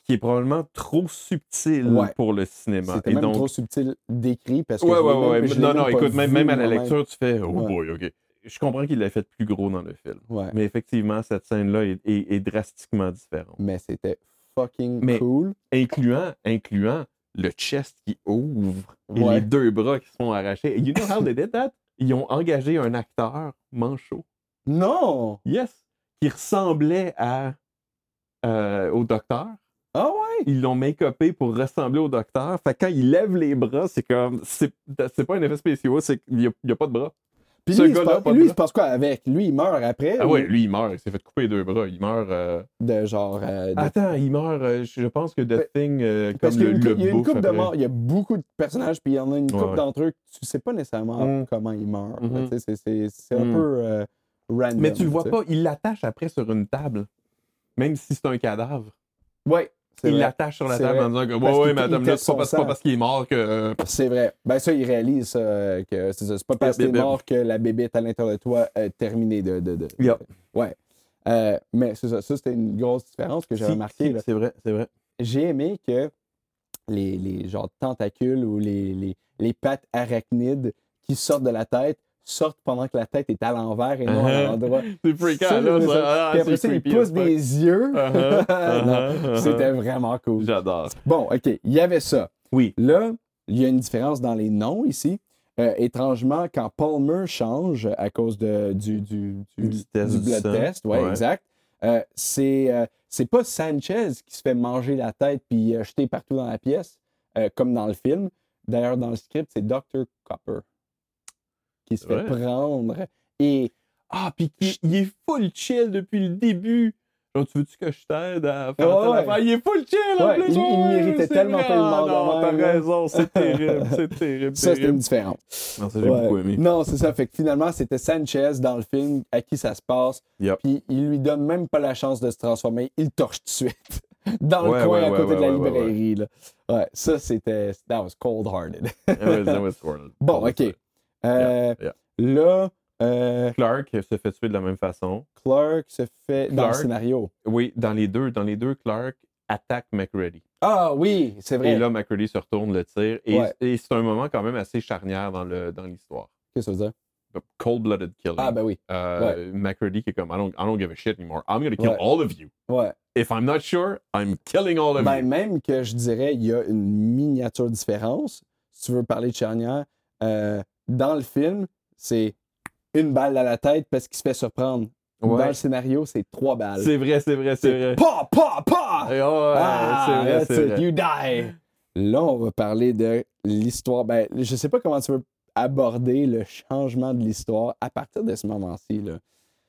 Speaker 2: qui est probablement trop subtil
Speaker 1: Ouais.
Speaker 2: pour le cinéma.
Speaker 1: C'était
Speaker 2: Et
Speaker 1: même
Speaker 2: donc,
Speaker 1: trop subtil décrit parce que.
Speaker 2: Ouais,
Speaker 1: je l'ai
Speaker 2: ouais,
Speaker 1: même-
Speaker 2: ouais.
Speaker 1: je l'ai
Speaker 2: Non, non,
Speaker 1: pas
Speaker 2: écoute, même,
Speaker 1: vu
Speaker 2: même à la
Speaker 1: moi-même.
Speaker 2: lecture, tu fais Oh
Speaker 1: Ouais.
Speaker 2: boy, OK. Je comprends qu'il l'a fait plus gros dans le film.
Speaker 1: Ouais.
Speaker 2: Mais effectivement, cette scène-là est, est- est drastiquement différente.
Speaker 1: Mais c'était fucking
Speaker 2: Mais-
Speaker 1: cool.
Speaker 2: Incluant, incluant le chest qui ouvre et
Speaker 1: Ouais.
Speaker 2: les deux bras qui se font arracher. You know how they did that? Ils ont engagé un acteur manchot.
Speaker 1: Non!
Speaker 2: Yes! Qui ressemblait à, euh, au docteur.
Speaker 1: Ah ouais!
Speaker 2: Ils l'ont make-upé pour ressembler au docteur. Fait que quand il lève les bras, c'est comme. C'est c'est pas un effet spécial, c'est qu'il n'y a, il y a pas de bras.
Speaker 1: Puis
Speaker 2: Ce
Speaker 1: lui, il se
Speaker 2: gars-là,
Speaker 1: passe-
Speaker 2: pas
Speaker 1: lui,
Speaker 2: de-
Speaker 1: il se passe quoi avec? Lui, il meurt après?
Speaker 2: Ah
Speaker 1: ou-
Speaker 2: ouais, lui, il meurt. Il s'est fait couper les deux bras. Il meurt. euh,
Speaker 1: De genre. euh, de-
Speaker 2: Attends, il meurt, euh, je je pense que The Thing, euh, comme
Speaker 1: Parce qu'il y a
Speaker 2: le,
Speaker 1: une, cou-
Speaker 2: le
Speaker 1: il y a une
Speaker 2: bouffe
Speaker 1: couple de
Speaker 2: après.
Speaker 1: morts, il y a beaucoup de personnages, puis il y en a une
Speaker 2: Ouais,
Speaker 1: couple
Speaker 2: ouais.
Speaker 1: d'entre eux, que tu sais pas nécessairement
Speaker 2: Mm.
Speaker 1: comment ils meurent. là,
Speaker 2: Mhm.
Speaker 1: tu sais, c'est- C'est c'est un
Speaker 2: Mm.
Speaker 1: peu euh, random.
Speaker 2: Mais tu le vois
Speaker 1: sais.
Speaker 2: pas, il l'attache après sur une table. Même si c'est un cadavre.
Speaker 1: Ouais, c'est
Speaker 2: Il
Speaker 1: vrai.
Speaker 2: l'attache sur la
Speaker 1: C'est
Speaker 2: table
Speaker 1: vrai.
Speaker 2: en disant que,
Speaker 1: Parce
Speaker 2: ouais, ouais,
Speaker 1: qu'il-
Speaker 2: mais
Speaker 1: il
Speaker 2: attends, là,
Speaker 1: teste
Speaker 2: c'est pas,
Speaker 1: son
Speaker 2: parce- c'est pas
Speaker 1: sang.
Speaker 2: parce qu'il est mort que. euh,
Speaker 1: C'est vrai. Ben ça, il réalise euh, que c'est ça, c'est pas parce que t'es
Speaker 2: bébé.
Speaker 1: mort que la bébête à l'intérieur de toi est terminée de. de, de-
Speaker 2: Yep.
Speaker 1: Ouais. Euh, mais c'est ça, ça c'était une grosse différence que j'avais
Speaker 2: si,
Speaker 1: remarquée.
Speaker 2: si,
Speaker 1: là.
Speaker 2: C'est vrai, c'est vrai.
Speaker 1: J'ai aimé que les, les genres de tentacules ou les, les, les pattes arachnides qui sortent de la tête sortent pendant que la tête est à l'envers et non à
Speaker 2: Uh-huh.
Speaker 1: l'endroit.
Speaker 2: C'est fréquent,
Speaker 1: Ça,
Speaker 2: là.
Speaker 1: c'est
Speaker 2: ça. Ah,
Speaker 1: Puis après
Speaker 2: c'est
Speaker 1: ça, il
Speaker 2: creepy
Speaker 1: pousse
Speaker 2: as fuck.
Speaker 1: des yeux.
Speaker 2: Uh-huh,
Speaker 1: Non,
Speaker 2: uh-huh, uh-huh.
Speaker 1: C'était vraiment cool.
Speaker 2: J'adore.
Speaker 1: Bon, OK, il y avait ça.
Speaker 2: Oui.
Speaker 1: Là, il y a une différence dans les noms ici. Euh, étrangement, quand Palmer change à cause de, du, du,
Speaker 2: Du test du
Speaker 1: blood
Speaker 2: sang.
Speaker 1: test, ouais,
Speaker 2: Ouais.
Speaker 1: exact, euh, c'est euh, c'est pas Sanchez qui se fait manger la tête puis euh, jeter partout dans la pièce, euh, comme dans le film. D'ailleurs, dans le script, c'est Dr. Copper qui se fait
Speaker 2: Ouais.
Speaker 1: prendre. Et
Speaker 2: Ah, puis il, il est full chill depuis le début. Genre, tu veux-tu que je t'aide à faire
Speaker 1: Ouais,
Speaker 2: telle
Speaker 1: ouais.
Speaker 2: affaire? Il est full chill, en
Speaker 1: Ouais,
Speaker 2: plus!
Speaker 1: il- il
Speaker 2: ouais,
Speaker 1: méritait
Speaker 2: c'est
Speaker 1: tellement
Speaker 2: vrai.
Speaker 1: pas le
Speaker 2: Ah
Speaker 1: mort
Speaker 2: non,
Speaker 1: de même,
Speaker 2: T'as
Speaker 1: là.
Speaker 2: raison, c'est terrible, c'est terrible,
Speaker 1: ça, c'est une
Speaker 2: terrible.
Speaker 1: différence.
Speaker 2: Non, ça,
Speaker 1: Ouais. Non, c'est ça. Fait que finalement, c'était Sanchez dans le film à qui ça se passe.
Speaker 2: Yup.
Speaker 1: Puis il lui donne même pas la chance de se transformer. Il le torche tout de suite. Dans le
Speaker 2: Ouais,
Speaker 1: coin
Speaker 2: ouais,
Speaker 1: à
Speaker 2: ouais,
Speaker 1: côté de la
Speaker 2: ouais, ouais, ouais,
Speaker 1: librairie. là. Ouais, ça, c'était. That was cold-hearted.
Speaker 2: Ouais, that was horrible.
Speaker 1: Bon, OK. Euh,
Speaker 2: yeah.
Speaker 1: Là, euh,
Speaker 2: Clark se fait tuer de la même façon.
Speaker 1: Clark se fait. Dans le
Speaker 2: Clark.
Speaker 1: scénario.
Speaker 2: Oui, dans les deux, dans les deux, Clark attaque McReady.
Speaker 1: Ah oui, c'est vrai.
Speaker 2: Et là, McReady se retourne, le tire. Et,
Speaker 1: Ouais.
Speaker 2: et c'est un moment quand même assez charnière dans le dans l'histoire.
Speaker 1: Qu'est-ce que ça veut dire?
Speaker 2: Cold-blooded killing.
Speaker 1: Ah, ben oui.
Speaker 2: Euh, McCready qui est comme I don't, I don't give a shit anymore. I'm gonna kill
Speaker 1: Ouais.
Speaker 2: all of you.
Speaker 1: Ouais.
Speaker 2: If I'm not sure, I'm killing all of
Speaker 1: Ben,
Speaker 2: you.
Speaker 1: même que je dirais, il y a une miniature différence. Si tu veux parler de charnière, euh, dans le film, c'est une balle à la tête parce qu'il se fait surprendre.
Speaker 2: Ouais.
Speaker 1: Dans le scénario, c'est trois balles.
Speaker 2: C'est vrai, c'est vrai, c'est vrai.
Speaker 1: Pa, pa, pa!
Speaker 2: Et oh, ouais,
Speaker 1: Ah,
Speaker 2: c'est vrai,
Speaker 1: that's
Speaker 2: c'est
Speaker 1: it,
Speaker 2: vrai.
Speaker 1: you die! Là, on va parler de l'histoire. Ben, je sais pas comment tu veux aborder le changement de l'histoire à partir de ce moment-ci. là.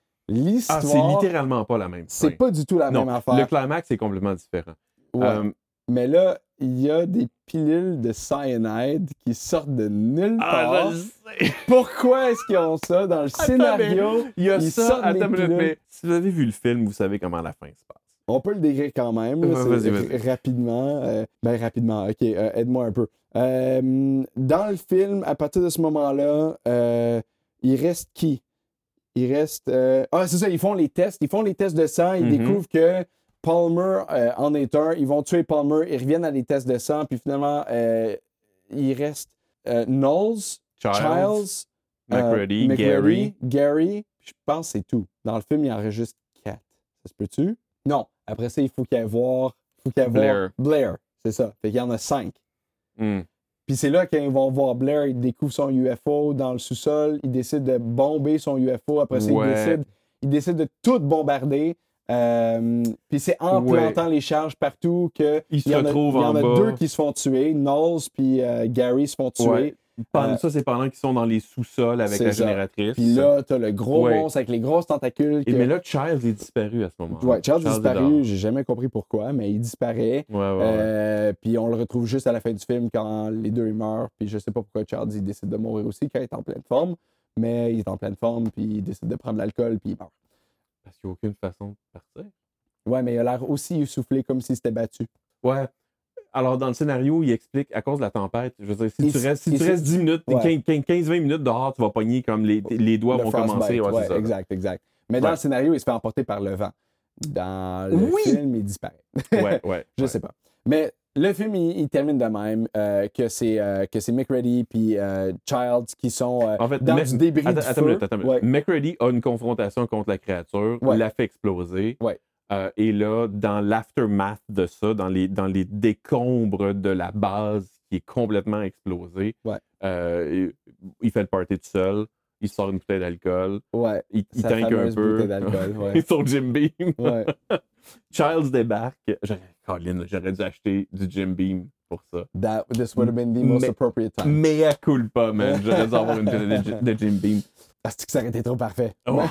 Speaker 2: Ah, c'est
Speaker 1: L'histoire,
Speaker 2: littéralement pas la même
Speaker 1: c'est
Speaker 2: scène.
Speaker 1: pas du tout la
Speaker 2: Non,
Speaker 1: même
Speaker 2: Le
Speaker 1: affaire.
Speaker 2: climax est complètement différent.
Speaker 1: Ouais.
Speaker 2: Euh,
Speaker 1: Mais là, il y a des pilules de cyanide qui sortent de nulle
Speaker 2: ah,
Speaker 1: part.
Speaker 2: je le sais.
Speaker 1: Pourquoi est-ce qu'ils ont ça dans le scénario?
Speaker 2: Il y a
Speaker 1: Ils
Speaker 2: ça.
Speaker 1: sortent
Speaker 2: Attends,
Speaker 1: des
Speaker 2: une minute,
Speaker 1: pilules.
Speaker 2: mais si vous avez vu le film, vous savez comment la fin se passe.
Speaker 1: On peut le décrire quand même. là,
Speaker 2: Ouais,
Speaker 1: c'est-
Speaker 2: vas-y, vas-y.
Speaker 1: Rapidement. euh, ben, rapidement. OK, euh, aide-moi un peu. Euh, dans le film, à partir de ce moment-là, euh, il reste qui? Il reste... euh, Ah, c'est ça, ils font les tests. Ils font les tests de sang. Ils
Speaker 2: Mhm.
Speaker 1: découvrent que Palmer euh, en est un. Ils vont tuer Palmer. Ils reviennent à des tests de sang. Puis finalement, euh, il reste euh, Knowles,
Speaker 2: Charles,
Speaker 1: Charles,
Speaker 2: McCready,
Speaker 1: euh,
Speaker 2: Gary.
Speaker 1: Gary, je pense que c'est tout. Dans le film, il en reste juste quatre. Ça se peut-tu? Non. Après ça, il faut qu'il y ait voir, faut qu'il y ait voir
Speaker 2: Blair.
Speaker 1: Blair, c'est ça. Fait qu'il y en a cinq. euh,
Speaker 2: Hmm.
Speaker 1: Puis c'est là qu'ils vont voir Blair, ils découvrent son UFO dans le sous-sol, ils décident de bomber son UFO. Après ça,
Speaker 2: Ouais.
Speaker 1: ils, décident, ils décident de tout bombarder. Euh, puis c'est en
Speaker 2: Ouais.
Speaker 1: plantant les charges partout que
Speaker 2: Ils se
Speaker 1: il y en a-
Speaker 2: retrouvent
Speaker 1: il y
Speaker 2: en
Speaker 1: en a
Speaker 2: bas.
Speaker 1: deux qui se font tuer. Knowles puis euh, Gary se font tuer.
Speaker 2: Ouais. Pendant-
Speaker 1: Euh,
Speaker 2: ça, c'est pendant qu'ils sont dans les sous-sols avec
Speaker 1: c'est
Speaker 2: la
Speaker 1: ça.
Speaker 2: génératrice.
Speaker 1: Puis là, t'as le gros
Speaker 2: Ouais.
Speaker 1: monstre avec les grosses tentacules.
Speaker 2: Et
Speaker 1: que-
Speaker 2: mais là, Charles est disparu à ce moment-là.
Speaker 1: ouais, Charles, est
Speaker 2: est
Speaker 1: disparu, j'ai jamais compris pourquoi, mais il disparaît.
Speaker 2: dehors. Ouais, ouais, ouais.
Speaker 1: Euh, puis on le retrouve juste à la fin du film quand les deux ils meurent. Puis je sais pas pourquoi Charles il décide de mourir aussi quand il est en pleine forme. Mais il est en pleine forme, puis il décide de prendre de l'alcool, puis il meurt.
Speaker 2: Parce qu'il n'y a aucune façon de partir.
Speaker 1: Ouais, mais il a l'air aussi essoufflé comme s'il s'était battu.
Speaker 2: Ouais. Alors, dans le scénario, il explique à cause de la tempête. Je veux dire, si
Speaker 1: Il
Speaker 2: tu
Speaker 1: s-
Speaker 2: restes, si
Speaker 1: il
Speaker 2: tu
Speaker 1: s-
Speaker 2: restes 10 minutes,
Speaker 1: Ouais.
Speaker 2: 15-20 minutes dehors, tu vas pogner comme les, les doigts
Speaker 1: Le
Speaker 2: vont
Speaker 1: frostbite,
Speaker 2: commencer. Ouais,
Speaker 1: ouais,
Speaker 2: c'est ça.
Speaker 1: exact, exact. Mais dans
Speaker 2: Ouais.
Speaker 1: le scénario, il se fait emporter par le vent. Dans le
Speaker 2: Oui!
Speaker 1: film, il disparaît.
Speaker 2: Ouais, ouais.
Speaker 1: Je
Speaker 2: ouais.
Speaker 1: sais pas. Mais le film, il, il termine de même euh, que c'est euh, que c'est Mick Ready puis euh, Childs qui sont euh,
Speaker 2: En fait,
Speaker 1: dans
Speaker 2: mais-
Speaker 1: du débris
Speaker 2: Attends,
Speaker 1: du
Speaker 2: attends
Speaker 1: feu.
Speaker 2: une minute, attends une minute.
Speaker 1: Ouais.
Speaker 2: McCready a une confrontation contre la créature,
Speaker 1: Ouais.
Speaker 2: la fait exploser.
Speaker 1: Ouais.
Speaker 2: Euh, et là, dans l'aftermath de ça, dans les, dans les décombres de la base qui est complètement explosée,
Speaker 1: Ouais.
Speaker 2: euh, il- il fait le party tout seul, il sort une bouteille d'alcool,
Speaker 1: Ouais,
Speaker 2: il, il
Speaker 1: Sa
Speaker 2: tank un
Speaker 1: fameuse
Speaker 2: peu.
Speaker 1: bouteille d'alcool, ouais.
Speaker 2: Il sort Jim Beam.
Speaker 1: ouais.
Speaker 2: Charles débarque. J'aurais- Colin, j'aurais dû acheter du Jim Beam pour ça.
Speaker 1: That, this would have been the most
Speaker 2: Mais-
Speaker 1: appropriate time.
Speaker 2: Mea culpa, man. J'aurais dû avoir une bouteille de, de Jim Beam.
Speaker 1: Ah, c'est que ça aurait été trop parfait.
Speaker 2: Oh.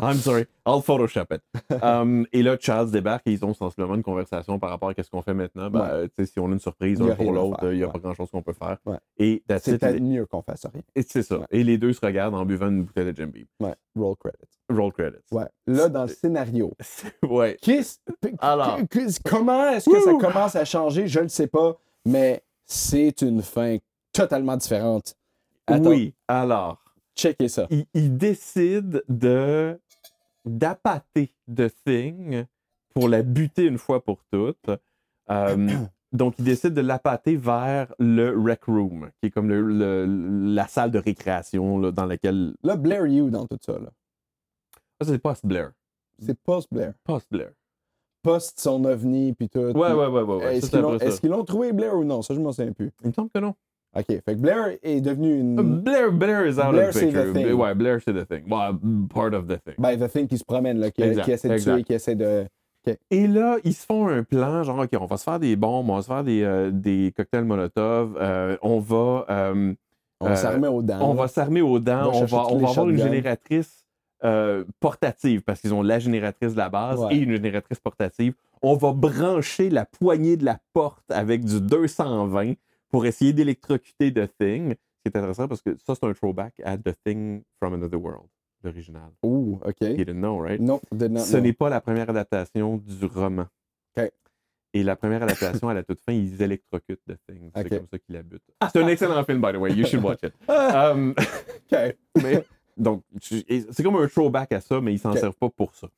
Speaker 2: I'm sorry, I'll Photoshop it. Um, et là, Charles débarque et ils ont sensiblement une conversation par rapport à qu'est-ce qu'on fait maintenant. Ben,
Speaker 1: Ouais.
Speaker 2: euh, tu sais, si on a une surprise
Speaker 1: Il y a
Speaker 2: un pour
Speaker 1: rien à
Speaker 2: l'autre,
Speaker 1: faire,
Speaker 2: euh, il n'y a
Speaker 1: ouais.
Speaker 2: pas grand-chose qu'on peut faire.
Speaker 1: Ouais.
Speaker 2: Et that's
Speaker 1: C'est
Speaker 2: it.
Speaker 1: peut-être mieux qu'on fasse rien.
Speaker 2: Et c'est ça.
Speaker 1: Ouais.
Speaker 2: Et les deux se regardent en buvant une bouteille de Jim Beam.
Speaker 1: Ouais. Roll credits.
Speaker 2: Roll credits.
Speaker 1: Ouais. Là, dans le scénario,
Speaker 2: ouais.
Speaker 1: qu'est-ce- p-
Speaker 2: Alors.
Speaker 1: qu'est-ce- comment est-ce que ça
Speaker 2: Wouh!
Speaker 1: commence à changer? Je ne sais pas, mais c'est une fin totalement différente. Attends,
Speaker 2: Oui. Alors,
Speaker 1: checkez ça.
Speaker 2: il, il décide de d'appâter The Thing pour la buter une fois pour toutes. Euh, donc, il décide de l'appâter vers le rec room, qui est comme le- le- la salle de récréation là, dans laquelle...
Speaker 1: Là, Blair You dans tout ça. là.
Speaker 2: Ah, c'est post-Blair.
Speaker 1: C'est post-Blair. Euh,
Speaker 2: Post-Blair.
Speaker 1: Post son ovni, puis tout.
Speaker 2: Ouais,
Speaker 1: Puis-
Speaker 2: ouais, ouais, ouais. ouais.
Speaker 1: Est-ce qu'ils
Speaker 2: Ça, c'est
Speaker 1: l'ont-
Speaker 2: après ça.
Speaker 1: est-ce qu'ils l'ont trouvé, Blair, ou non? Ça, je m'en souviens plus.
Speaker 2: Il me semble que non.
Speaker 1: OK. Fait que Blair est devenu une...
Speaker 2: Blair, Blair is out
Speaker 1: Hmm. Blair,
Speaker 2: of the
Speaker 1: c'est The
Speaker 2: picture.
Speaker 1: Thing.
Speaker 2: Ouais, Blair, c'est The Thing. Ouais, part of The Thing.
Speaker 1: Ben, The Thing qui se promène, là, qui,
Speaker 2: Exact,
Speaker 1: qui essaie de
Speaker 2: exact.
Speaker 1: tuer, qui essaie de...
Speaker 2: Et là, ils se font un plan, genre, OK, on va se faire des bombes, on va se faire des, euh, des cocktails Molotov, euh, on va, euh,
Speaker 1: On
Speaker 2: Euh,
Speaker 1: s'en remet aux dents.
Speaker 2: on
Speaker 1: là.
Speaker 2: va s'armer aux
Speaker 1: Ah.
Speaker 2: dents,
Speaker 1: On va
Speaker 2: on
Speaker 1: chercher
Speaker 2: va,
Speaker 1: tous
Speaker 2: on
Speaker 1: les
Speaker 2: va avoir une
Speaker 1: shotguns.
Speaker 2: génératrice euh, portative, parce qu'ils ont la génératrice de la base
Speaker 1: Ouais.
Speaker 2: et une génératrice portative. On va brancher la poignée de la porte avec du 220 pour essayer d'électrocuter The Thing. C'est intéressant parce que ça, c'est un throwback à The Thing from Another World, l'original.
Speaker 1: Ouh, OK.
Speaker 2: You didn't know, right?
Speaker 1: Non, de non,
Speaker 2: Ce
Speaker 1: non.
Speaker 2: n'est pas la première adaptation du roman.
Speaker 1: OK.
Speaker 2: Et la première adaptation, à la toute fin, ils électrocutent The Thing. C'est
Speaker 1: OK.
Speaker 2: comme ça qu'ils la butent. C'est un excellent film, by the way. You should watch it.
Speaker 1: Ah!
Speaker 2: Um,
Speaker 1: OK.
Speaker 2: mais, donc, tu- et c'est comme un throwback à ça, mais ils s'en
Speaker 1: OK.
Speaker 2: servent pas pour ça.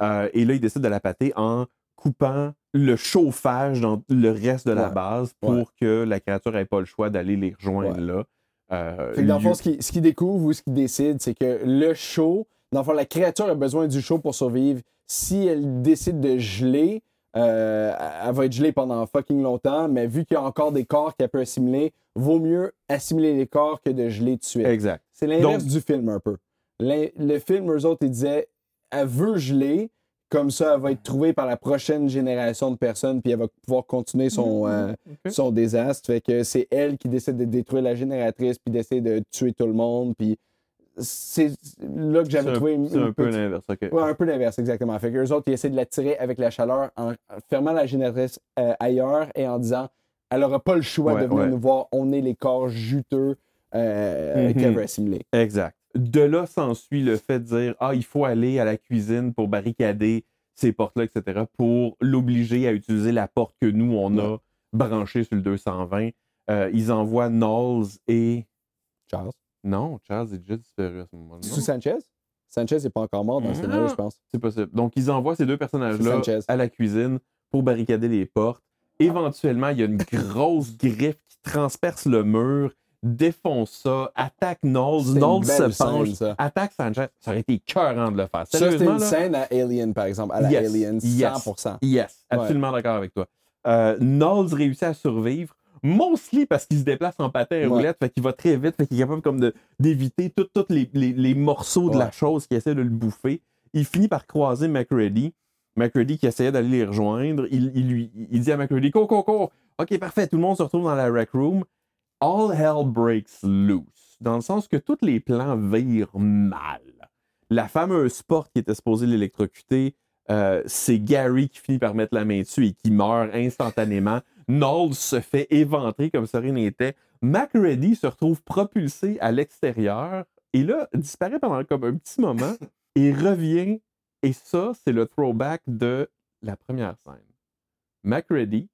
Speaker 2: Euh, et là, ils décident de la pâter en coupant le chauffage dans le reste de la
Speaker 1: Ouais.
Speaker 2: base pour
Speaker 1: Ouais.
Speaker 2: que la créature n'ait pas le choix d'aller les rejoindre là. Euh,
Speaker 1: Fait que dans le
Speaker 2: lieu-
Speaker 1: fond, ce qu'ils ce qu'ils découvrent ou ce qu'ils décident, c'est que le show, dans le fond, la créature a besoin du show pour survivre. Si elle décide de geler, euh, elle va être gelée pendant fucking longtemps, mais vu qu'il y a encore des corps qu'elle peut assimiler, vaut mieux assimiler les corps que de geler tout de suite.
Speaker 2: Exact.
Speaker 1: C'est l'inverse du film un peu. L'in- Le film, eux autres, ils disaient elle veut geler, comme ça, elle va être trouvée par la prochaine génération de personnes, puis elle va pouvoir continuer son, euh,
Speaker 2: Ok.
Speaker 1: son désastre. Fait que c'est elle qui décide de détruire la génératrice, puis d'essayer de tuer tout le monde. Puis c'est là que
Speaker 2: C'est
Speaker 1: j'avais
Speaker 2: un,
Speaker 1: trouvé une-
Speaker 2: c'est un
Speaker 1: une
Speaker 2: peu
Speaker 1: petite-
Speaker 2: l'inverse. ok.
Speaker 1: Ouais, un peu l'inverse, exactement. Fait que eux autres, ils essaient de la tirer avec la chaleur en fermant la génératrice euh, ailleurs et en disant elle n'aura pas le choix
Speaker 2: Ouais,
Speaker 1: de venir
Speaker 2: ouais.
Speaker 1: nous voir, on est les corps juteux euh,
Speaker 2: Mhm.
Speaker 1: qu'elle veut assimiler.
Speaker 2: Exact. De là s'ensuit le fait de dire Ah, il faut aller à la cuisine pour barricader ces portes-là, etc., pour l'obliger à utiliser la porte que nous, on a branchée sur le 220. Euh, ils envoient Knowles et.
Speaker 1: Charles.
Speaker 2: Non, Charles est déjà disparu à ce moment-là.
Speaker 1: Sous Sanchez Sanchez n'est pas encore mort dans le scénario, je pense.
Speaker 2: C'est possible. Donc, ils envoient ces deux personnages-là
Speaker 1: C'est Sanchez. Ah.
Speaker 2: à la cuisine pour barricader les portes. Éventuellement, il y a une grosse griffe qui transperce le mur, défonce ça, attaque Knowles.
Speaker 1: C'était une
Speaker 2: Knowles
Speaker 1: belle
Speaker 2: se penche,
Speaker 1: scène, ça.
Speaker 2: attaque Sanchez. Ça aurait été cœurant de le faire.
Speaker 1: Ça, c'était
Speaker 2: Sérieusement,
Speaker 1: une
Speaker 2: là,
Speaker 1: scène à Alien, par exemple, à la
Speaker 2: Yes,
Speaker 1: Alien,
Speaker 2: yes.
Speaker 1: 100%.
Speaker 2: Yes,
Speaker 1: Ouais.
Speaker 2: absolument d'accord avec toi. Euh, Knowles réussit à survivre, mostly parce qu'il se déplace en patin et
Speaker 1: Ouais.
Speaker 2: roulette, fait qu'il va très vite, fait qu'il est capable comme de- d'éviter tous les, les- les morceaux de la
Speaker 1: Ouais.
Speaker 2: chose qui essaie de le bouffer. Il finit par croiser McReady. McReady qui essayait d'aller les rejoindre, il, il lui, il dit à McReady, cours, cours, cours. Ok, parfait, tout le monde se retrouve dans la rec room. all hell breaks loose, dans le sens que tous les plans virent mal. La fameuse porte qui était supposée l'électrocuter, euh, c'est Gary qui finit par mettre la main dessus et qui meurt instantanément. Knowles se fait éventrer comme ça rien n'était. MacReady se retrouve propulsé à l'extérieur et là, disparaît pendant comme un petit moment et revient. Et ça, c'est le throwback de la première scène. MacReady,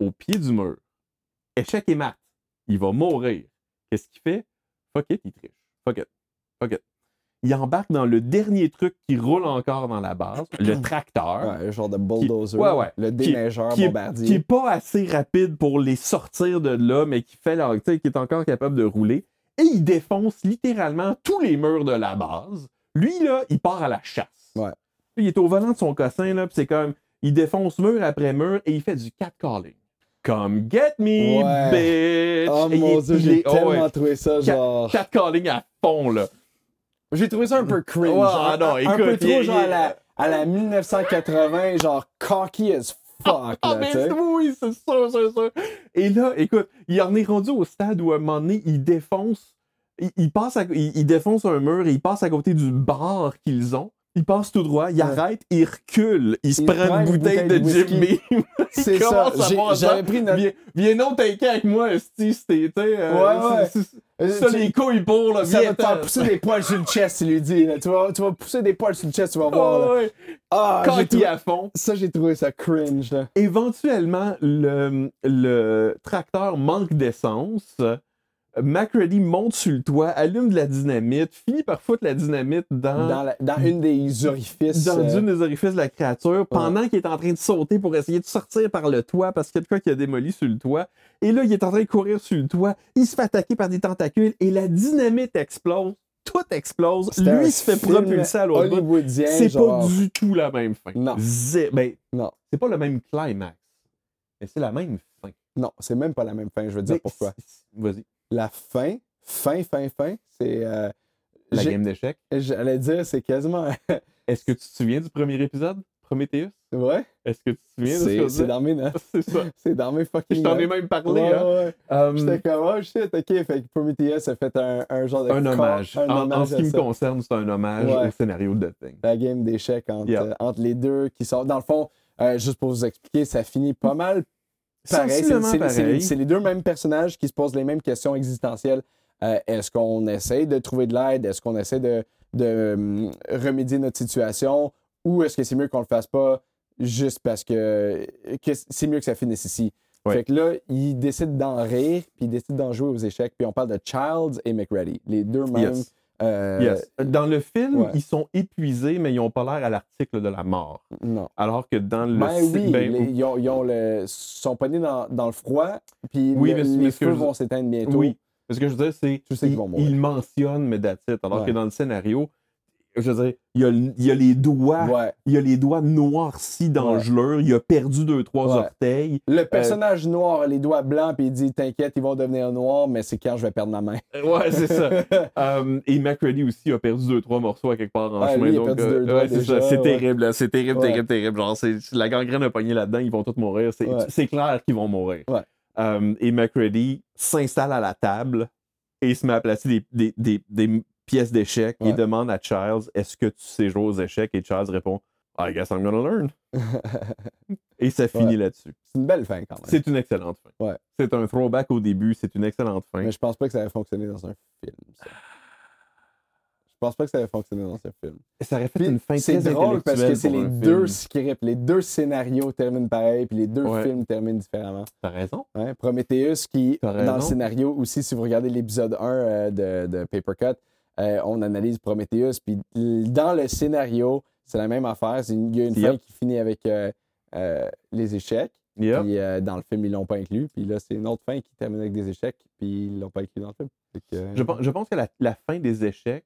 Speaker 2: au pied du mur, échec et mat, il va mourir. Qu'est-ce qu'il fait? Fuck it, il triche. Fuck it. Fuck it. Il embarque dans le dernier truc qui roule encore dans la base, le tracteur
Speaker 1: Ouais, le genre de bulldozer.
Speaker 2: Ouais, ouais.
Speaker 1: Le
Speaker 2: Qui-
Speaker 1: déneigeur
Speaker 2: qui est-
Speaker 1: bombardier.
Speaker 2: qui est pas assez rapide pour les sortir de là, mais qui fait leur, tu sais, qui est encore capable de rouler. Et il défonce littéralement tous les murs de la base. Lui, là, il part à la chasse.
Speaker 1: Ouais.
Speaker 2: Il est au volant de son cossin, là, puis c'est comme, il défonce mur après mur et il fait du catcalling. Comme, get me, bitch!
Speaker 1: Oh
Speaker 2: Et
Speaker 1: mon
Speaker 2: il-
Speaker 1: dieu,
Speaker 2: il
Speaker 1: j'ai
Speaker 2: est- oh,
Speaker 1: tellement
Speaker 2: ouais,
Speaker 1: trouvé ça genre.
Speaker 2: Catcalling à fond, là.
Speaker 1: J'ai trouvé ça un peu cringe.
Speaker 2: Ouais,
Speaker 1: genre,
Speaker 2: non,
Speaker 1: un,
Speaker 2: écoute,
Speaker 1: peu trop
Speaker 2: il est-
Speaker 1: genre à la, à la 1980, genre cocky as fuck.
Speaker 2: Ah,
Speaker 1: là,
Speaker 2: mais
Speaker 1: tu sais.
Speaker 2: c'est- oui, c'est sûr, c'est sûr. Et là, écoute, il en est rendu au stade où à un moment donné, il défonce, il, il passe à- il, il défonce un mur et il passe à côté du bar qu'ils ont. Il passe tout droit, il arrête, il recule, il se
Speaker 1: Il
Speaker 2: prend une bouteille, de
Speaker 1: whisky.
Speaker 2: Jimmy.
Speaker 1: C'est ça. hein?
Speaker 2: commence à
Speaker 1: J'ai-
Speaker 2: boire
Speaker 1: J'avais
Speaker 2: ça.
Speaker 1: pris notre.
Speaker 2: viens, viens donc t'inquiète avec moi, si c'était.
Speaker 1: Ouais, ouais. Euh,
Speaker 2: Ça,
Speaker 1: tu-
Speaker 2: les couilles pour, là,
Speaker 1: ça
Speaker 2: viens
Speaker 1: va te faire
Speaker 2: t'en-
Speaker 1: pousser des poils sur le chest, il lui dit. là. Tu, vas, tu vas pousser des poils sur le chest, tu vas voir.
Speaker 2: Ouais,
Speaker 1: là.
Speaker 2: ouais.
Speaker 1: Ah, j'ai
Speaker 2: Cocky
Speaker 1: trouvé-
Speaker 2: à fond.
Speaker 1: ça, j'ai trouvé ça cringe. Là.
Speaker 2: Hein? Éventuellement, le, le tracteur manque d'essence. MacReady monte sur le toit, allume de la dynamite, finit par foutre la dynamite dans,
Speaker 1: Dans, la- dans une des orifices.
Speaker 2: dans
Speaker 1: euh,
Speaker 2: une des orifices de la créature pendant qu'il est en train de sauter pour essayer de sortir par le toit parce qu'il y a de quoi qui a démoli sur le toit. Et là, il est en train de courir sur le toit. Il se fait attaquer par des tentacules et la dynamite explose. Tout explose.
Speaker 1: c'était un
Speaker 2: Lui se fait
Speaker 1: film
Speaker 2: propulser à l'autre bout.
Speaker 1: hollywoodien.
Speaker 2: C'est pas
Speaker 1: genre.
Speaker 2: du tout la même fin.
Speaker 1: Non.
Speaker 2: Zé- ben,
Speaker 1: Non.
Speaker 2: C'est pas le même climax. Mais c'est la même fin.
Speaker 1: Non, c'est même pas la même fin. Je veux dire
Speaker 2: Mais
Speaker 1: pourquoi.
Speaker 2: c'est- c'est- Vas-y.
Speaker 1: La fin, fin, fin, fin, c'est. euh,
Speaker 2: La
Speaker 1: j'ai-
Speaker 2: game d'échecs.
Speaker 1: J'allais dire, c'est quasiment.
Speaker 2: Est-ce que tu te souviens du premier épisode, Prometheus?
Speaker 1: ouais.
Speaker 2: Est-ce que tu te souviens de ce
Speaker 1: C'est
Speaker 2: qu'on
Speaker 1: c'est
Speaker 2: disait?
Speaker 1: dans mes notes.
Speaker 2: C'est ça.
Speaker 1: C'est dans mes fucking.
Speaker 2: Je t'en ai
Speaker 1: notes.
Speaker 2: même parlé.
Speaker 1: Ouais,
Speaker 2: hein.
Speaker 1: ouais.
Speaker 2: Euh,
Speaker 1: J'étais comme, oh shit, ok. Fait que Prometheus a fait un, un genre de.
Speaker 2: Euh, un
Speaker 1: cor-
Speaker 2: hommage.
Speaker 1: Un
Speaker 2: en, en
Speaker 1: hommage
Speaker 2: ce
Speaker 1: à
Speaker 2: qui me
Speaker 1: ça.
Speaker 2: concerne, c'est un hommage
Speaker 1: Ouais.
Speaker 2: au scénario de The Thing.
Speaker 1: la game d'échecs entre,
Speaker 2: Yeah.
Speaker 1: euh, entre les deux qui sont. Dans le fond, euh, juste pour vous expliquer, ça finit pas mal pareil. C'est-
Speaker 2: Sensiblement
Speaker 1: c'est- C'est
Speaker 2: pareil.
Speaker 1: c'est les deux mêmes personnages qui se posent les mêmes questions existentielles. Euh, Est-ce qu'on essaie de trouver de l'aide? Est-ce qu'on essaie de, de, hum, remédier notre situation? Ou est-ce que c'est mieux qu'on le fasse pas juste parce que, que c'est mieux que ça finisse ici?
Speaker 2: Ouais.
Speaker 1: Fait que là, ils décident d'en rire, puis ils décident d'en jouer aux échecs. Puis on parle de Childs et McReady, les deux mêmes.
Speaker 2: Yes.
Speaker 1: euh,
Speaker 2: Yes. Dans le film,
Speaker 1: ouais.
Speaker 2: ils sont épuisés, mais ils n'ont pas l'air à l'article de la mort.
Speaker 1: Non.
Speaker 2: Alors que dans le.
Speaker 1: Ben
Speaker 2: ci-
Speaker 1: oui,
Speaker 2: ben,
Speaker 1: les- ils, ont, ils ont le, sont pognés dans, dans le froid, puis
Speaker 2: Oui,
Speaker 1: le-
Speaker 2: mais c'est- mais
Speaker 1: les
Speaker 2: ce que
Speaker 1: feux
Speaker 2: je-
Speaker 1: vont s'éteindre bientôt.
Speaker 2: Oui. Ce que je veux dire, c'est
Speaker 1: Tu sais qu'ils
Speaker 2: il-
Speaker 1: vont mourir.
Speaker 2: il mentionne, mais that's it. Alors
Speaker 1: Ouais.
Speaker 2: que dans le scénario, je veux dire, il y a, le- il y a les doigts,
Speaker 1: Ouais.
Speaker 2: il y a les doigts noircis d'engelure, il a perdu deux, trois
Speaker 1: Ouais.
Speaker 2: orteils.
Speaker 1: Le personnage noir a les doigts blancs, puis il dit T'inquiète, ils vont devenir noirs, mais c'est quand je vais perdre ma main.
Speaker 2: Euh, Ouais, c'est ça. Euh, et McCready aussi a perdu deux, trois morceaux à quelque part en
Speaker 1: Ouais,
Speaker 2: chemin.
Speaker 1: lui, il a
Speaker 2: donc,
Speaker 1: perdu
Speaker 2: euh,
Speaker 1: deux doigts
Speaker 2: ouais, c'est
Speaker 1: déjà,
Speaker 2: ça. C'est
Speaker 1: ouais.
Speaker 2: terrible, là. c'est terrible,
Speaker 1: Ouais.
Speaker 2: terrible, terrible. Genre, c'est, la gangrène a pogné là-dedans, ils vont tous mourir. C'est,
Speaker 1: Ouais.
Speaker 2: c'est clair qu'ils vont mourir.
Speaker 1: Ouais.
Speaker 2: Euh, et McCready s'installe à la table et se met à placer des, des- des- des pièces d'échecs et
Speaker 1: Ouais.
Speaker 2: demande à Charles Est-ce que tu sais jouer aux échecs Et Charles répond I guess I'm gonna learn. Et ça finit là-dessus.
Speaker 1: c'est une belle fin quand même.
Speaker 2: C'est une excellente fin.
Speaker 1: Ouais.
Speaker 2: C'est un throwback au début, c'est une excellente fin.
Speaker 1: Mais je pense pas que ça avait fonctionné dans un film. ça. Je pense pas que ça avait fonctionné dans un film.
Speaker 2: Ça aurait fait
Speaker 1: Puis,
Speaker 2: une fin
Speaker 1: C'est
Speaker 2: très
Speaker 1: drôle parce que
Speaker 2: intellectuelle
Speaker 1: c'est
Speaker 2: pour
Speaker 1: les
Speaker 2: un
Speaker 1: deux
Speaker 2: film.
Speaker 1: scripts, les deux scénarios terminent pareil, puis les deux
Speaker 2: Ouais.
Speaker 1: films terminent différemment.
Speaker 2: T'as raison.
Speaker 1: Hein, Prometheus, qui,
Speaker 2: T'as
Speaker 1: dans
Speaker 2: raison.
Speaker 1: le scénario aussi, si vous regardez l'épisode 1 euh, de, de Paper Cut, euh, on analyse Prometheus. Puis l- dans le scénario, c'est la même affaire. C'est une- Il y a une
Speaker 2: Yep.
Speaker 1: fin qui finit avec euh, euh, les échecs.
Speaker 2: Yep.
Speaker 1: Puis euh, dans le film, ils l'ont pas inclus. Puis là, c'est une autre fin qui termine avec des échecs. Puis ils l'ont pas inclus dans le film. Fait que, euh,
Speaker 2: Je, pense, je pense que la, la fin des échecs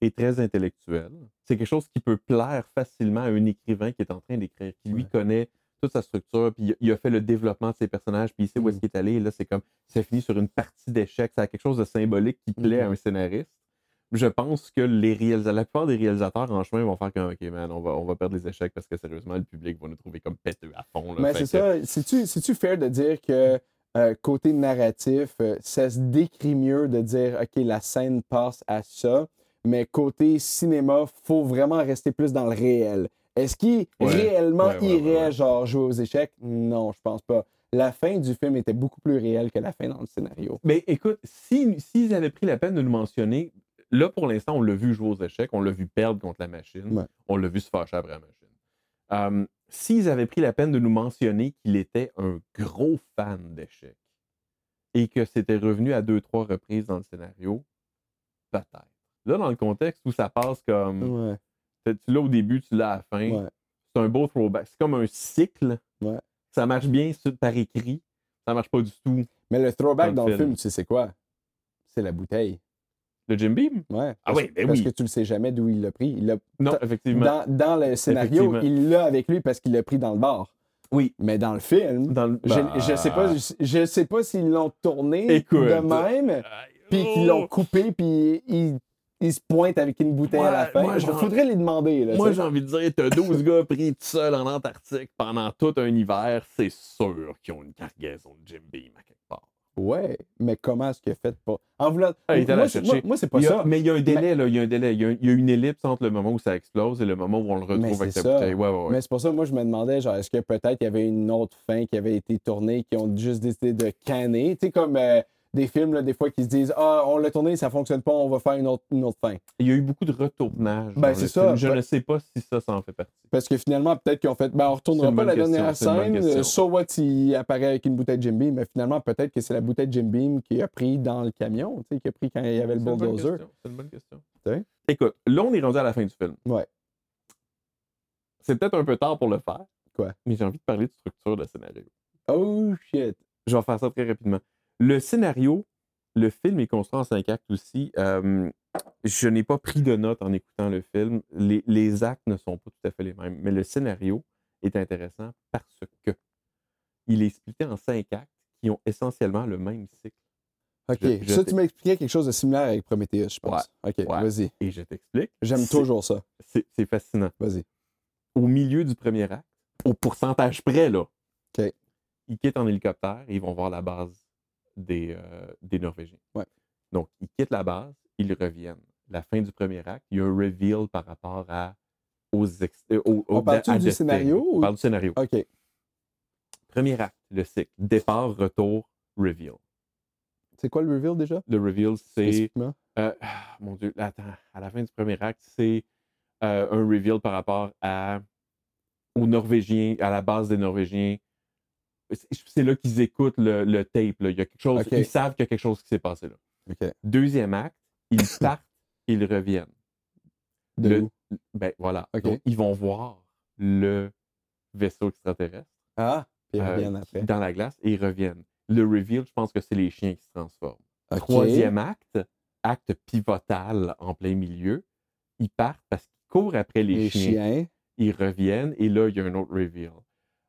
Speaker 2: est très intellectuelle. C'est quelque chose qui peut plaire facilement à un écrivain qui est en train d'écrire, qui lui
Speaker 1: Ouais.
Speaker 2: connaît toute sa structure, puis il a- il a fait le développement de ses personnages, puis il sait où est-ce
Speaker 1: Mhm.
Speaker 2: qu'il est allé. Et là, c'est comme, ça finit sur une partie d'échecs. Ça a quelque chose de symbolique qui plaît à
Speaker 1: Mhm.
Speaker 2: un scénariste. Je pense que les réalisa- la plupart des réalisateurs en chemin vont faire comme, OK, man, on va, on va perdre les échecs parce que sérieusement, le public va nous trouver comme péteux à fond. là.
Speaker 1: Mais
Speaker 2: Fait
Speaker 1: Ben, c'est ça.
Speaker 2: que-
Speaker 1: C'est-tu c'est-tu fair de dire que euh, côté narratif, euh, ça se décrit mieux de dire OK, la scène passe à ça, mais côté cinéma, faut vraiment rester plus dans le réel. Est-ce qu'il
Speaker 2: Ouais.
Speaker 1: réellement
Speaker 2: Ouais, ouais,
Speaker 1: irait
Speaker 2: ouais, ouais.
Speaker 1: genre jouer aux échecs Non, je pense pas. La fin du film était beaucoup plus réelle que la fin dans le scénario.
Speaker 2: Mais écoute, si- s'ils avaient pris la peine de nous mentionner, là pour l'instant, on l'a vu jouer aux échecs, on l'a vu perdre contre la machine,
Speaker 1: Ouais.
Speaker 2: on l'a vu se fâcher après la machine. Euh, s'ils avaient pris la peine de nous mentionner qu'il était un gros fan d'échecs et que c'était revenu à deux, trois reprises dans le scénario, peut-être. Là, dans le contexte où ça passe comme.
Speaker 1: Ouais.
Speaker 2: Tu l'as au début, tu l'as à la fin.
Speaker 1: Ouais.
Speaker 2: C'est un beau throwback. C'est comme un cycle.
Speaker 1: Ouais.
Speaker 2: Ça marche bien sur- par écrit. Ça marche pas du tout.
Speaker 1: Mais le throwback
Speaker 2: Comme
Speaker 1: dans le
Speaker 2: film.
Speaker 1: film, tu sais, c'est quoi C'est la bouteille.
Speaker 2: Le Jim Beam?
Speaker 1: Ouais.
Speaker 2: Ah
Speaker 1: Parce-
Speaker 2: oui, ben
Speaker 1: Parce
Speaker 2: oui.
Speaker 1: que tu ne sais jamais d'où il l'a pris. Il l'a
Speaker 2: Non,
Speaker 1: Ta-
Speaker 2: effectivement.
Speaker 1: dans, dans le scénario,
Speaker 2: Effectivement.
Speaker 1: il l'a avec lui parce qu'il l'a pris dans le bar.
Speaker 2: Oui.
Speaker 1: Mais dans le film,
Speaker 2: Dans le-
Speaker 1: je-
Speaker 2: Bah,
Speaker 1: je ne sais pas, je, je sais pas s'ils l'ont tourné
Speaker 2: Écoute.
Speaker 1: de même,
Speaker 2: aïe,
Speaker 1: puis qu'ils
Speaker 2: oh.
Speaker 1: l'ont coupé, puis ils, ils se pointent avec une bouteille à la
Speaker 2: Moi-
Speaker 1: fin.
Speaker 2: moi,
Speaker 1: Il
Speaker 2: j'en-
Speaker 1: faudrait les demander. Là,
Speaker 2: Moi,
Speaker 1: tu sais.
Speaker 2: j'ai envie de dire, t'as 12 gars pris tout seuls en Antarctique pendant tout un hiver, c'est sûr qu'ils ont une cargaison de Jim Beam à quelque part.
Speaker 1: Ouais, mais comment est-ce qu'il a fait pour. En voulant.
Speaker 2: Ah, il était allé
Speaker 1: moi,
Speaker 2: la
Speaker 1: c'est-
Speaker 2: chercher.
Speaker 1: moi- moi, c'est pas
Speaker 2: Il y a-
Speaker 1: ça.
Speaker 2: Mais il y a un délai, là, il y a un délai. Il y a, un- il y a une ellipse entre le moment où ça explose et le moment où on le
Speaker 1: Mais
Speaker 2: retrouve avec
Speaker 1: c'est
Speaker 2: la
Speaker 1: ça.
Speaker 2: bouteille. Ouais, ouais, ouais.
Speaker 1: Mais c'est pour ça, moi, je me demandais, genre, est-ce que peut-être il y avait une autre fin qui avait été tournée, qui ont juste décidé de canner. Tu sais, comme euh, des films, là, des fois, qui se disent, ah, on l'a tourné, ça fonctionne pas, on va faire une autre, une autre fin.
Speaker 2: Il y a eu beaucoup de retournages.
Speaker 1: Ben,
Speaker 2: dans
Speaker 1: c'est
Speaker 2: le
Speaker 1: ça.
Speaker 2: film. Je
Speaker 1: Ben-
Speaker 2: ne sais pas si ça, ça en fait partie.
Speaker 1: Parce que finalement, peut-être qu'ils ont fait, ben, on retournera
Speaker 2: C'est une
Speaker 1: pas la
Speaker 2: bonne
Speaker 1: dernière
Speaker 2: question, c'est une
Speaker 1: scène.
Speaker 2: bonne
Speaker 1: euh,
Speaker 2: question.
Speaker 1: So what il apparaît avec une bouteille de Jim Beam, mais finalement, peut-être que c'est la bouteille de Jim Beam qui a pris dans le camion, tu sais, qui a pris quand il y avait le
Speaker 2: C'est une bonne
Speaker 1: bulldozer.
Speaker 2: question, C'est une bonne question.
Speaker 1: Tu sais?
Speaker 2: Écoute, là, on est rendu à la fin du film.
Speaker 1: Ouais.
Speaker 2: C'est peut-être un peu tard pour le faire.
Speaker 1: Quoi?
Speaker 2: Mais j'ai envie de parler de structure de scénario.
Speaker 1: Oh shit.
Speaker 2: Je vais faire ça très rapidement. Le scénario, le film est construit en cinq actes aussi. Euh, je n'ai pas pris de notes en écoutant le film. Les, les actes ne sont pas tout à fait les mêmes, mais le scénario est intéressant parce que il est splitté en cinq actes qui ont essentiellement le même cycle.
Speaker 1: Ok.
Speaker 2: Je- je
Speaker 1: ça,
Speaker 2: sais.
Speaker 1: tu m'expliquais quelque chose de similaire avec Prometheus, je pense. Ok,
Speaker 2: Ouais.
Speaker 1: vas-y.
Speaker 2: Et je t'explique.
Speaker 1: J'aime
Speaker 2: C'est-
Speaker 1: toujours ça.
Speaker 2: C'est c'est fascinant.
Speaker 1: Vas-y.
Speaker 2: Au milieu du premier acte, au pourcentage près, là,
Speaker 1: OK.
Speaker 2: ils quittent en hélicoptère et ils vont voir la base des, euh, des Norvégiens.
Speaker 1: Ouais.
Speaker 2: Donc, ils quittent la base, ils reviennent. La fin du premier acte, il y a un reveal par rapport à, aux, ex- euh, aux-
Speaker 1: On
Speaker 2: aux-
Speaker 1: parle-tu
Speaker 2: à
Speaker 1: du
Speaker 2: Destiny.
Speaker 1: scénario
Speaker 2: On
Speaker 1: ou-
Speaker 2: parle du scénario.
Speaker 1: Ok.
Speaker 2: Premier acte, le cycle. Départ, retour, reveal.
Speaker 1: C'est quoi le reveal déjà?
Speaker 2: Le reveal, c'est.
Speaker 1: Spécifiquement?
Speaker 2: Euh, ah, mon Dieu, là, attends, à la fin du premier acte, c'est euh, un reveal par rapport à, aux Norvégiens, à la base des Norvégiens. C'est- C'est là qu'ils écoutent le, le tape. là. Il y a quelque chose,
Speaker 1: Ok.
Speaker 2: Ils savent qu'il y a quelque chose qui s'est passé là.
Speaker 1: OK.
Speaker 2: Deuxième acte, ils partent, ils reviennent.
Speaker 1: De
Speaker 2: Le-
Speaker 1: où?
Speaker 2: Ben voilà.
Speaker 1: Ok.
Speaker 2: Donc, ils vont voir le vaisseau extraterrestre
Speaker 1: Ah, puis ils
Speaker 2: euh,
Speaker 1: reviennent
Speaker 2: qui-
Speaker 1: après.
Speaker 2: dans la glace et ils reviennent. Le reveal, je pense que c'est les chiens qui se transforment.
Speaker 1: Ok.
Speaker 2: Troisième acte, acte pivotal en plein milieu. Ils partent parce qu'ils courent après les,
Speaker 1: Les
Speaker 2: chiens.
Speaker 1: chiens.
Speaker 2: Ils reviennent et là, il y a un autre reveal.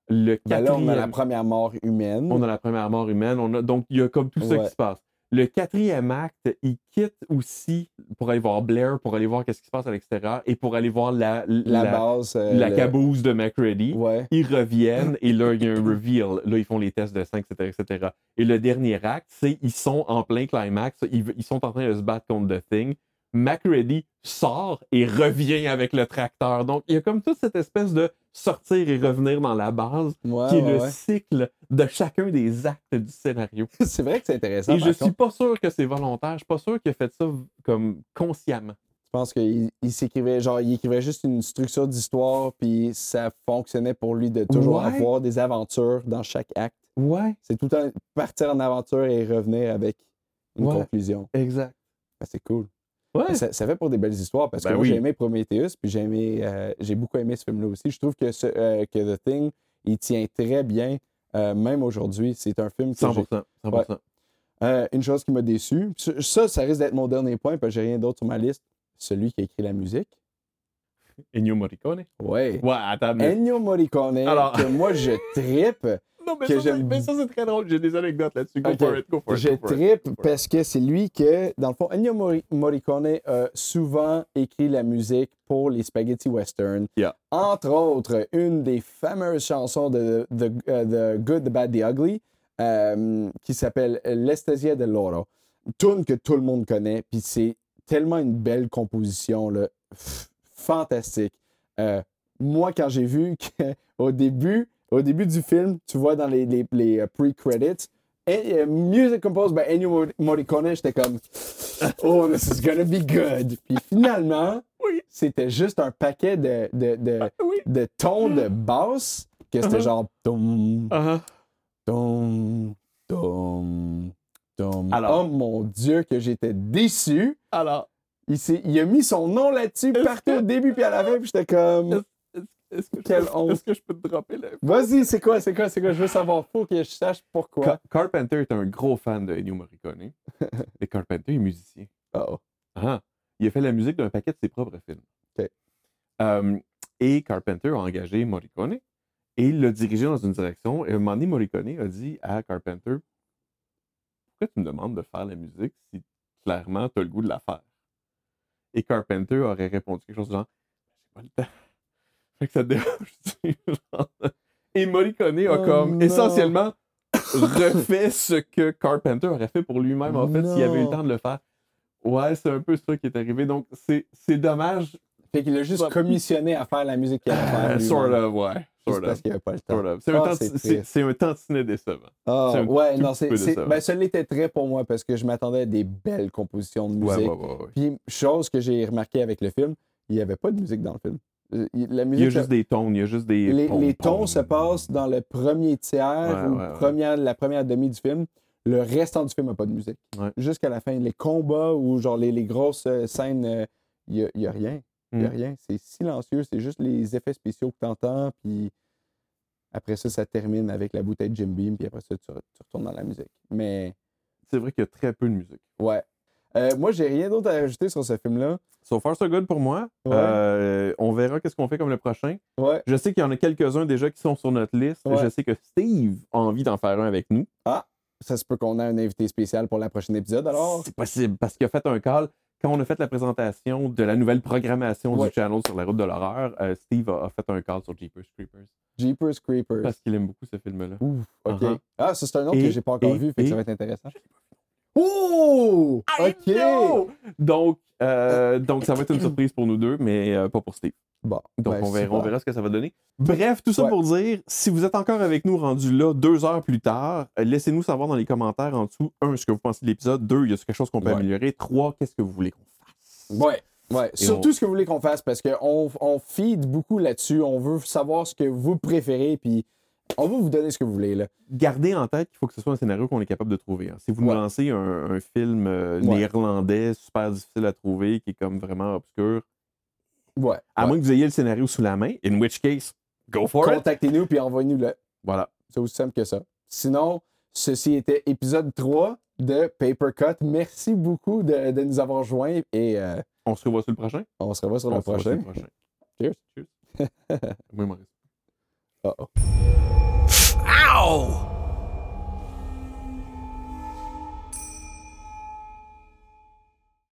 Speaker 2: Le
Speaker 1: Ben là, on
Speaker 2: quatrième,
Speaker 1: a la première mort humaine.
Speaker 2: première mort humaine. On a, donc, il y a comme tout ça
Speaker 1: Ouais.
Speaker 2: qui se passe. Le quatrième acte, ils quittent aussi pour aller voir Blair, pour aller voir qu'est-ce qui se passe à l'extérieur et pour aller voir la,
Speaker 1: la,
Speaker 2: la, la,
Speaker 1: base. euh, le-
Speaker 2: caboose de McCready
Speaker 1: Ouais.
Speaker 2: ils reviennent et là, il y a un reveal. Là, ils font les tests de sang, etc., etc. Et le dernier acte, c'est ils sont en plein climax, ils, ils sont en train de se battre contre The Thing. MacReady sort et revient avec le tracteur. Donc, il y a comme toute cette espèce de sortir et revenir dans la base
Speaker 1: Ouais,
Speaker 2: qui est
Speaker 1: Ah, ouais,
Speaker 2: le
Speaker 1: ouais.
Speaker 2: cycle de chacun des actes du scénario.
Speaker 1: C'est vrai que c'est intéressant.
Speaker 2: Et
Speaker 1: par
Speaker 2: je suis
Speaker 1: contre.
Speaker 2: pas sûr que c'est volontaire. Je suis pas sûr qu'il a fait ça comme consciemment.
Speaker 1: Je pense qu'il il s'écrivait, genre, il écrivait juste une structure d'histoire, puis ça fonctionnait pour lui de toujours
Speaker 2: Ouais.
Speaker 1: avoir des aventures dans chaque acte.
Speaker 2: Ouais,
Speaker 1: C'est tout un partir en aventure et revenir avec une
Speaker 2: Ouais.
Speaker 1: conclusion.
Speaker 2: exact.
Speaker 1: Ben, c'est cool.
Speaker 2: Ouais.
Speaker 1: Ça, ça fait pour des belles histoires parce que
Speaker 2: Ben
Speaker 1: moi,
Speaker 2: oui.
Speaker 1: j'ai aimé Prometheus, puis j'ai aimé, euh, j'ai beaucoup aimé ce film-là aussi. Je trouve que, ce- euh, que The Thing, il tient très bien, euh, même aujourd'hui. C'est un film que j'ai
Speaker 2: 100%. 100%.
Speaker 1: Euh, une chose qui m'a déçu, puis ça- ça, ça risque d'être mon dernier point, parce que j'ai rien d'autre sur ma liste. Celui qui a écrit la musique.
Speaker 2: Ennio Morricone.
Speaker 1: Ouais.
Speaker 2: Ouais, attends, mais-
Speaker 1: Ennio Morricone,
Speaker 2: Alors-
Speaker 1: que moi je trippe.
Speaker 2: Non, mais
Speaker 1: que
Speaker 2: ça, c'est-
Speaker 1: j'aime-
Speaker 2: mais ça, c'est très drôle. J'ai des anecdotes là-dessus. Go
Speaker 1: Ok.
Speaker 2: for it, go for it,
Speaker 1: je
Speaker 2: go for it,
Speaker 1: trippe
Speaker 2: go for it.
Speaker 1: parce que c'est lui que, dans le fond, Ennio Mori- Morricone a souvent écrit la musique pour les spaghetti western.
Speaker 2: Yeah.
Speaker 1: Entre autres, une des fameuses chansons de The, euh, The Good, The Bad, The Ugly. euh, qui s'appelle L'Estesia del Loro. Tune que tout le monde connaît, puis c'est tellement une belle composition, là. Pff, fantastique. Euh, moi, quand j'ai vu qu'au début, au début du film, tu vois dans les, les, les, euh, pre-credits, et, euh, Music composed by Ennio Mor- Morricone, j'étais comme Oh, this is gonna be good. Puis finalement, c'était juste un paquet de, de, de, de tons de basse que
Speaker 6: Uh-huh.
Speaker 1: c'était genre Tom, tom, tom, tom.
Speaker 6: Alors.
Speaker 1: Oh mon Dieu, que j'étais déçu.
Speaker 6: Alors,
Speaker 1: Il, s'est- il a mis son nom là-dessus
Speaker 6: Est-ce
Speaker 1: partout
Speaker 6: que-
Speaker 1: au début puis à la fin, puis j'étais comme
Speaker 6: est-ce que, je
Speaker 1: Quelle
Speaker 6: peux-
Speaker 1: honte.
Speaker 6: est-ce que je peux te dropper là?
Speaker 1: Vas-y, c'est quoi, c'est quoi, c'est quoi, je veux savoir, faut que je sache pourquoi.
Speaker 2: Ca- Carpenter est un gros fan de Ennio Morricone. Et Carpenter est musicien.
Speaker 1: Oh.
Speaker 2: Ah, il a fait la musique d'un paquet de ses propres films.
Speaker 1: Ok.
Speaker 2: Euh, et Carpenter a engagé Morricone et il l'a dirigé dans une direction. Et à un moment donné, Morricone a dit à Carpenter Pourquoi tu me demandes de faire la musique si clairement tu as le goût de la faire Et Carpenter aurait répondu quelque chose du genre "Ben, J'ai pas le temps. Fait que ça te dérange. genre. et Morricone a
Speaker 1: Oh
Speaker 2: comme
Speaker 1: non.
Speaker 2: essentiellement refait ce que Carpenter aurait fait pour lui-même, en fait, s'il avait eu le
Speaker 1: Non.
Speaker 2: temps de le faire. Ouais, c'est un peu ça qui est arrivé. Donc, c'est c'est dommage.
Speaker 1: Fait qu'il a juste
Speaker 2: Ouais.
Speaker 1: commissionné à faire la musique qu'il allait faire.
Speaker 2: Euh,
Speaker 1: Ah, lui-même.
Speaker 2: sort of, ouais.
Speaker 1: Juste
Speaker 2: Sort
Speaker 1: parce
Speaker 2: of.
Speaker 1: qu'il n'y avait pas le temps.
Speaker 2: Sort of. C'est un
Speaker 1: Ah,
Speaker 2: tanti-
Speaker 1: c'est
Speaker 2: c'est-
Speaker 1: triste.
Speaker 2: c'est un tantinet décevant.
Speaker 1: Ah,
Speaker 2: C'est un
Speaker 1: ouais,
Speaker 2: tout
Speaker 1: non,
Speaker 2: petit
Speaker 1: c'est,
Speaker 2: peu
Speaker 1: c'est-
Speaker 2: décevant.
Speaker 1: ben, ça l'était très pour moi parce que je m'attendais à des belles compositions de musique.
Speaker 2: Ouais, ouais, ouais, ouais.
Speaker 1: Puis, chose que j'ai remarqué avec le film, il n'y avait pas de musique dans le film. Euh, il- La
Speaker 2: Il y
Speaker 1: musique,
Speaker 2: a juste des tons, il y a juste des.
Speaker 1: les,
Speaker 2: pom-
Speaker 1: les tons
Speaker 2: pom.
Speaker 1: se passent dans le premier tiers
Speaker 2: Ouais,
Speaker 1: ou
Speaker 2: ouais, ouais.
Speaker 1: première- la première demi du film. Le restant du film n'a pas de musique.
Speaker 2: Ouais.
Speaker 1: Jusqu'à la fin. Les combats ou genre les, les grosses euh, scènes, euh, il n'y a, rien. Il n'y a
Speaker 2: Mm.
Speaker 1: rien. C'est silencieux. C'est juste les effets spéciaux que tu entends. Puis après ça, ça termine avec la bouteille de Jim Beam. Puis après ça, tu, re- tu retournes dans la musique. Mais
Speaker 2: C'est vrai qu'il y a très peu de musique.
Speaker 1: ouais. Euh, moi, j'ai rien d'autre à rajouter sur ce film-là.
Speaker 2: So far, so good pour moi.
Speaker 1: Ouais.
Speaker 2: Euh, on verra qu'est-ce qu'on fait comme le prochain.
Speaker 1: Ouais.
Speaker 2: Je sais qu'il y en a quelques-uns déjà qui sont sur notre liste.
Speaker 1: Ouais.
Speaker 2: Je sais que Steve a envie d'en faire un avec nous.
Speaker 1: Ça se peut qu'on ait un invité spécial pour la prochaine épisode. Alors,
Speaker 2: C'est possible parce qu'il a fait un call. Quand on a fait la présentation de la nouvelle programmation
Speaker 1: Ouais.
Speaker 2: du channel sur la route de l'horreur, euh, Steve a, a fait un call sur Jeepers Creepers
Speaker 1: Jeepers Creepers.
Speaker 2: parce qu'il aime beaucoup ce film-là.
Speaker 1: Ouf, ok.
Speaker 2: Uh-huh.
Speaker 1: Ah, ça, c'est un autre que
Speaker 2: Et-
Speaker 1: j'ai pas encore
Speaker 2: et-
Speaker 1: vu, fait que
Speaker 2: et-
Speaker 1: ça va être intéressant. Oh! Ok!
Speaker 2: No! Donc, euh, donc, ça va être une surprise pour nous deux, mais euh, pas pour Steve.
Speaker 1: Bon,
Speaker 2: Donc,
Speaker 1: ben,
Speaker 2: on, verra,
Speaker 1: super.
Speaker 2: on verra ce que ça va donner. Bref, tout ça
Speaker 1: Ouais.
Speaker 2: pour dire, si vous êtes encore avec nous rendu là deux heures plus tard, euh, laissez-nous savoir dans les commentaires en dessous, un, ce que vous pensez de l'épisode, deux, il y a quelque chose qu'on peut
Speaker 1: Ouais.
Speaker 2: améliorer, trois, qu'est-ce que vous voulez qu'on fasse.
Speaker 1: Ouais, ouais.
Speaker 2: Et
Speaker 1: Surtout
Speaker 2: on-
Speaker 1: ce que vous voulez qu'on fasse, parce qu'on on feed beaucoup là-dessus. On veut savoir ce que vous préférez, puis on va vous donner ce que vous voulez, là.
Speaker 2: Gardez en tête qu'il faut que ce soit un scénario qu'on est capable de trouver. hein. Si vous nous
Speaker 1: Ouais.
Speaker 2: lancez un, un film euh,
Speaker 1: Ouais.
Speaker 2: néerlandais super difficile à trouver, qui est comme vraiment obscur,
Speaker 1: Ouais.
Speaker 2: à
Speaker 1: ouais.
Speaker 2: moins que vous ayez le scénario sous la main, in which case, go for it.
Speaker 1: Contactez-nous, puis envoyez-nous le.
Speaker 2: Voilà.
Speaker 1: C'est aussi simple que ça. Sinon, ceci était épisode 3 de Paper Cut. Merci beaucoup de, de nous avoir joints, et euh,
Speaker 2: On se revoit sur le prochain?
Speaker 1: on se revoit sur
Speaker 2: On
Speaker 1: le
Speaker 2: se revoit
Speaker 1: prochain.
Speaker 2: sur le prochain.
Speaker 1: Cheers.
Speaker 2: Cheers. Moi, il m'en reste.
Speaker 1: Uh-oh.
Speaker 6: Ow!